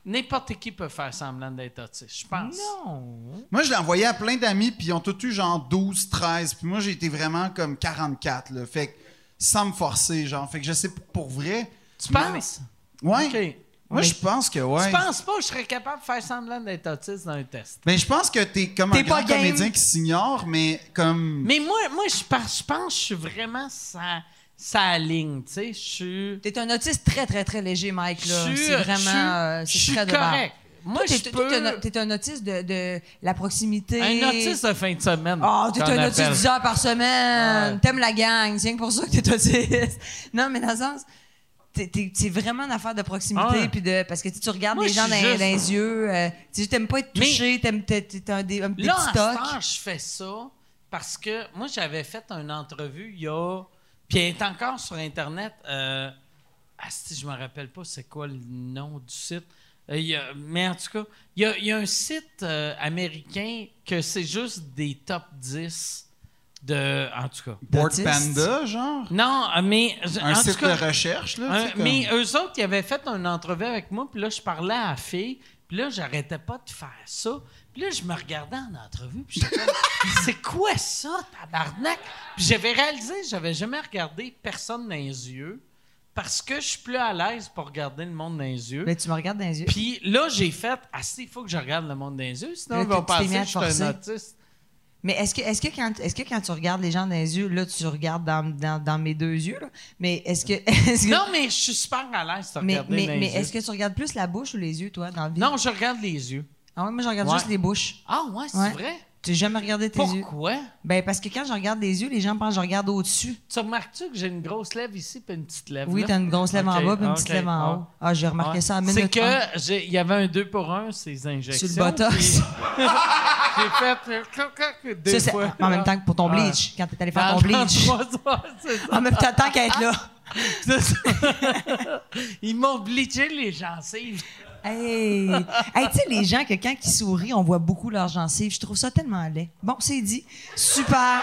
n'importe qui peut faire semblant d'être autiste, je pense. Non. Moi, je l'ai envoyé à plein d'amis, puis ils ont tous eu genre 12, 13. Puis moi, j'ai été vraiment comme 44, là. Fait que sans me forcer, genre. Fait que je sais pas pour vrai. Tu penses? Ouais. Ok. Moi, Mais- je pense que ouais. Tu penses pas que je serais capable de faire semblant d'être autiste dans un test? Ben, je pense que t'es comme T'es un grand pas game. comédien qui s'ignore, mais comme. Mais moi, moi je pense je pense que je suis vraiment sans, sans ligne, tu sais. Je suis... T'es un autiste très, très, très léger, Mike. je là. suis- C'est je vraiment... suis- euh, je C'est suis très de barre. correct. Moi, Toi, je t'es- peux... t'es un- T'es un autiste de, de la proximité. Un autiste de fin de semaine. Ah, t'es qu'on un autiste appelle. 10 heures par semaine. Ouais. T'aimes la gang. C'est rien que pour ça que t'es autiste. non, mais dans le sens, t'es- t'es- c'est vraiment une affaire de proximité. Ouais. puis de, parce que tu tu regardes Moi, les gens je dans, suis dans juste- les yeux. euh, tu sais, t'aimes pas être Mais- touché. T'aimes t'es- t'es un des, un des Là, petits en tocs. ce temps, je fais ça parce que moi, j'avais fait une entrevue il y a. Puis elle est encore sur Internet. Euh... Asti, je me rappelle pas c'est quoi le nom du site. Euh, il y a- Mais en tout cas, il y a, il y a un site euh, américain que c'est juste des top 10 de. En tout cas. Board D'autiste. Panda, genre. Non, euh, mais. Un en tout site cas, de recherche, là. tu un- sais, comme- Mais eux autres, ils avaient fait une entrevue avec moi, puis là, je parlais à la fille, puis là, j'arrêtais pas de faire ça. Puis là, je me regardais en entrevue, puis j'étais comme, c'est quoi ça, tabarnak? Puis j'avais réalisé, j'avais jamais regardé personne dans les yeux, parce que je suis plus à l'aise pour regarder le monde dans les yeux. Mais tu me regardes dans les yeux. Puis là, j'ai fait, ah, si, il faut que je regarde le monde dans les yeux, sinon Là, ils vont tu t'es penser mis à que je suis un forcer. autiste. Mais est-ce que, est-ce, que quand, est-ce que quand tu regardes les gens dans les yeux, là, tu regardes dans, dans, dans mes deux yeux? là? Mais est-ce que. est-ce que- Non, mais je suis super à l'aise de mais, regarder mais, dans les mais yeux. est-ce que tu regardes plus la bouche ou les yeux, toi, dans le vide? Non, je regarde les yeux. Ah ouais, moi, je regarde Ouais. juste les bouches. Ah ouais, c'est Ouais. vrai? Tu n'as jamais regardé tes yeux? Pourquoi? Ben, parce que quand je regarde les yeux, les gens pensent que je regarde au-dessus. Tu remarques-tu que j'ai une grosse lèvre ici puis une petite lèvre Oui, là? t'as une grosse lèvre Ok, en bas puis une petite ok, lèvre en haut. Ah, j'ai ah. remarqué Ouais. ça à C'est minute. un. que j'ai- il y avait un 2 pour 1, ces injections. Sur le botox. puis- J'ai fait euh, clac, clac, deux Ça, c'est fois. Ah. en même temps que pour ton Ouais. bleach, quand t'es allé faire Dans- ton dans bleach. trois heures, c'est ça. En même temps, tant qu'à être là. C'est ça. Ils m'ont bleaché les gencives. Hey! Hey, tu sais, les gens que quand ils sourient, on voit beaucoup leurs gencives. Je trouve ça tellement laid. Bon, c'est dit. Super.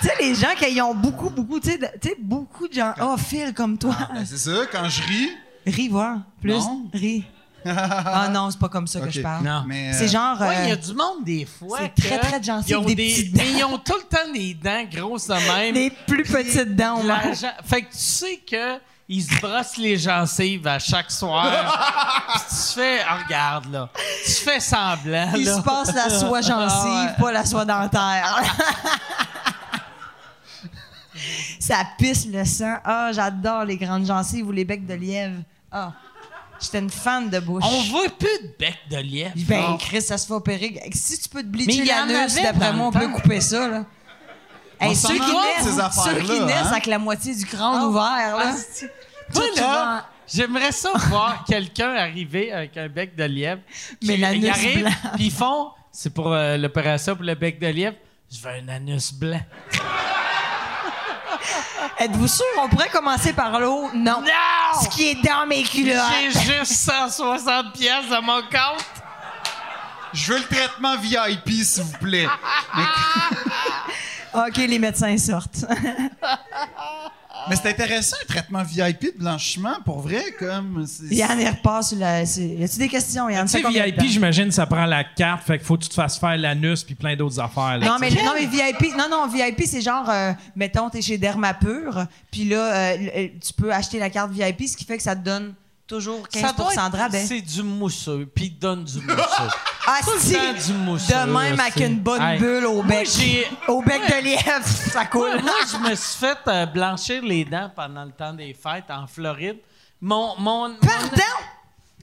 Tu sais, les gens qui ont beaucoup, beaucoup, tu sais, de- Ah, tu sais, euh, ben, beaucoup de gens. Oh, Phil, comme toi. Ben, c'est ça, quand je ris. Ris, voir. Plus. Non. Ris. Ah non, c'est pas comme ça que Ok. je parle. Non. Mais, euh, C'est genre. Ouais, il y a euh, du monde des fois. c'est que très, très gentil, ils ont des petites dents. mais ils ont tout le temps des dents grosses de même. les plus petites dents au monde. L'argent- Fait que tu sais que ils se brossent les gencives à chaque soir. Puis tu fais, Ah, regarde là, tu fais semblant. Il là. se passe la soie gencive, Ah ouais. pas la soie dentaire. ça pisse le sang. Ah, j'adore les grandes gencives ou les becs de lièvre. Ah, j'étais une fan de bouche. On voit plus de bec de lièvre. Ben, Chris, ça se fait opérer. Si tu peux te Mais bleacher il y en l'anus, avait d'après dans moi, on le peut temps. couper ça, là. Hey, s'en ceux qui rend compte, ces naissent, ceux affaires-là, qui naissent hein? avec la moitié du crâne Ah. ouvert, là. Ah, c'est- Moi, Tout là, j'aimerais ça voir quelqu'un arriver avec un bec de lièvre. Mais Puis, l'anus ils arrivent, blanc. Puis ils font, c'est pour euh, l'opération pour le bec de lièvre, je veux un anus blanc. Êtes-vous sûr qu'on pourrait commencer par l'eau? Non. Ce qui est dans mes J'ai culottes. juste 160 pièces dans mon compte. Je veux le traitement VIP, s'il vous plaît. OK, les médecins sortent. Mais c'est intéressant, un traitement VIP de blanchiment, pour vrai, comme... c'est- Yann, il repart sur la. sur- Y a-tu des questions, Yann? Tu sais, Ça fait combien de VIP, temps? j'imagine, ça prend la carte, fait qu'il faut que tu te fasses faire l'anus puis plein d'autres affaires. là, Non tu mais, non, mais VIP, non, non, VIP, c'est genre, euh, mettons, t'es chez Dermapur, puis là, euh, euh, tu peux acheter la carte VIP, ce qui fait que ça te donne toujours 15 Ça doit de être- rabais. C'est du mousseux, puis il donne du mousseux. Ah, Tout le si. temps du mousseux, De même là, avec c'est- une bonne Hey. bulle au Moi, bec. j'ai- Au bec de lièvre, ça Moi, coule. moi, je me suis fait euh, blanchir les dents pendant le temps des fêtes en Floride. Mon, mon, mon- Pardon?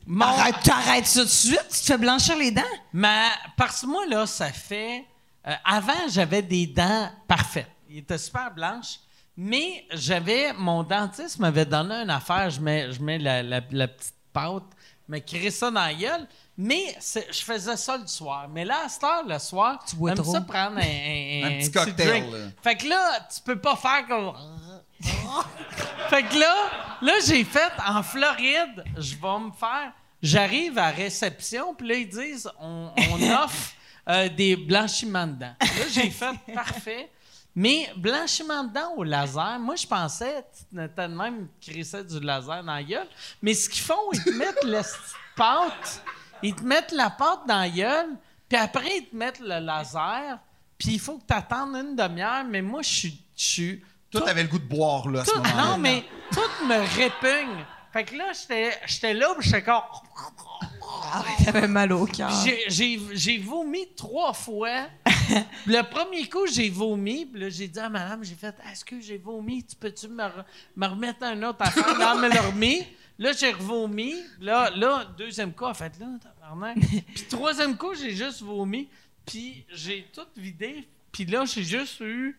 mon- Arrête, t'arrêtes ça tout de suite? Tu te fais blanchir les dents? ma- parce que moi, là, ça fait... euh, avant, j'avais des dents parfaites. Ils étaient super blanches. Mais j'avais... Mon dentiste m'avait donné une affaire. Je mets, je mets la, la- la petite pâte, je me crée ça dans la gueule. Mais c'est- je faisais ça le soir. Mais là, à cette heure, le soir, Tu bois j'aime trop. ça prendre un, un- Un un petit cocktail, drink. là. Fait que là, tu peux pas faire comme... Fait que là, là j'ai fait en Floride, je vais me faire. J'arrive à la réception, puis là, ils disent on, on offre euh, des blanchiments de dents. Là, j'ai fait parfait. Mais blanchiment de dents au laser, moi, je pensais, tu étais de même, tu crissais du laser dans la gueule. Mais ce qu'ils font, ils te mettent la petite pâte, ils te mettent la pâte dans la gueule, puis après, ils te mettent le laser, puis il faut que tu attendes une demi-heure. Mais moi, je suis- je suis. Toi, tout- t'avais le goût de boire, là, à ce tout, moment-là. non, mais tout me répugne. Fait que là, j'étais- j'étais là, puis j'étais comme... T'avais mal au cœur. Ah. J'ai- J'ai j'ai vomi trois fois. le premier coup, j'ai vomi. Puis là, j'ai dit à madame, j'ai fait, est-ce que j'ai vomi? Tu peux-tu me, re- me remettre un autre affaire? Là, elle me l'a remis. Là, j'ai revomi. Là, là, deuxième coup, en fait, là, tabarnak. Puis troisième coup, j'ai juste vomi. Puis j'ai tout vidé. Puis là, j'ai juste eu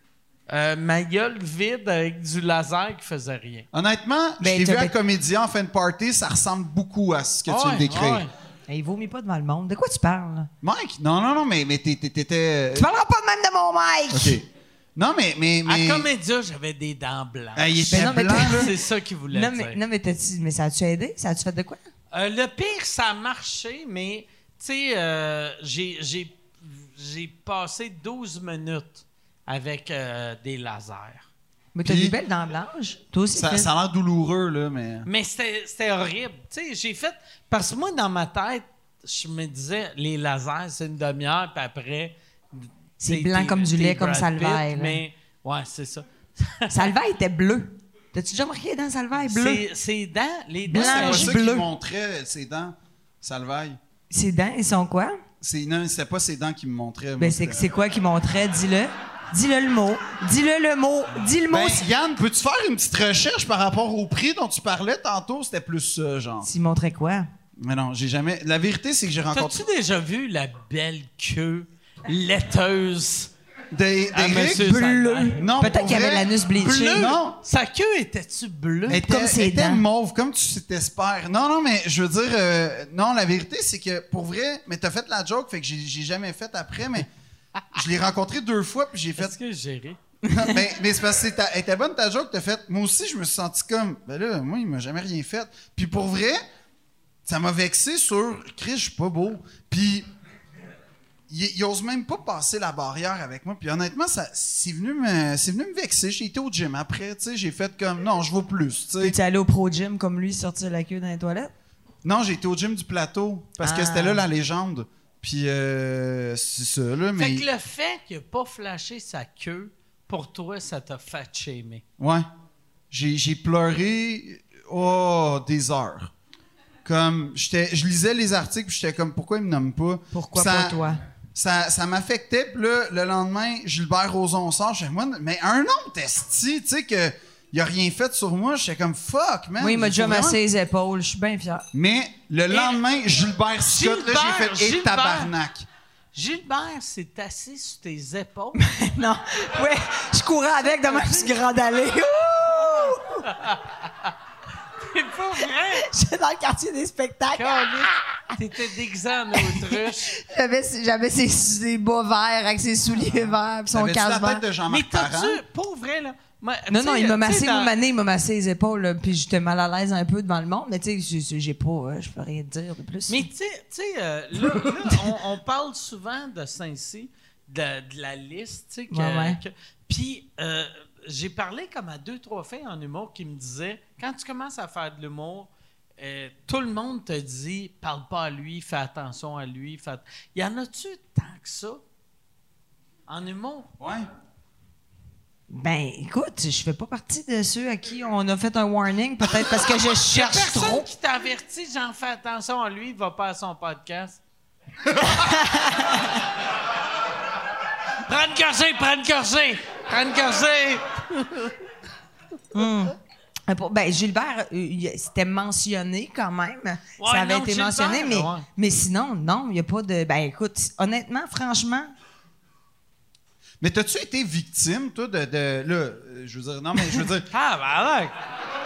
euh, ma gueule vide avec du laser qui faisait rien. Honnêtement, Ben, je t'ai vu t'avais- à Comédien en fin de party, ça ressemble beaucoup à ce que tu Ouais, me décris. ouais. Eh, il vomit pas devant le monde. De quoi tu parles? Mike, non, non, non, mais, mais t'es- t'es- t'étais... euh, Tu parleras pas de même de mon Mike! OK. Non, mais... mais, mais... À Comédia, j'avais des dents blanches. Ah, il était Mais Ben non, mais blanc, t'es- là. C'est ça qu'il voulait Non, dire. mais, non, mais, t'as-tu- mais ça a-tu aidé? Ça a-tu fait de quoi? Euh, le pire, ça a marché, mais tu sais, euh, j'ai- j'ai j'ai passé 12 minutes avec euh, des lasers. Mais t'as Puis- des belles dents blanches. Toi aussi, Ça, Chris. ça a l'air douloureux, là, mais... Mais c'était c'était horrible. Tu sais, j'ai fait. Parce que moi, dans ma tête, je me disais, les lasers, c'est une demi-heure, puis après. tu C'est sais, blanc t'es- comme du t'es lait, comme Brad Salvaille, Pitt, là. Mais, ouais, c'est ça. Salva était bleu. T'as-tu déjà remarqué dans Salva est bleu? C'est- C'est dans les dents. Moi, c'était pas Blanche, ça bleue. qui montrait ses dents, Salvaille. Ses dents, ils sont quoi? C'est, non, c'était pas ses dents qui me montraient. moi, Ben, c'est c'était- c'est quoi qui montrait? Dis-le. Dis-le le mot. Dis-le le mot. Dis le mot. Ben, si- Yann, peux-tu faire une petite recherche par rapport au prix dont tu parlais tantôt? C'était plus ça, genre. S'il montrait quoi? Mais non, j'ai jamais... La vérité, c'est que j'ai rencontré... T'as-tu déjà vu la belle queue laiteuse? Des, des Ah, rigs monsieur bleus. Salvaille. Non, Peut-être pour qu'il y avait vrai, l'anus bleaché. bleu. Non, Sa queue était-tu bleue? Elle était- Comme ses elle était dents. mauve, comme tu t'espères. Non, non, mais je veux dire, euh, non, la vérité, c'est que pour vrai, mais t'as fait la joke, fait que j'ai j'ai jamais fait après, mais je l'ai rencontré deux fois, puis j'ai fait. Est-ce que j'ai ri? Non, mais mais c'est parce que c'est ta- elle était bonne ta joke, t'as fait. Moi aussi, je me suis senti comme, ben là, moi, il m'a jamais rien fait. Puis pour vrai, ça m'a vexé sur Chris, je suis pas beau. Puis. Il, il ose même pas passer la barrière avec moi. Puis honnêtement, ça, c'est venu me, c'est venu me vexer. J'ai été au gym après, tu sais, j'ai fait comme, non, je vaux plus, tu sais. Peux-tu aller au pro gym comme lui, sortir la queue dans les toilettes? Non, j'ai été au gym du plateau parce que Ah. c'était là la légende. Puis euh, c'est ça, là, mais. Fait que le fait qu'il n'a pas flashé sa queue, pour toi, ça t'a fait shamer. Ouais. J'ai, j'ai pleuré oh, des heures. Comme j'étais, je lisais les articles, puis j'étais comme pourquoi ils me nomment pas Pourquoi Ça- pas toi? Ça, ça m'affectait, puis là, le lendemain, Gilbert Rozon sort, je fais, moi, mais un homme testi, tu sais que il a rien fait sur moi, j'étais comme fuck man. Oui, il m'a J'ai déjà Hein? vraiment- massé les épaules. Je suis bien fier. Mais le lendemain, Gilbert Scott, là, j'ai Gilbert, fait et Gilbert. tabarnak. Gilbert s'est assis sur tes épaules. non. Ouais, je courais avec dans ma petite grande allée. Ouh! C'est pas vrai! J'étais dans le quartier des spectacles. Calice, T'étais déguisé en autruche. J'avais, j'avais ses, ses bas verts avec ses souliers verts pis son T'avais-tu la casque vert. tête de Mais Jean-Marc Parent? t'as-tu, pour vrai, là... moi, Non, tu non, sais, il m'a tu sais, massé, dans- mon mané, il m'a massé les épaules, puis j'étais mal à l'aise un peu devant le monde, mais tu sais, j'ai- j'ai pas, euh, je peux rien dire de plus. Mais tu sais- tu sais, euh, là, là, on, on parle souvent de Saint-Cy, de, de la liste, tu sais, que- Ouais, ouais. que- Puis euh, j'ai parlé comme à deux, trois filles en humour qui me disaient, quand tu commences à faire de l'humour, euh, tout le monde te dit, parle pas à lui, fais attention à lui. Fais... att- Y en a-tu tant que ça? En humour? Ouais. Ben, écoute, je fais pas partie de ceux à qui on a fait un warning, peut-être parce que je Y a cherche personne trop. qui t'avertit, j'en fais attention à lui, il va pas à son podcast. prends une gorgée, prends une gorgée, prends une gorgée. Euh, pour- Ben, Gilbert, euh, il- c'était mentionné quand même. Ouais, ça avait non, été Gilbert, mentionné, mais, ouais. mais sinon, non, il n'y a pas de. Ben, écoute, honnêtement, franchement, Mais t'as-tu été victime, toi, de, de- là, euh, je veux dire, non, mais je veux dire, Ah, ben là,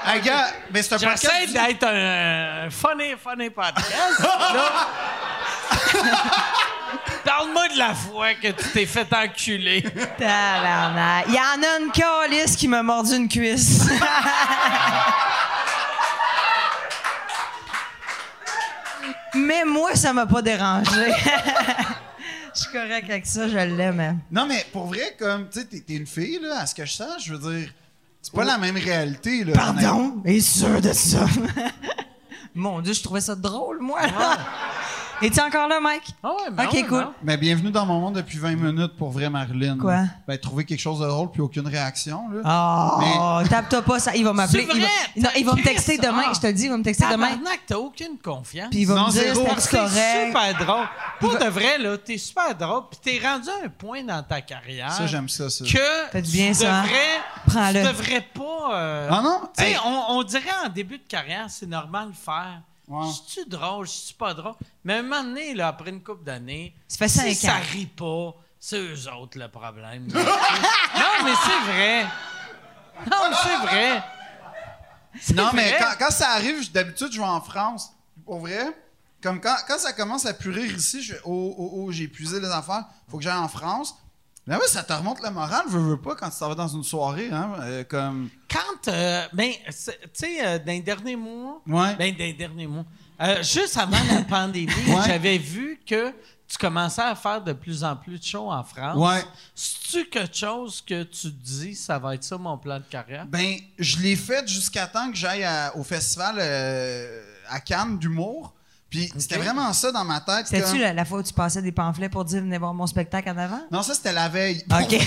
ah, gars, mais c'est un j'essaie podcast. d'être un euh, funny, funny podcast. là. Parle-moi de la fois que tu t'es fait enculer. tabarnak. Il y en a une calice qui m'a mordu une cuisse. mais moi, ça m'a pas dérangé. Je suis correct avec ça, je l'aime. hein. Non, mais pour vrai, comme, tu sais, t'es, t'es une fille, là, à ce que je sache, je veux dire, c'est pas la même réalité, là. Pardon? est sûr de ça? Mon Dieu, je trouvais ça drôle, moi. là. Es-tu encore là, Mike? Ah ouais, mais ok, ouais, cool. non. Mais bienvenue dans mon monde depuis 20 minutes, pour vrai, Marilyn. Quoi? Ben, trouver quelque chose de drôle, puis aucune réaction, là. Oh, tape-toi pas, ça. Il va m'appeler. C'est il va- vrai? Non, il va me Chris, texter demain, ah. je te le dis, il va me texter demain. Tabarnak, t'as aucune confiance. Puis il va Non, me dire, zéro. c'était Parce C'est correct. super drôle. Pour de vrai, là, t'es super drôle. Puis t'es rendu à un point dans ta carrière. Ça, j'aime ça, ça. que Faites bien tu ça, hein? devrais, Prends-le. tu devrais pas. euh, Ah non? tu sais, Hey. on, on dirait en début de carrière, c'est normal de faire. Ouais. C'est-tu drôle, c'est-tu pas drôle? Mais à un moment donné, là, après une couple d'années, Ça fait si cinq ça ans. rit pas, c'est eux autres le problème. non, mais c'est vrai. Non, mais c'est vrai. Non, C'est mais vrai. quand, quand ça arrive, j- d'habitude, je vais en France. Pour vrai, comme quand, quand ça commence à purir ici, je fais, oh, oh, oh, j'ai épuisé les affaires, faut que j'aille en France. Ben oui, ça te remonte le moral, veux, veux pas, quand tu t'en vas dans une soirée, hein, euh, comme... Quand, euh, ben, c'est- tu sais, euh, dans les derniers mois, Ouais. ben, dans les derniers mois, euh, juste avant la pandémie, Ouais. j'avais vu que tu commençais à faire de plus en plus de shows en France. Ouais. C'est-tu quelque chose que tu te dis, ça va être ça mon plan de carrière? Ben, je l'ai faite jusqu'à temps que j'aille à- au festival euh, à Cannes d'humour. Puis c'était vraiment ça dans ma tête. C'était-tu comme- la, la fois où tu passais des pamphlets pour dire, venez voir mon spectacle en avant? Non, ça, c'était la veille. OK.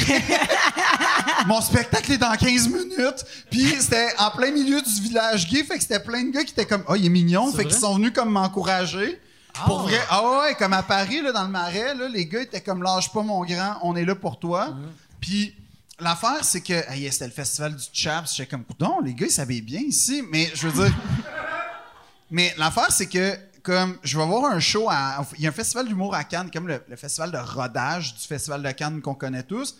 Mon spectacle est dans 15 minutes. Puis c'était en plein milieu du village gay. Fait que c'était plein de gars qui étaient comme, oh, il est mignon. Fait vrai? qu'ils sont venus comme m'encourager. Pour vrai, ah ouais, comme à Paris, là, dans le marais, là, les gars étaient comme, lâche pas mon grand, on est là pour toi. Puis l'affaire, c'est que, hey, c'était le festival du Chaps. J'étais comme, coudon, les gars, ils savaient bien ici. Mais je veux dire. Mais l'affaire, c'est que comme je vais voir un show à. Il y a un festival d'humour à Cannes, comme le, le festival de rodage du festival de Cannes qu'on connaît tous.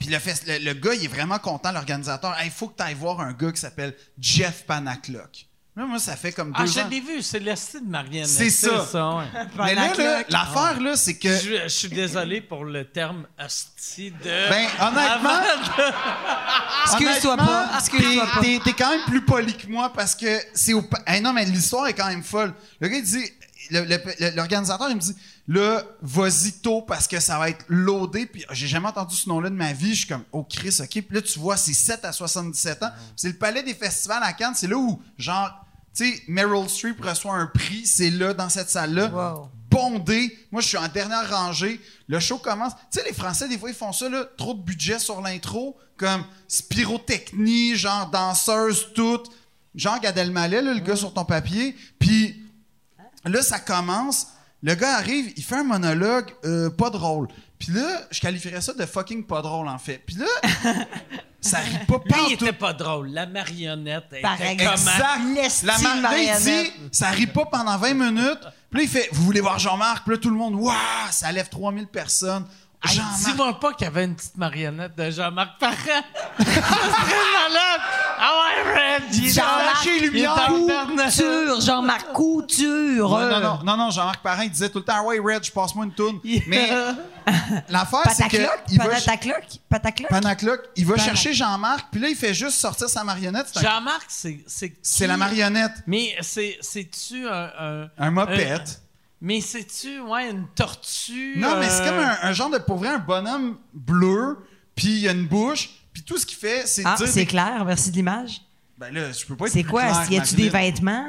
Puis le, fes- le, le gars, il est vraiment content, l'organisateur. Il faut que tu ailles voir un gars qui s'appelle Jeff Panaclock. Là, moi, ça fait comme Ah, deux je ans. l'ai vu, c'est le style de Marianne. C'est ça. ouais. Mais là, là, l'affaire, là, c'est que. je, je suis désolé pour le terme hostie de. Ben, honnêtement- Avant de- Excuse-toi Honnêtement, pas. Excuse-toi t'es- pas. T'es, t'es quand même plus poli que moi parce que c'est au. pa- Hey, non, mais l'histoire est quand même folle. Le gars, il dit. le- le- le- l'organisateur, il me dit Là, vas-y tôt parce que ça va être loadé. Puis j'ai jamais entendu ce nom-là de ma vie. Je suis comme Oh Chris, Ah. OK. Puis là, tu vois, c'est 7 à 77 ans. C'est le palais des festivals à Cannes. C'est là où, genre. Tu sais, Meryl Streep reçoit un prix, c'est là, dans cette salle-là. Wow. Bondé. Moi, je suis en dernière rangée. Le show commence. Tu sais, les Français, des fois, ils font ça, là, trop de budget sur l'intro, comme spirotechnie, genre danseuse, tout. Genre Gad Elmaleh, là, le gars sur ton papier. Puis là, ça commence. Le gars arrive, il fait un monologue euh, pas drôle. Puis là, je qualifierais ça de fucking pas drôle, en fait. Puis là, ça rit pas Lui, il partout. était pas drôle. La marionnette elle Par était exemple. comment? Exact. L'estime La mar- là, il dit, marionnette. ça rit pas pendant 20 minutes. Puis là, il fait, vous voulez voir Jean-Marc? Puis là, tout le monde, waouh, ça lève 3000 personnes. Hey, Jean-Marc. Dis-moi pas qu'il y avait une petite marionnette de Jean-Marc Parent. ça serait malade. Ah ouais, Red, il est Jean-Marc dans- il est Lumière. dans le Bernard. Couture, Jean-Marc Couture. Ouais, non, non, non, non, Jean-Marc Parrain, il disait tout le temps, Ah ouais, Red, je passe moi une toune. Mais l'affaire, c'est que. Patacloc, il va ch- patacloc, patacloc. Panacloc, il va Panac- chercher Jean-Marc, puis là, il fait juste sortir sa marionnette. C'est un- Jean-Marc, c'est. C'est C'est qui? la marionnette. Mais c'est- c'est-tu un. un- Un mopette. un- mais c'est-tu, ouais, une tortue? Non, mais c'est euh, comme un, un genre de pour vrai, un bonhomme bleu, puis il a une bouche, puis tout ce qu'il fait, c'est Ah, dire. c'est des- clair, merci de l'image. Ben là, je peux pas être C'est plus quoi? clair, Y a-tu des Marilyn. vêtements?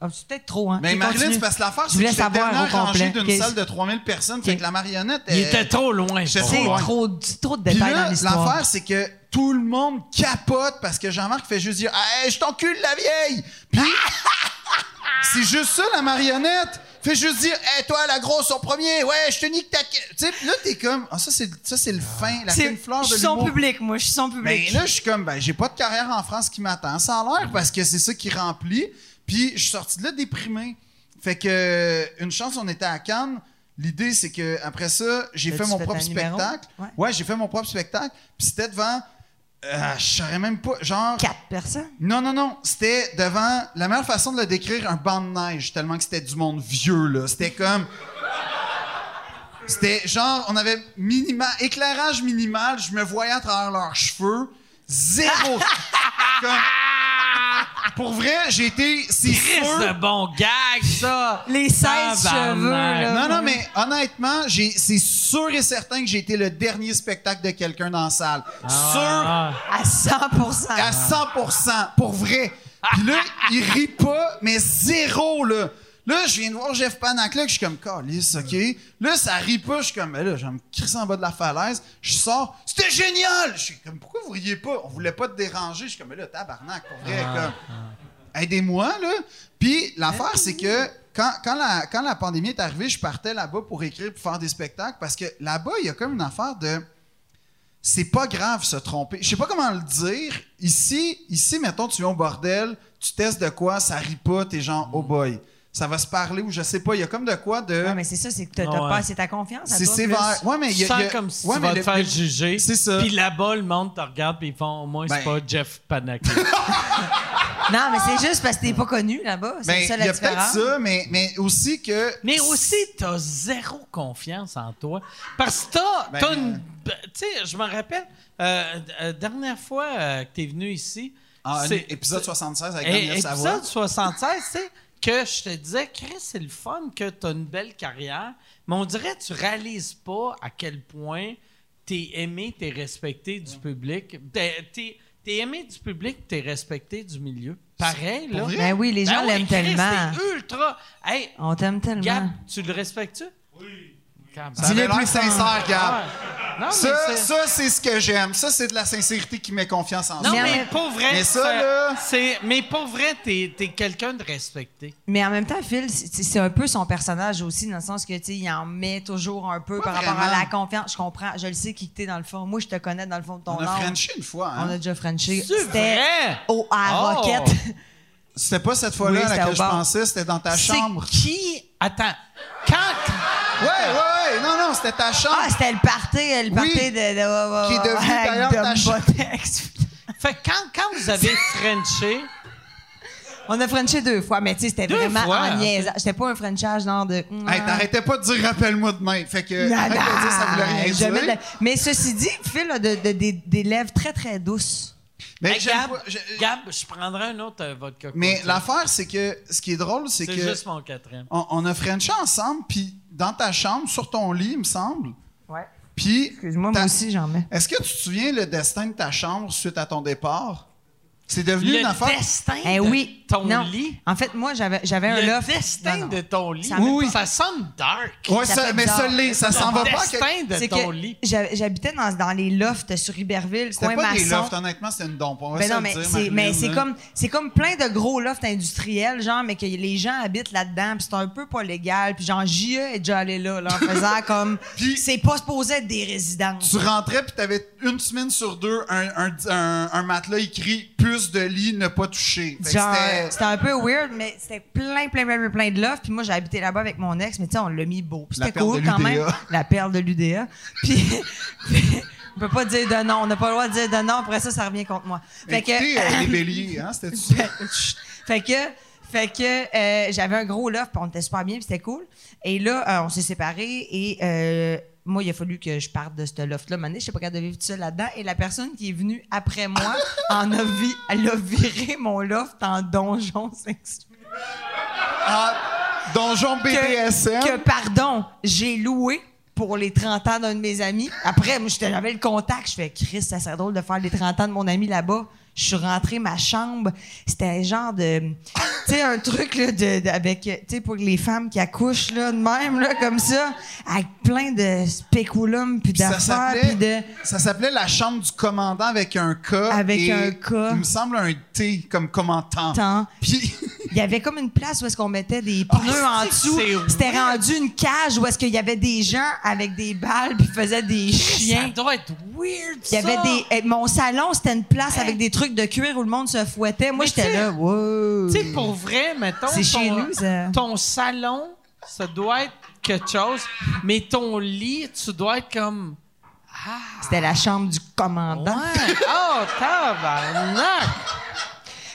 Ah, c'est peut-être trop, hein? Mais Ok, Marilyn, continue. c'est parce que l'affaire, Je c'est que voulais j'étais savoir dernière au rangée complet. d'une Ok. salle de 3000 personnes, fait que la marionnette... Il euh, était trop loin. j'étais pour trop C'est moi. loin. trop, c'est trop de Puis détails dans là, l'histoire. l'affaire, c'est que tout le monde capote parce que Jean-Marc fait juste dire « Hey, je t'encule, la vieille! » Puis c'est juste ça, la marionnette! Fait juste dire « Hey, toi, la grosse, en premier! Ouais, je te nique ta... » Tu sais, puis là, t'es comme... Ah, ça, c'est ça, c'est le fin, la C'est- fine fleur je de suis son l'humour. public, moi, je suis son public. Mais là, je suis comme, ben, j'ai pas de carrière en France qui m'attend. Ça a l'air parce que c'est ça qui remplit. Puis je suis sorti de là déprimé. Fait que, euh, une chance, on était à Cannes. L'idée, c'est que après ça, j'ai T'as-tu fait mon fait propre un numéro? spectacle. Ouais. Ouais, j'ai fait mon propre spectacle. Puis c'était devant, euh, je saurais même pas, genre. Quatre personnes? Non, non, non. C'était devant. La meilleure façon de le décrire, un banc de neige, tellement que c'était du monde vieux, là. C'était comme. C'était genre, on avait minima, éclairage minimal, je me voyais à travers leurs cheveux. Zéro. Comme- Pour vrai, j'ai été. C'est sûr. Christ de bon gag, ça! Les 16 Tabarnak. cheveux, là. Non, hein. non, mais honnêtement, j'ai- c'est sûr et certain que j'ai été le dernier spectacle de quelqu'un dans la salle. sûr Ah. À 100 à 100 pour vrai. Puis là, il rit pas, mais zéro, là. Là, je viens de voir Jeff Panaclock, je suis comme, calisse, OK. Là, ça rit pas, je suis comme, ben là, je vais me crisser en bas de la falaise. Je sors, c'était génial! Je suis comme, pourquoi vous riez pas? On voulait pas te déranger. Je suis comme, ben là, tabarnak, pour vrai, comme, aidez-moi, là. Puis l'affaire, c'est que quand, quand, la, quand la pandémie est arrivée, je partais là-bas pour écrire, pour faire des spectacles, parce que là-bas, il y a comme une affaire de c'est pas grave se tromper. Je sais pas comment le dire. Ici, ici, mettons, tu vas au bordel, tu testes de quoi, ça rit pas, t'es genre, Mm. oh boy, ça va se parler ou je sais pas. Il y a comme de quoi de. Ouais, mais c'est ça, c'est que t'as Ah t'as ouais. pas assez ta confiance. à c'est toi, sévère. plus. Ouais, mais il y Tu a. il y sens a- comme si ouais, tu mais vas te le- faire le- juger. C'est ça. Puis là-bas, le monde te regarde, puis ils font au moins, c'est Ben. pas Jeff Panac. Non, mais c'est juste parce que t'es pas connu là-bas. C'est Ben, ça il la y a peut-être différence. ça, mais, mais aussi que. Mais aussi, t'as zéro confiance en toi. Parce que t'as, Ben, t'as une. Tu sais, je me rappelle, euh, euh, dernière fois euh, que t'es venu ici. Ah, un c'est- épisode 76 avec Et- Daniel Savoie. épisode 76, c'est que je te disais, Chris, c'est le fun que tu as une belle carrière, mais on dirait que tu réalises pas à quel point tu es aimé, tu es respecté du public. Tu es, aimé du public, tu es respecté du milieu. Pareil, là. vrai? Ben oui, les Ben gens oui, Chris, l'aiment tellement. C'est ultra. Hey, On t'aime tellement. Gab, tu le respectes-tu? Oui. Ça avait Dis-le l'air plus fort. sincère, Gab. Non, Ah, mais Ça, c'est- ça, c'est ce que j'aime. Ça, c'est de la sincérité qui met confiance en non, soi. mais, mais- pour vrai, mais ça, c'est- là- c'est- mais pour vrai, t'es es, quelqu'un de respecté. Mais en même temps, Phil, c'est c'est un peu son personnage aussi, dans le sens que, tu sais, il en met toujours un peu Pas par rapport vraiment. à la confiance. Je comprends, je le sais qui que t'es dans le fond. Moi, je te connais dans le fond de ton On a âme. Frenché une fois. On a Hein? déjà Frenché. C'est vrai! au à Oh! Roquette. C'était pas cette fois-là Oui, à c'était laquelle au je bar. pensais, c'était dans ta chambre. C'est qui? Attends. Quand. Ouais, ouais, ouais. Non, non, c'était ta chambre. Ah, c'était le party, le Oui. party de, de- de- Qui est devenu avec d'ailleurs Dom ta ch- Botex. Fait que quand, quand vous avez Frenché, On a Frenché deux fois, mais tu sais, c'était Deux vraiment fois, en en niaise. J'étais pas un Frenchage genre de. mm, Hey, t'arrêtais pas de dire rappelle-moi demain. Fait que, Non, fait que non, dire, ça voulait rien dire. jamais de- Mais ceci dit, Phil a de- de- des- des lèvres très, très douces. Mais, hey, j'aime Gab, pas- je- Gab, je prendrais un autre euh, vodka. mais cocktail. l'affaire, c'est que ce qui est drôle, c'est C'est que juste mon quatrième. on, on a Frenché ensemble, puis dans ta chambre, sur ton lit, il me semble. Ouais. Puis. Excuse-moi, moi ta- aussi, j'en mets. Est-ce que tu te souviens le destin de ta chambre suite à ton départ? C'est devenu une Le affaire. destin Eh de oui. ton non. lit. En fait, moi, j'avais, j'avais un Le loft. destin Non, non. de ton lit. Ça amène Oui, pas- Ça oui. sonne dark. Ouais, Ça ça- fait mais bizarre. ça l'est, ça s'en va le pas. à destin quelque- de C'est ton que lit. j'ha- j'habitais dans, dans les lofts sur Iberville, C'était coin pas des maçon. lofts, honnêtement, c'est une dompe. On va Ben se non, le mais dire, c'est, Marilyn, mais c'est là. comme c'est comme plein de gros lofts industriels, genre, mais que les gens habitent là-dedans, puis c'est un peu pas légal, puis genre JE est déjà allé là, là, en faisant comme Puis- c'est pas supposé être des résidences. Tu rentrais, puis t'avais une semaine sur deux un, un, un, un matelas écrit puce de lit, ne pas toucher. Fait que Genre, c'était- c'était un peu weird, mais c'était plein, plein, plein, plein, plein de love. Puis moi, j'ai habité là-bas avec mon ex, mais tu sais, on l'a mis beau. Puis La c'était perle cool de quand même. l'UDA. La perle de l'UDA. Puis, puis on peut pas dire de non. On n'a pas le droit de dire de non. Après ça, ça revient contre moi. Fait que, Ben, Écoutez, euh, les béliers, hein, c'était ça. fait que, fait que euh, j'avais un gros love, puis on était super bien, puis c'était cool. Et là, euh, on s'est séparés et euh, moi, il a fallu que je parte de ce loft-là. Mané, je sais pas capable de vivre tout seul là-dedans. Et la personne qui est venue après moi en a vi- elle a viré mon loft en donjon sexuel. Ah, donjon BDSM. que, pardon, j'ai loué pour les 30 ans d'un de mes amis. Après, moi, j'étais- j'avais le contact. Je fais, Chris, ça serait drôle de faire les 30 ans de mon ami là-bas. Je suis rentrée, ma chambre, c'était un genre de. Tu sais, un truc, là, de, de- avec. euh, Tu sais, pour les femmes qui accouchent, là, de même, là, comme ça, avec plein de spéculum, puis Puis ça d'affaires, s'appelait, puis de. ça s'appelait la chambre du commandant avec un K. Avec et un K. Il me semble un T comme commentant. Tant. Puis Il y avait comme une place où est-ce qu'on mettait des pneus en c'est- dessous. c'est C'était rendu une cage où est-ce qu'il y avait des gens avec des balles puis faisaient des Ça chiens. doit être weird, Il y avait ça. des eh, mon salon, c'était une place avec des trucs de cuir où le monde se fouettait. Moi Mais j'étais tu sais- là. Wow. Tu sais, pour vrai, mettons... C'est ton- chez nous, ça. Ton salon, ça doit être quelque chose, mais ton lit, tu dois être comme... C'était la chambre du Ouais! commandant. Oh, tabarnak!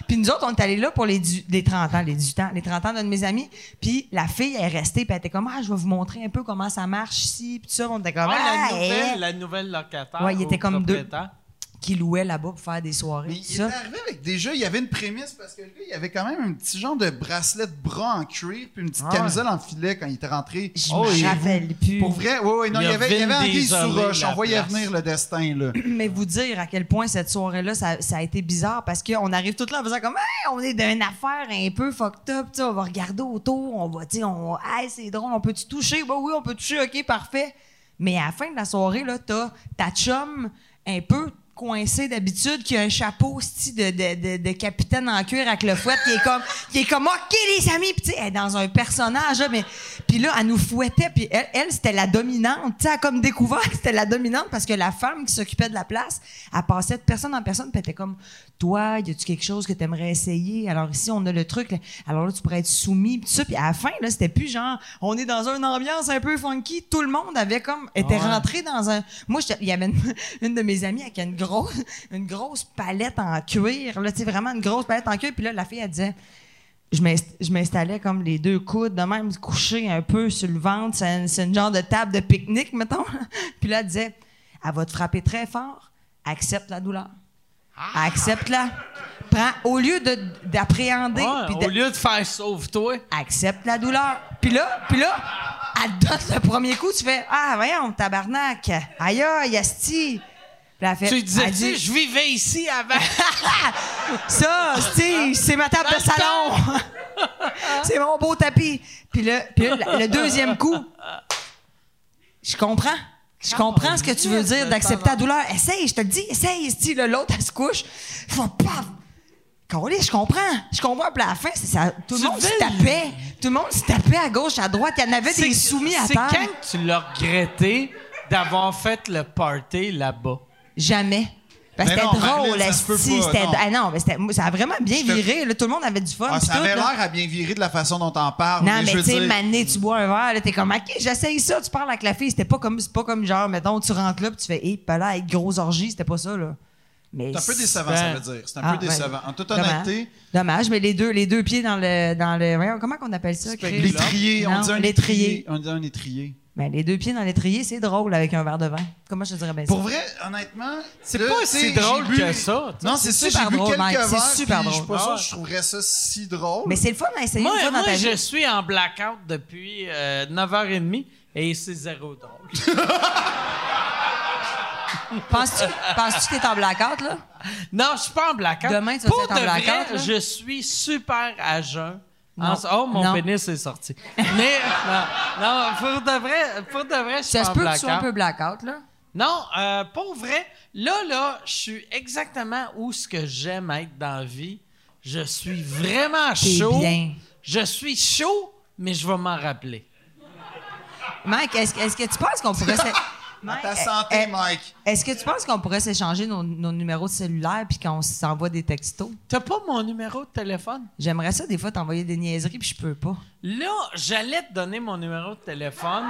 Puis nous autres, on est allés là pour les, du- les 30 ans, les 18 ans, les 30 ans d'un de mes amis. Puis la fille, elle est restée, puis elle était comme, ah, je vais vous montrer un peu comment ça marche ici, puis tout ça. On était comme, Ah, ah, la, elle, nouvelle, la nouvelle locataire. Ouais, il ou était comme deux. propriétaire. qui louait là-bas pour faire des soirées. mais tout il est ça. arrivé avec déjà, il y avait une prémisse parce que le gars, il avait quand même un petit genre de bracelet de bras en cuir puis une petite Ah ouais. camisole en filet quand il était rentré. Je Oh, me et- rappelle plus. Pour vrai, oui, oui, non, Il il a y avait, il y avait Anguille sous vindisolé roche. la On voyait place. venir le destin, là. Mais vous dire à quel point cette soirée-là, ça, ça a été bizarre parce qu'on arrive tout là en faisant comme Hey, on est d'une affaire un peu fucked up, tu sais, on va regarder autour, on va, tu sais, on, hey, c'est drôle, on peut-tu toucher? Bah oui, on peut toucher, ok, parfait. Mais à la fin de la soirée, là, t'as ta chum un peu coincé d'habitude, qui a un chapeau style de, de, de, de capitaine en cuir avec le fouet, qui est comme, qui est comme, OK, les amis, puis tu sais, elle est dans un personnage, là, mais, puis là, elle nous fouettait, puis elle, elle c'était la dominante, tu sais, elle a comme découvert que c'était la dominante parce que la femme qui s'occupait de la place, elle passait de personne en personne, puis elle était comme, toi, y a-tu quelque chose que t'aimerais essayer? Alors ici, on a le truc, là. alors là, tu pourrais être soumis, puis tout ça, puis à la fin, là, c'était plus genre, on est dans une ambiance un peu funky, tout le monde avait comme, était rentré dans un, moi, j'étais- il y avait une, une de mes amies qui a une grosse, une grosse palette en cuir, là, tu sais, vraiment une grosse palette en cuir, puis là, la fille, elle disait, je m'inst- je m'installais comme les deux coudes, de même couché un peu sur le ventre. C'est un, c'est une genre de table de pique-nique, mettons. Puis là, elle disait Elle va te frapper très fort, accepte la douleur. Ah! Accepte-la. Prends, au lieu de- d'appréhender, Ouais, puis au de- lieu de faire sauve-toi, accepte la douleur. Puis là, puis là, elle te donne le premier coup, tu fais Ah, voyons, tabarnak. Aïe, aïe, asti. Puis elle fait- tu disais, elle dit, tu je vivais ici avant. Ça, Steve, c'est ma table de salon. c'est mon beau tapis. Puis là, puis là, le deuxième coup, je comprends. Je comprends ce que tu veux dire d'accepter la douleur. Essaye, je te le dis, essaye. Si l'autre, elle se couche, faut paf. Colé, je comprends. Je comprends. Puis à la fin, c'est ça, tout le Tu monde fais se le- tapait. Tout le monde se tapait à gauche, à droite. Il y en avait des C'est- soumis à C'est terre. quand que tu l'as regretté d'avoir fait le party là-bas? Jamais. Parce que Mais c'était non, drôle, Marilyn, ça se peut esti, pas, c'était- non. Ah non, mais c'était- ça a vraiment bien viré. là. tout le monde avait du fun. Ah, puis ça tout, avait là. l'air à bien virer de la façon dont t'en parles. Non, je mais veux tu sais, dire- mané, tu bois un verre, là, t'es comme, OK, j'essaye ça, tu parles avec la fille. C'était pas comme, c'est pas comme genre, mettons, tu rentres là, puis tu fais, hé, pas là, avec grosse orgie, c'était pas ça, là. Mais C'est un peu décevant, ça veut dire. C'est un Ah, peu ouais. décevant. En toute Dommage. honnêté, Dommage, mais les deux, les deux pieds dans le. Dans le voyons, comment qu'on appelle ça, Chris? l'étrier, on Non, dit un étrier. l'étrier. On dit un étrier. Ben, les deux pieds dans l'étrier, c'est drôle avec un verre de vin. Comment je te dirais bien Pour ça? vrai, honnêtement, c'est pas si drôle que ça, tu sais. Non, c'est ça, C'est j'ai super bu drôle, quelques Mike, verres. c'est puis super Je suis drôle. pas Ah sûr ouais. que je trouverais ça si drôle. Mais c'est le fun à essayer Moi, une fois dans moi, ta je vie. suis en blackout depuis euh, 9h30 et c'est zéro drôle. Penses-tu penses que t'es en blackout, là? Non, je suis pas en blackout. Demain, tu vas Pour être en de vrai, blackout, là? je suis super à jeun. Non. En- Oh, mon Non. pénis est sorti. Mais non, non, pour de vrai, pour de vrai, je suis Ça se en peut que tu sois un blackout. peu blackout, là. Non, euh, pour vrai, là, là, je suis exactement où ce que j'aime être dans la vie. Je suis vraiment chaud. bien. Je suis chaud, mais je vais m'en rappeler. Mike, est-ce que- est-ce que tu penses qu'on pourrait... s'é- Mike, ta est- santé, est- Mike. Est-ce que tu penses qu'on pourrait s'échanger nos, nos numéros de cellulaire puis qu'on s'envoie des textos? T'as pas mon numéro de téléphone? J'aimerais ça, des fois, t'envoyer des niaiseries puis je peux pas. Là, j'allais te donner mon numéro de téléphone,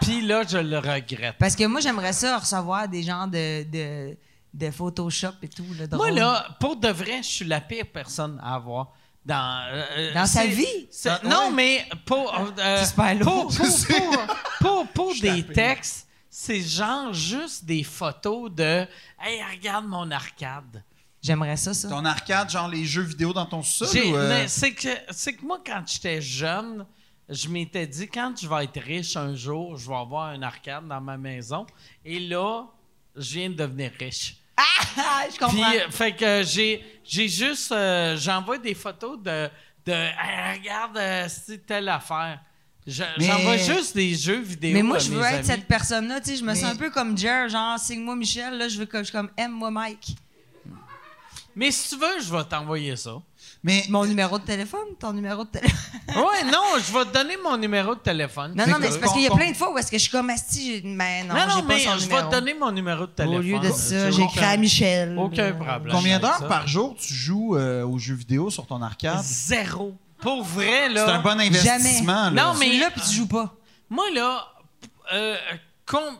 puis là, je le regrette. Parce que moi, j'aimerais ça recevoir des gens de, de, de Photoshop et tout. Là, drôle. Moi, là, pour de vrai, je suis la pire personne à avoir. Dans, euh, Dans sa c'est- vie? c'est- Dans- non, ouais. mais pour, euh, euh, J'espère pour, l'autre. pour, pour- pour- pour des textes, c'est genre juste des photos de « Hey, regarde mon arcade ». J'aimerais ça, ça. Ton arcade, genre les jeux vidéo dans ton sol J'ai- ou, euh, mais C'est que, c'est que moi, quand j'étais jeune, je m'étais dit, quand je vais être riche un jour, je vais avoir un arcade dans ma maison. Et là, je viens de devenir riche. Ah, je comprends. Puis, euh, fait que euh, j'ai, j'ai juste, euh, j'envoie des photos de, de Hey, regarde, euh, c'est telle affaire. Je- Mais- J'envoie juste des jeux vidéo. mais moi, à je mes veux être amis. cette personne-là. Tu sais, je me Mais- sens un peu comme Jer, genre, signe-moi Michel. Là, je veux que je suis comme aime-moi Mike. Mais si tu veux, je vais t'envoyer ça. mais Mon numéro de téléphone, ton numéro de téléphone. ouais, non, je vais te donner mon numéro de téléphone. non, C'est non, mais que- c'est parce qu'il y a qu'on- plein de fois où est-ce que je suis comme Asti, j'ai- mais non, non, j'ai non, pas mais son je vais numéro. te donner mon numéro de téléphone. Au lieu de Euh, ça, j'écris à Michel. Aucun Euh, problème. combien d'heures Ça. par jour tu joues euh, aux jeux vidéo sur ton arcade? Zéro. Pour vrai, C'est là. un bon investissement. Jamais. là. Non, mais- Tu es là, puis tu joues pas. Moi, là, euh, com-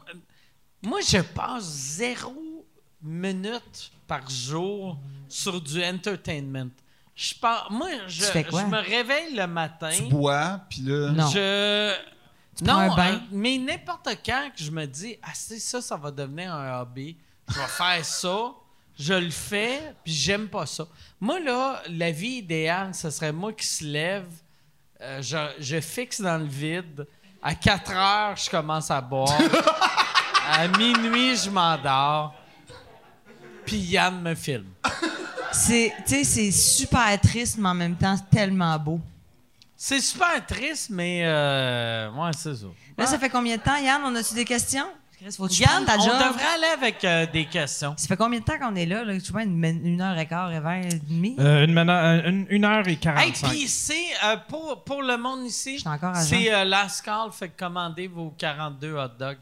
moi, je passe zéro minute par jour sur du entertainment. Je pars, moi, je, Tu fais quoi? je me réveille le matin. Tu bois, puis là... Non. Je. non, prends un bain? euh, mais n'importe quand que je me dis, ah, c'est ça, ça va devenir un hobby, je vais faire ça, je le fais, puis j'aime pas ça. Moi, là, la vie idéale, ce serait moi qui se lève, euh, je, je fixe dans le vide, à 4 heures, je commence à boire, à minuit, je m'endors, puis Yann me filme. C'est, tu sais, c'est super triste, mais en même temps, tellement beau. C'est super triste, mais. Euh, ouais, c'est ça. Là, ça fait combien de temps, Yann? On a-tu des questions? Chris, faut-tu Yann, prendre ta on job? devrait aller avec euh, des questions. Ça fait combien de temps qu'on est là? là? Tu vois, une, une heure et quart, et vingt et demie? Euh, une, mena- une- une heure et Hey, 45. puis c'est euh, pour, pour le monde ici, J'étais encore à c'est euh, last call, fait que commandez vos 42 hot dogs.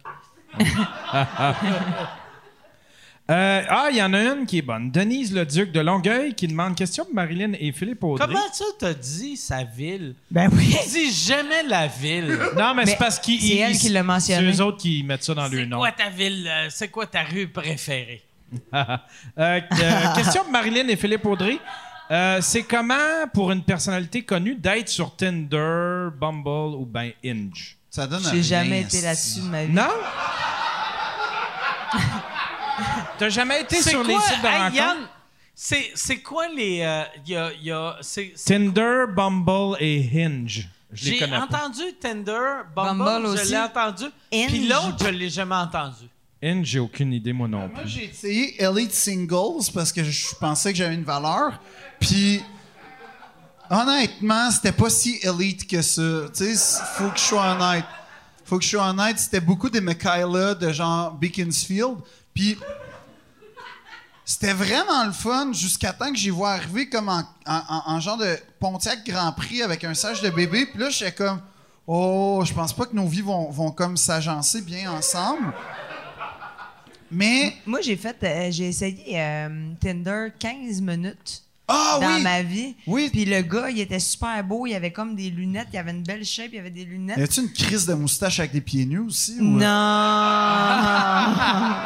Euh, ah, il y en a une qui est bonne. Denise Le Duc de Longueuil qui demande question pour Marilyn et Philippe Audrey. Comment ça t'as dit sa ville? ben oui! Dis jamais la ville. Non, mais, Mais c'est parce qu'ils. c'est ils- elle ils- qui l'a mentionné. C'est eux autres qui mettent ça dans le C'est nom. quoi ta ville? euh, C'est quoi ta rue préférée? Euh, euh, question de Marilyn et Philippe Audrey. Euh, c'est comment, pour une personnalité connue, d'être sur Tinder, Bumble ou ben Inge? Ça donne J'ai rien, jamais été si. là-dessus de ma vie. Non? T'as jamais été C'est sur quoi- les sites de Hey, rencontres? Yann, c'est c'est quoi les... euh, y a- y a- c'est- c'est- Tinder, Bumble et Hinge. Je J'ai les connais pas. entendu Tinder, Bumble, Bumble je aussi. l'ai entendu. Puis Hinge. l'autre, je l'ai jamais entendu. Hinge, j'ai aucune idée, moi non Moi, plus. j'ai essayé Elite Singles parce que je pensais que j'avais une valeur. Puis, honnêtement, c'était pas si elite que ça. Tu sais, faut que je sois honnête. Faut que je sois honnête. C'était beaucoup des Michaela de genre Beaconsfield. Puis, c'était vraiment le fun jusqu'à temps que j'y vois arriver comme en, en- en- en genre de Pontiac Grand Prix avec un sage de bébé. Puis là, j'étais comme, oh, je pense pas que nos vies vont, vont comme s'agencer bien ensemble. Mais. Moi, j'ai fait, euh, j'ai essayé euh, Tinder 15 minutes Ah dans oui! ma vie. Oui. Puis le gars, il était super beau, il avait comme des lunettes, il avait une belle shape, il avait des lunettes. Y a-tu une crise de moustache avec des pieds nus aussi? ou- euh, hein.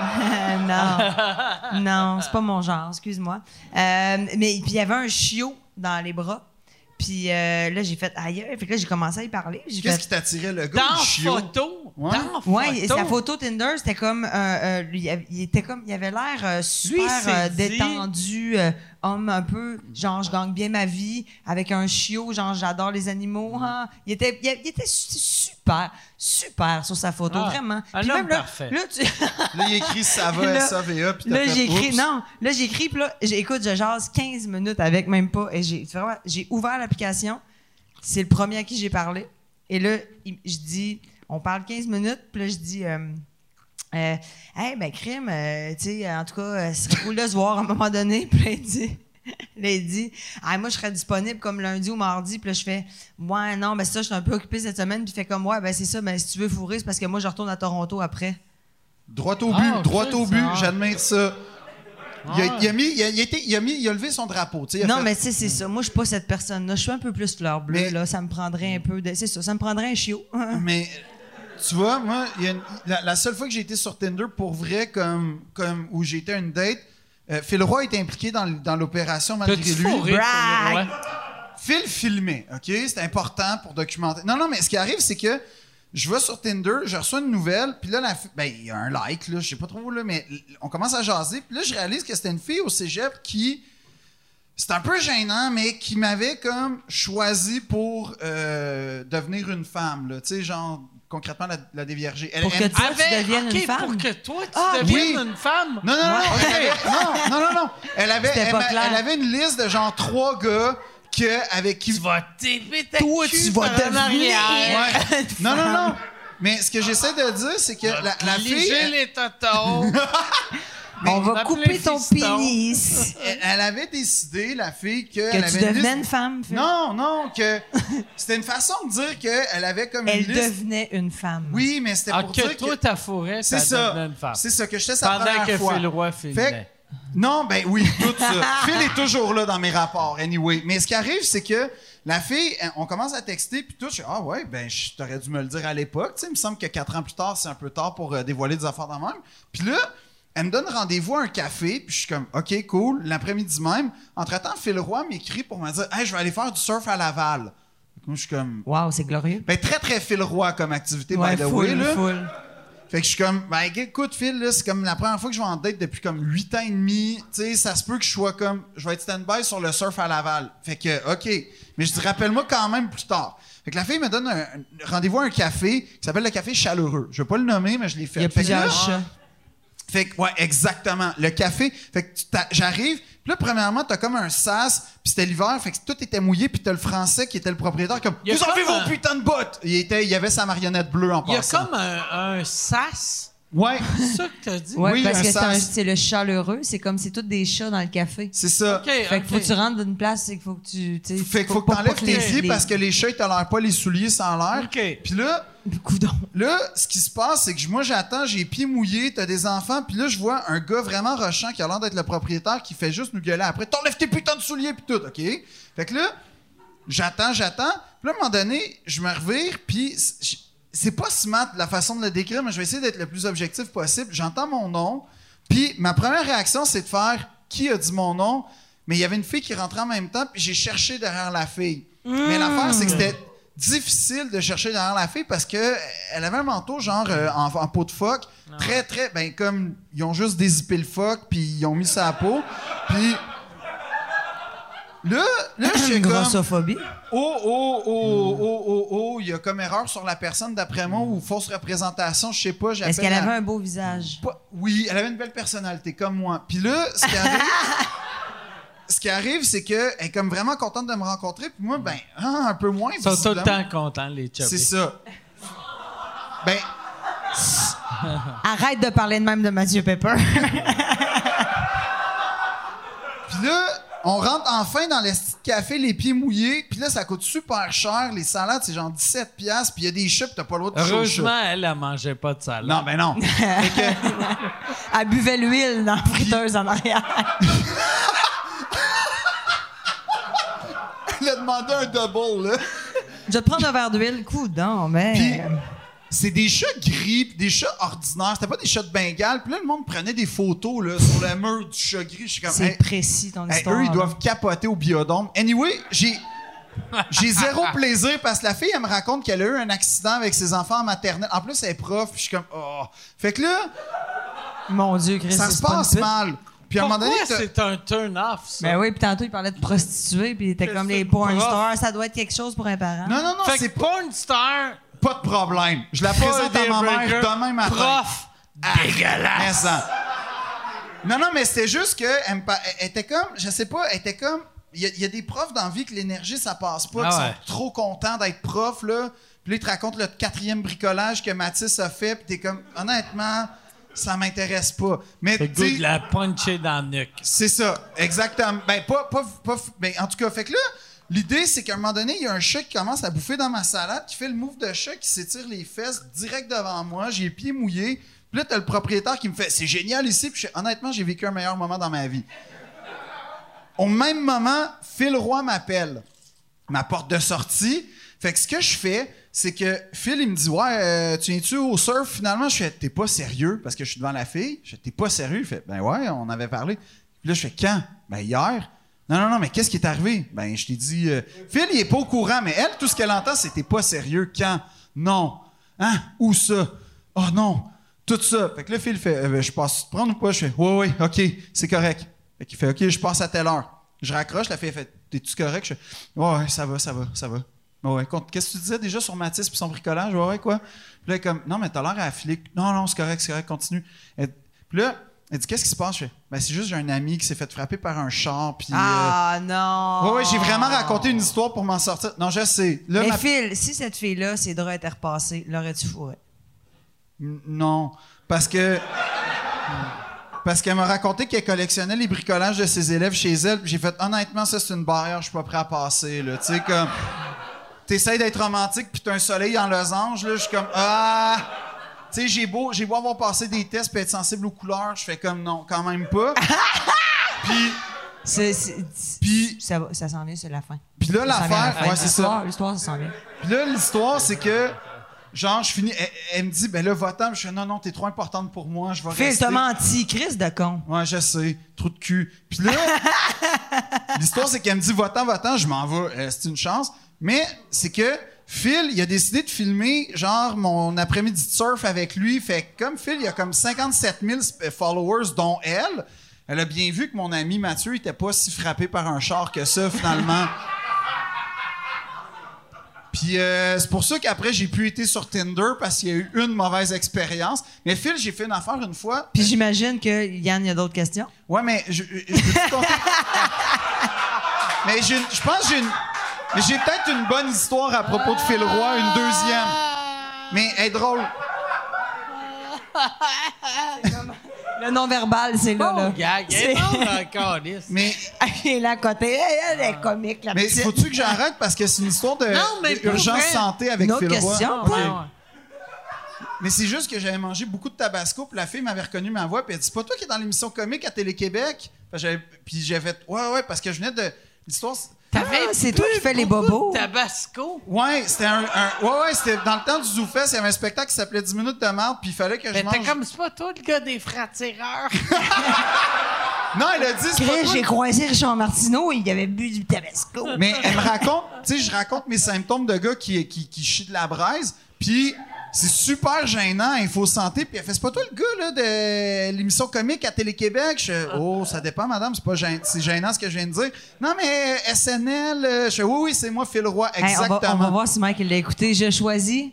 Non, non, non, c'est pas mon genre, excuse-moi. Euh, mais puis il y avait un chiot dans les bras. Puis euh, là, j'ai fait aïe, aïe. Fait que là, j'ai commencé à y parler. J'ai Qu'est-ce fait, qui t'attirait le gars? Dans le chiot? photo, Ouais. dans Ouais, photo. sa photo Tinder, c'était comme, euh, euh, lui, il avait- il était comme, il avait l'air euh, Lui, il super s'est euh, dit- détendu, euh, homme un peu, genre je Mm. gagne bien ma vie avec un chiot, genre j'adore les animaux. hein. Il était, il, il était su- super, super sur sa photo, Ah, vraiment. un Puis homme même là, parfait. là, tu- Là, il écrit Sava, Là- SAVE, puis t'as Là, fait, j'ai écrit, Oups. non, là, j'ai écrit, puis là, j'écoute, je jase 15 minutes avec, même pas. Et j'ai vraiment- j'ai ouvert l'application. C'est le premier à qui j'ai parlé. Et là, il- je dis, on parle 15 minutes, puis là, je dis, euh, euh, hey, ben, crime, euh, tu sais, en tout cas, euh, ce serait cool de se voir à un moment donné. Puis là, il dit, là, il dit, ah, moi, je serais disponible comme lundi ou mardi. Puis là, je fais, ouais, non, ben, ça, je suis un peu occupé cette semaine. Puis il fait comme, ouais, ben, c'est ça, ben, si tu veux fourrer, c'est parce que moi, je retourne à Toronto après. Droit au Ah, but, ok, droit au but, ça. j'admire ça. Il Ah. a, il a mis, il a, il a été- il a mis, il a levé son drapeau. tu sais, il a Non, fait- mais tu sais, c'est ça. Moi, je suis pas cette personne-là. Je suis un peu plus fleur bleue, Mais- là. Ça me prendrait un peu de. C'est ça, ça me prendrait un chiot. Mais tu vois, moi, il y a une- la, la seule fois que j'ai été sur Tinder pour vrai, comme, comme où j'étais à une date, euh, Phil Roy était impliqué dans, l- dans l'opération malgré T'as-tu lui. fourré? brag. Phil Roy? Phil filmait, OK? C'est important pour documenter. Non, non, mais ce qui arrive, c'est que je vais sur Tinder, je reçois une nouvelle, puis là, la fi- ben, il y a un like, là, je sais pas trop, là, mais l- on commence à jaser, puis là, je réalise que c'était une fille au cégep qui. C'est un peu gênant, mais qui m'avait comme choisi pour euh, devenir une femme, là. Tu sais, genre, concrètement, la, la dévierger. Elle- Pour que elle- Toi, tu Avec- deviennes une ok, femme? pour que toi, tu Ah, deviennes oui. une femme? Non, non, non, Ouais. elle avait- non, non, non, non. Elle avait, C'était elle, pas m'a- clair. elle avait une liste de genre trois gars que, avec qui. Tu vas taper ta Toi, cul tu vas par en devenir- arrière. Ouais. Non, non, non. Mais ce que j'essaie de dire, c'est que la, la fille, Léger elle, les totos. On va appelez couper ton fiston. pénis. elle- elle avait décidé, la fille, que. elle Que tu avait une devenais liste- une femme. Phil. Non, non, que. C'était une façon de dire qu'elle avait comme Elle une liste. devenait une femme. Oui, mais c'était Ah, pour que dire toi, que. ta forêt, C'est ça, ça. devenait une femme. C'est ça que j'étais sa Pendant première que fois. Phil Roy filmait. Fait que- non, ben oui, tout ça. Phil est toujours là dans mes rapports, anyway. Mais ce qui arrive, c'est que la fille, euh, on commence à texter, puis tout. Je suis, ah ouais, ben, je- t'aurais dû me le dire à l'époque. Tu sais, il me semble que quatre ans plus tard, c'est un peu tard pour euh, dévoiler des affaires dans même. Puis là, elle me donne rendez-vous à un café, puis je suis comme, OK, cool, l'après-midi même. Entre-temps, Phil Roy m'écrit pour me dire, hey, je vais aller faire du surf à Laval. Donc, moi, je suis comme, Wow, c'est glorieux. ben, très, très Phil Roy comme activité, by the way, là. full. Fait que je suis comme, ben écoute, Phil, là, c'est comme la première fois que je vais en date depuis comme 8 ans et demi. Tu sais, ça se peut que je sois comme, je vais être stand-by sur le surf à Laval. Fait que, OK. Mais je dis, rappelle-moi quand même plus tard. Fait que la fille me donne un, un rendez-vous à un café qui s'appelle le Café Chaleureux. Je vais pas le nommer, mais je l'ai fait. Il y a Fait que là, plusieurs chats. fait que, ouais, exactement. Le café. Fait que tu t'a- j'arrive. Puis là, premièrement, t'as comme un sas. Puis c'était l'hiver. Fait que tout était mouillé. Puis t'as le français qui était le propriétaire. Comme, Il y a vous enlevez comme vos un- putains de bottes. Il était, il y avait sa marionnette bleue en Il y a passant. comme un, un sas. Ouais. C'est ça que t'as dit? Ouais, Oui, parce un que c'est un- sas. c'est le chaleureux. C'est comme c'est tous des chats dans le café. C'est ça. OK, Fait que OK. faut que tu rentres d'une place, c'est qu'il faut que tu. tu sais, Fait qu'il faut que pas- t'enlèves pas que tes les- pieds les- parce que les chats, ils t'enlèvent pas les souliers sans l'air. OK. Puis là, Coudon. là, ce qui se passe, c'est que moi, j'attends, j'ai les pieds mouillés, t'as des enfants, puis là, je vois un gars vraiment rochant qui a l'air d'être le propriétaire qui fait juste nous gueuler après. T'enlèves tes putains de souliers, puis tout, OK? Fait que là, j'attends, j'attends. Puis là, à un moment donné, je me revire, puis c- j- c'est pas si mat la façon de le décrire, mais je vais essayer d'être le plus objectif possible. J'entends mon nom, puis ma première réaction, c'est de faire qui a dit mon nom, mais il y avait une fille qui rentrait en même temps, puis j'ai cherché derrière la fille. Mais l'affaire, c'est que c'était difficile de chercher derrière la fille parce que elle avait un manteau genre euh, en, en peau de phoque, très très ben comme ils ont juste dézippé le phoque puis ils ont mis ça à peau, puis là là je suis comme Grossophobie. Oh, oh, oh, oh, oh, oh, il y a comme erreur sur la personne, d'après moi, ou fausse représentation, je sais pas. j'appelle Est-ce qu'elle la- avait un beau visage? pas- Oui, elle avait une belle personnalité, comme moi. Puis là, ce qui arrive, ce qui arrive, c'est qu'elle est comme vraiment contente de me rencontrer, puis moi, ben, ah, un peu moins. Ils sont tout le visiblement. temps contents, les chubbies. C'est ça. Ben, Arrête de parler de même de Mathieu Pepper. Puis là, on rentre enfin dans le petit café, les pieds mouillés. Puis là, ça coûte super cher. Les salades, c'est genre 17$. Puis il y a des chips, t'as pas l'autre Heureusement, elle, elle mangeait pas de salade. Non, ben non. Fait que- Elle buvait l'huile dans la friteuse en arrière. Il a demandé un double, là. Je vais te prendre un verre d'huile. Coudon, mais. Puis, c'est des chats gris, puis des chats ordinaires. C'était pas des chats de Bengale. Puis là, le monde prenait des photos, là, sur le mur du chat gris. Je suis comme, C'est hey, précis ton hey, histoire. eux, ils là. doivent capoter au biodôme. Anyway, j'ai. J'ai zéro plaisir parce que la fille, elle me raconte qu'elle a eu un accident avec ses enfants en maternelle. En plus, elle est prof, puis je suis comme, oh. Fait que là, Mon Dieu, Chris. ça c'est se pas une passe pute. mal. Puis à un moment donné, Pourquoi t'as- c'est un turn-off, ça? Ben oui, puis tantôt, il parlait de prostituée, puis il était Qu'est-ce comme que les c'est, porn prof? stars. Ça doit être quelque chose pour un parent. non, non, non, fait c'est que pas porn star, Pas de problème. Je la présente à ma mère deal breaker. demain matin. Prof, Mais ça. Non, non, mais c'était juste que elle, me pa- elle était comme, je sais pas, elle était comme, il y, a- il y a des profs d'envie que l'énergie ça passe pas, Ah qui ouais. sont trop contents d'être prof là. Puis là, ils te racontent le quatrième bricolage que Mathis a fait, puis t'es comme, honnêtement, ça m'intéresse pas. Mais le tu goût sais, de la puncher dans le nuque. c'est ça, exactement. Ben, pas, pas, pas- ben, en tout cas, fait que là, l'idée, c'est qu'à un moment donné, il y a un chat qui commence à bouffer dans ma salade, qui fait le move de chat, qui s'étire les fesses direct devant moi, j'ai les pieds mouillés. Puis là, t'as le propriétaire qui me fait C'est génial ici. Puis je fais, honnêtement, j'ai vécu un meilleur moment dans ma vie. Au même moment, Phil Roy m'appelle. Ma porte de sortie. Fait que ce que je fais, c'est que Phil, il me dit Ouais, euh, tu viens-tu au surf Finalement, je fais T'es pas sérieux Parce que je suis devant la fille. Je fais T'es pas sérieux Il fait Ben ouais, on avait parlé. Puis là, je fais Quand Ben hier. Non, non, non, mais qu'est-ce qui est arrivé Ben, je t'ai dit euh, Phil, il est pas au courant, mais elle, tout ce qu'elle entend, c'est T'es pas sérieux. Quand Non. Hein Où ça Oh non tout ça. Fait que là, Phil fait, Euh, ben, je passe te prendre ou pas? Je fais, ouais, ouais, OK, c'est correct. Fait qu'il fait, OK, je passe à telle heure. Je raccroche, la fille elle fait, t'es-tu correct? Je fais, ouais, ouais, ça va, ça va, ça va. Ouais, ouais, compte- qu'est-ce que tu disais déjà sur Matisse puis son bricolage? Ouais, ouais, quoi? Puis là, elle est comme, non, mais t'as l'air affilé. Non, non, c'est correct, c'est correct, continue. Elle- puis là, elle dit, qu'est-ce qui se passe? Je fais, ben, c'est juste, j'ai un ami qui s'est fait frapper par un char, puis. Ah non! euh, ouais, ouais, j'ai vraiment raconté une histoire pour m'en sortir. Non, je sais. Là, Mais ma- Phil, si cette fille-là, ses draps étaient repassés, l'aurais-tu fourré? N- Non, parce que parce qu'elle m'a raconté qu'elle collectionnait les bricolages de ses élèves chez elle. puis J'ai fait honnêtement ça c'est une barrière, je suis pas prêt à passer là, tu sais comme t'essayes d'être romantique puis t'as un soleil en losange là, je suis comme ah tu sais j'ai beau j'ai beau avoir passé des tests puis être sensible aux couleurs, je fais comme non, quand même pas. puis C'est- c'est- c'est- puis Ça, va- ça s'en vient, c'est la fin. puis là Ça s'en vient à l'affaire, fin. ouais, c'est ça. L'histoire- L'histoire, ça s'en vient. Puis là, l'histoire, c'est que, genre, je finis. Elle, elle me dit, ben là, va-t'en. Puis Je fais, non, non, t'es trop importante pour moi. Je vais Phil, rester. t'as menti, Chris de con. Ouais, je sais. Trou de cul. Puis là, l'histoire, c'est qu'elle me dit va-t'en, va-t'en, je m'en vais. Euh, c'est une chance. Mais c'est que Phil, il a décidé de filmer, genre, mon après-midi de surf avec lui. Fait que comme Phil, il a comme 57 000 sp- euh, followers, dont elle. Elle a bien vu que mon ami Mathieu il était pas si frappé par un char que ça, finalement. Puis euh, c'est pour ça qu'après, j'ai pu être sur Tinder parce qu'il y a eu une mauvaise expérience. Mais Phil, j'ai fait une affaire une fois. Puis j'imagine que Yann, il y a d'autres questions. Ouais, mais je. je- je peux-tu compter? mais j'ai une- je pense que j'ai une. mais j'ai peut-être une bonne histoire à propos de Phil Roy, une deuxième. Mais elle est drôle. Le non-verbal, c'est là, là. Gag, C'est- elle est drôle, la calisse. Mais, Elle est là à côté. Elle, elle est comique, la mais petite. faut-tu que j'arrête parce que c'est une histoire de Non, mais pour urgence vrai. santé avec Une autre Phil Roy. Ah, question? Ouais, point. ouais. Mais c'est juste que j'avais mangé beaucoup de tabasco, puis la fille m'avait reconnu ma voix, puis elle dit C'est pas toi qui es dans l'émission comique à Télé-Québec Fait que j'avais- Puis j'ai fait Ouais, ouais, parce que je venais de. L'histoire. c'est- Ah, c'est toi qui fais les beaucoup bobos. de Tabasco. Ouais, c'était un, un- Ouais, ouais, c'était dans le temps du Zoufest, il y avait un spectacle qui s'appelait 10 minutes de merde, puis il fallait que je Mais Ben, t'es mange. comme, c'est pas toi le gars des fratireurs. Non, elle a dit c'est pas Chris, toi j'ai croisé Richard Martineau, il avait bu du tabasco. Mais elle me raconte, tu sais, je raconte mes symptômes de gars qui, qui, qui chie de la braise, puis c'est super gênant, Info Santé, puis elle fait, c'est pas toi le gars, là, de l'émission comique à Télé-Québec? Je fais, oh, ça dépend, madame, c'est pas gênant, c'est gênant ce que je viens de dire. Non, mais euh, SNL, euh, je fais, oui, oui, c'est moi, Phil Roy, Hey, on, exactement. va, on va voir si Mike il l'a écouté. Je choisis.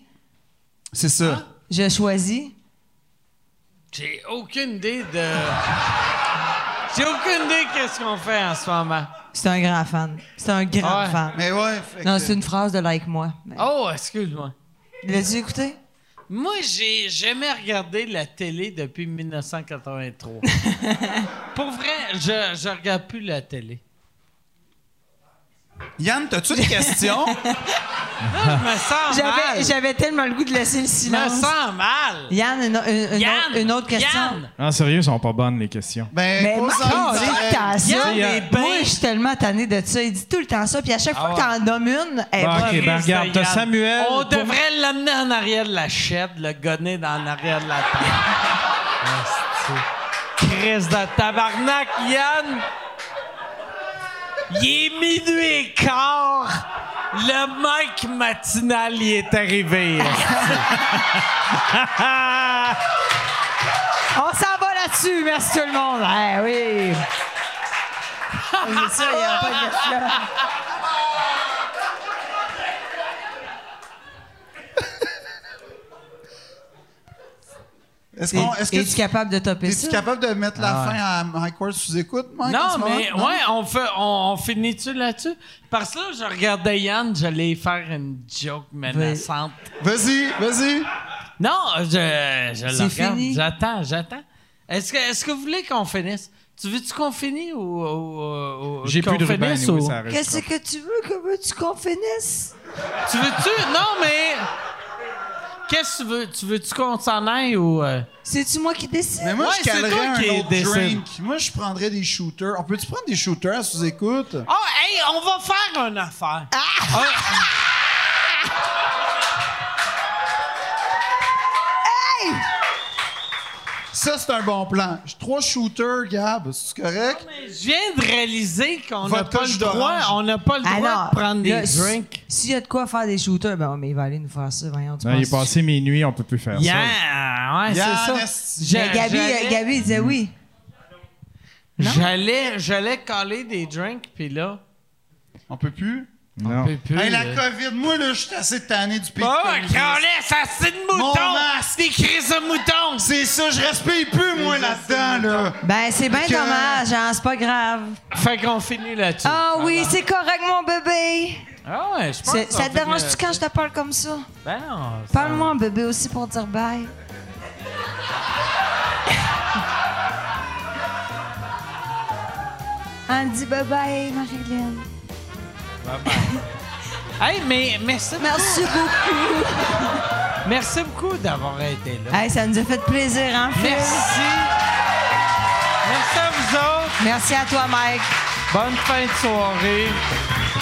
C'est ça. Je choisis. J'ai aucune idée de. J'ai aucune idée de qu'est-ce qu'on fait en ce moment. C'est un grand fan. C'est un grand Ouais. fan. Mais ouais, fait Non, que- c'est une phrase de Like Moi. Mais- Oh, excuse-moi. L'as-tu écouté? Moi, j'ai jamais regardé la télé depuis 1983. Pour vrai, je, je regarde plus la télé. Yann, t'as-tu des questions? Je me sens mal. J'avais, j'avais tellement le goût de laisser le Je me silence. sens mal. Yann, une, une- une autre, une autre question. Yann, En sérieux, ils sont pas bonnes, les questions. ben, Mais pose-en une Marc, on dit que direct. t'as ça. Yann est bien. Moi, je suis tellement tanné de ça. Il dit tout le temps ça. Puis à chaque fois que t'en nommes une, elle Bah, va- ok, ben regarde, t'as Yann. Samuel. On pour- devrait l'amener en arrière de la chaîne, le gonner dans l'arrière de la tête. Crise de tabarnak, Yann! Il est minuit et quart! Le Mike matinal y est arrivé! esti. On s'en va là-dessus. Merci tout le monde. Eh oui. Mais ça, Ah! il y a pas de question. Est-ce qu'on- est-ce Es- que Es-tu tu capable de topper es-tu ça? Ah. capable de mettre la fin à Mike Ward sous écoute, Mike? en ce Non, moment? mais ouais, on, fait, on, on finit-tu là-dessus? Parce que là, je regardais Yann, j'allais faire une joke menaçante. Vas-y, vas-y. Non, je, je C'est le regarde. fini. J'attends, j'attends. Est-ce que, est-ce que vous voulez qu'on finisse? Tu veux-tu qu'on finisse ou... ou- ou- J'ai qu'on plus de ruban, finisse anyway, ou- ça reste. Qu'est-ce que tu veux? Que veux-tu qu'on finisse? Tu veux-tu... Non, mais... Qu'est-ce que tu veux? Tu veux-tu qu'on s'en aille ou... euh? C'est-tu moi qui décide? Mais moi, Ouais, je c'est calerais toi un qui autre décide. drink. Moi, je prendrais des shooters. On peut-tu prendre des shooters à sous écoute? Oh, hey, on va faire une affaire. Ah. Ça, c'est un bon plan. J'ai Trois shooters, Gab, c'est correct? Je viens de réaliser qu'on n'a Votre pas touche le droit, d'orange. on n'a pas le droit Alors, de prendre des Ah là, si- drinks. S'il y a de quoi faire des shooters, ben, mais il va aller nous faire ça, voyons. Tu Non, il est penses- passé minuit, on peut plus faire Yeah, ça. ouais, Yann, c'est ça. esti. J'ai- Mais Gabi, j'allais- euh, Gabi disait oui. J'allais, j'allais caler des drinks, puis là. On peut plus? Non. Hey, la COVID, moi, là, je suis assez tanné du pays. Oh, de COVID. caler, ça c'est de mouton! masque. Des crises de mouton! c'est ça, je respire plus, moi, là-dedans, là. Ben, c'est bien Que- dommage, hein, c'est pas grave. Fait qu'on finit là-dessus. Ah oui, c'est correct, mon bébé. Ah ouais, je pense C'est- qu'on Ça te finit dérange-tu là- quand je te parle comme ça? Ben non, ça- Parle-moi en bébé aussi pour dire bye. Andy, bye bye, Marilyn. Hey, mais merci, Merci beaucoup. merci beaucoup d'avoir été là. Hey, ça nous a fait plaisir, hein, Phil? Merci. Merci à vous autres. Merci à toi, Mike. Bonne fin de soirée.